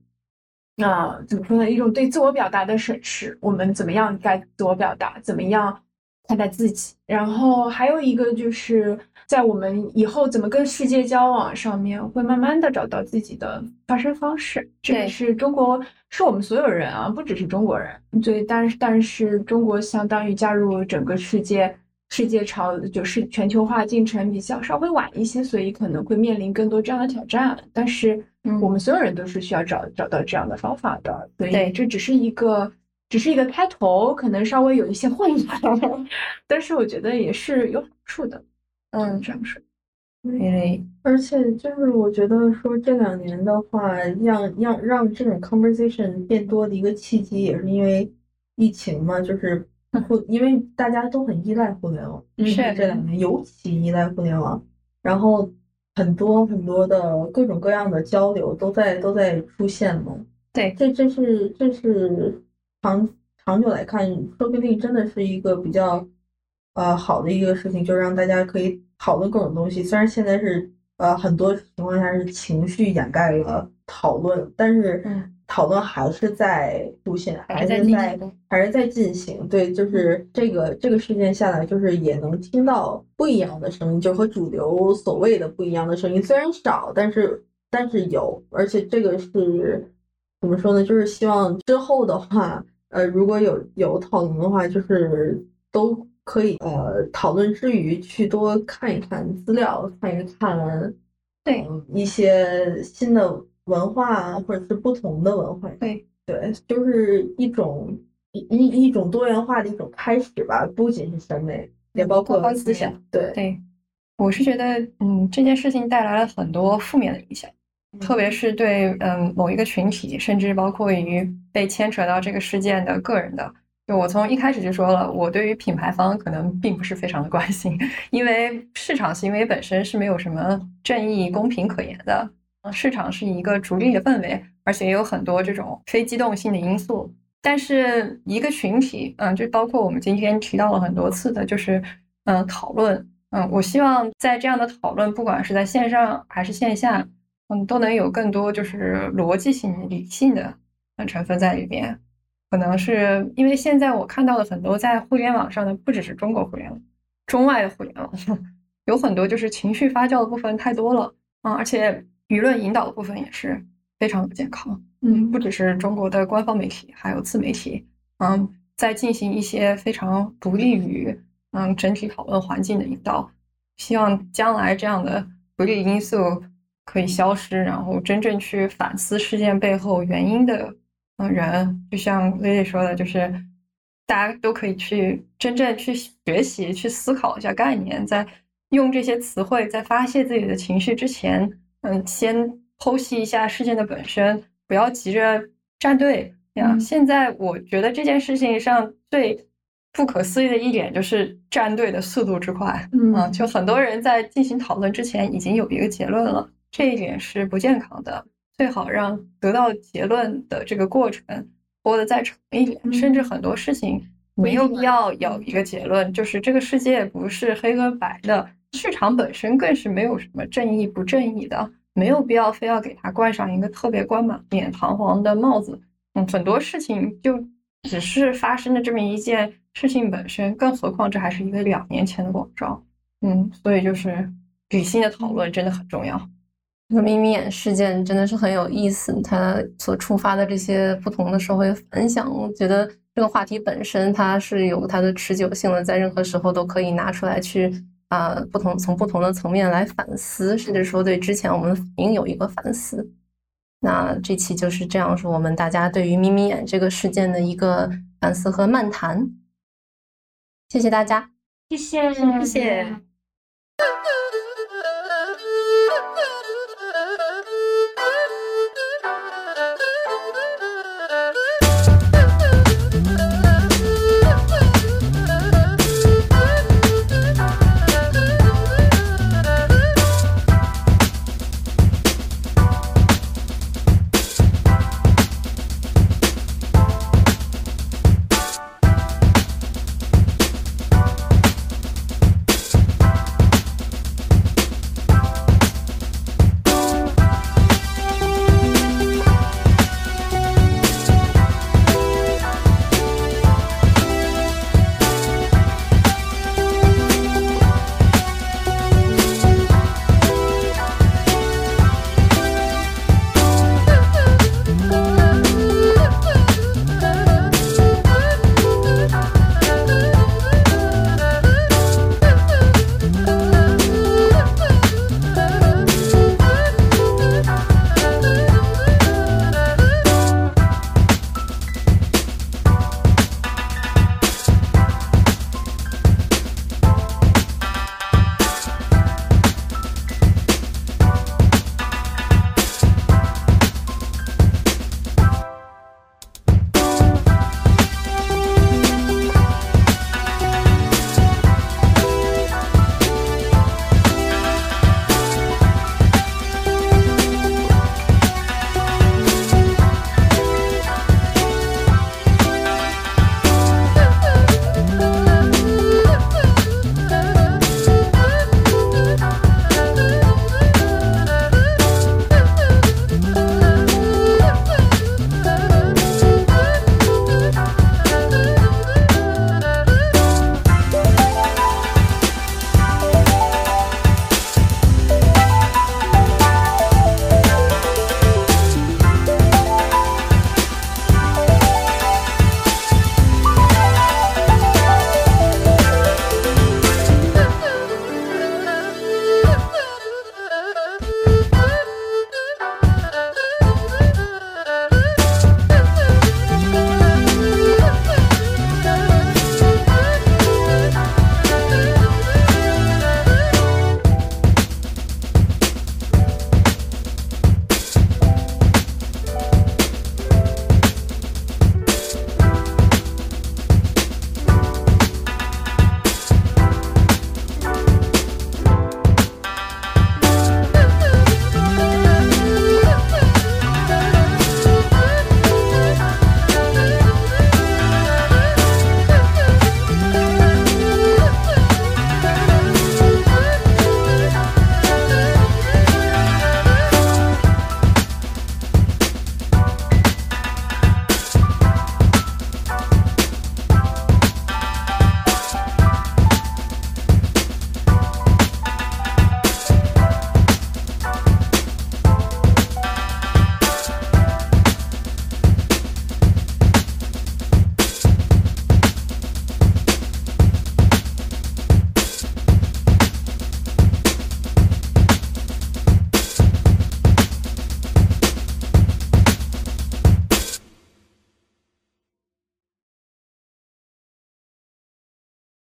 G: 啊、怎么说呢？一种对自我表达的审视，我们怎么样该自我表达，怎么样看待自己。然后还有一个就是在我们以后怎么跟世界交往上面，会慢慢的找到自己的发声方式。这
E: 对
G: 也是中国，是我们所有人啊，不只是中国人。对，但是但是中国相当于加入整个世界。世界朝就是全球化进程比较稍微晚一些，所以可能会面临更多这样的挑战。但是
E: 嗯
G: 我们所有人都是需要找找到这样的方法的，所
E: 对
G: 以这只是一个只是一个开头，可能稍微有一些混乱，但是我觉得也是有好处的。
E: 嗯
G: 这样说，
D: 嗯而且就是我觉得说这两年的话，让让让这种 conversation 变多的一个契机，也是因为疫情嘛，就是互，因为大家都很依赖互联网，
E: 是
D: 这两年尤其依赖互联网，然后很多很多的各种各样的交流都在都在出现了。
E: 对
D: 这这是这是长长久来看，说不定真的是一个比较呃好的一个事情，就是让大家可以讨论各种东西。虽然现在是呃很多情况下是情绪掩盖了讨论，但是
E: 嗯
D: 讨论还是在出现，
E: 还
D: 还
E: 是在
D: 是
E: 进
D: 在
E: 行
D: 还是在进行。对，就是这个这个事件下来，就是也能听到不一样的声音，就和主流所谓的不一样的声音，虽然少，但是但是有，而且这个是怎么说呢？就是希望之后的话，呃，如果有有讨论的话，就是都可以呃讨论之余去多看一看资料，看一看
E: 对
D: 呃一些新的文化啊或者是不同的文化，
E: 对
D: 对，就是一种一一一种多元化的一种开始吧，不仅是审美，也包
E: 包括
D: 括
E: 嗯思想，
D: 对。
E: 对，我是觉得，嗯，这件事情带来了很多负面的影响，特别是对，嗯，某一个群体，甚至包括于被牵扯到这个事件的个人的。就我从一开始就说了，我对于品牌方可能并不是非常的关心，因为市场行为本身是没有什么正义、公平可言的。呃市场是一个逐利的氛围，而且也有很多这种非机动性的因素。但是一个群体，嗯，就包括我们今天提到了很多次的，就是嗯讨论，嗯，我希望在这样的讨论，不管是在线上还是线下，嗯，都能有更多就是逻辑性、理性的嗯成分在里面。可能是因为现在我看到了很多在互联网上的，不只是中国互联网，中外的互联网有很多就是情绪发酵的部分太多了，嗯，而且舆论引导的部分也是非常不健康。
G: 嗯
E: 不只是中国的官方媒体，还有自媒体，嗯，在进行一些非常不利于嗯整体讨论环境的引导。希望将来这样的不利因素可以消失，然后真正去反思事件背后原因的嗯人，就像薇薇说的，就是大家都可以去真正去学习、去思考一下概念，在用这些词汇在发泄自己的情绪之前，嗯，先剖析一下事件的本身，不要急着站队呀。
G: 嗯
E: 现在我觉得这件事情上最不可思议的一点就是站队的速度之快，
G: 嗯
E: 啊就很多人在进行讨论之前已经有一个结论了，这一点是不健康的。最好让得到结论的这个过程拖得再长一点，甚至很多事情没有必要有一个结论，就是这个世界不是黑和白的，市场本身更是没有什么正义不正义的，没有必要非要给它冠上一个特别冠冕冕堂皇的帽子。嗯，很多事情就只是发生的这么一件事情本身，更何况这还是一个两年前的广告。嗯，所以就是理性的讨论真的很重要。
B: 这个眯眯眼事件真的是很有意思，它所触发的这些不同的社会反响，我觉得这个话题本身它是有它的持久性的，在任何时候都可以拿出来去啊、不同从不同的层面来反思，甚至说对之前我们的反应有一个反思。那这期就是这样，是我们大家对于眯眯眼这个事件的一个反思和漫谈。谢谢大家。
G: 嗯谢谢，谢谢。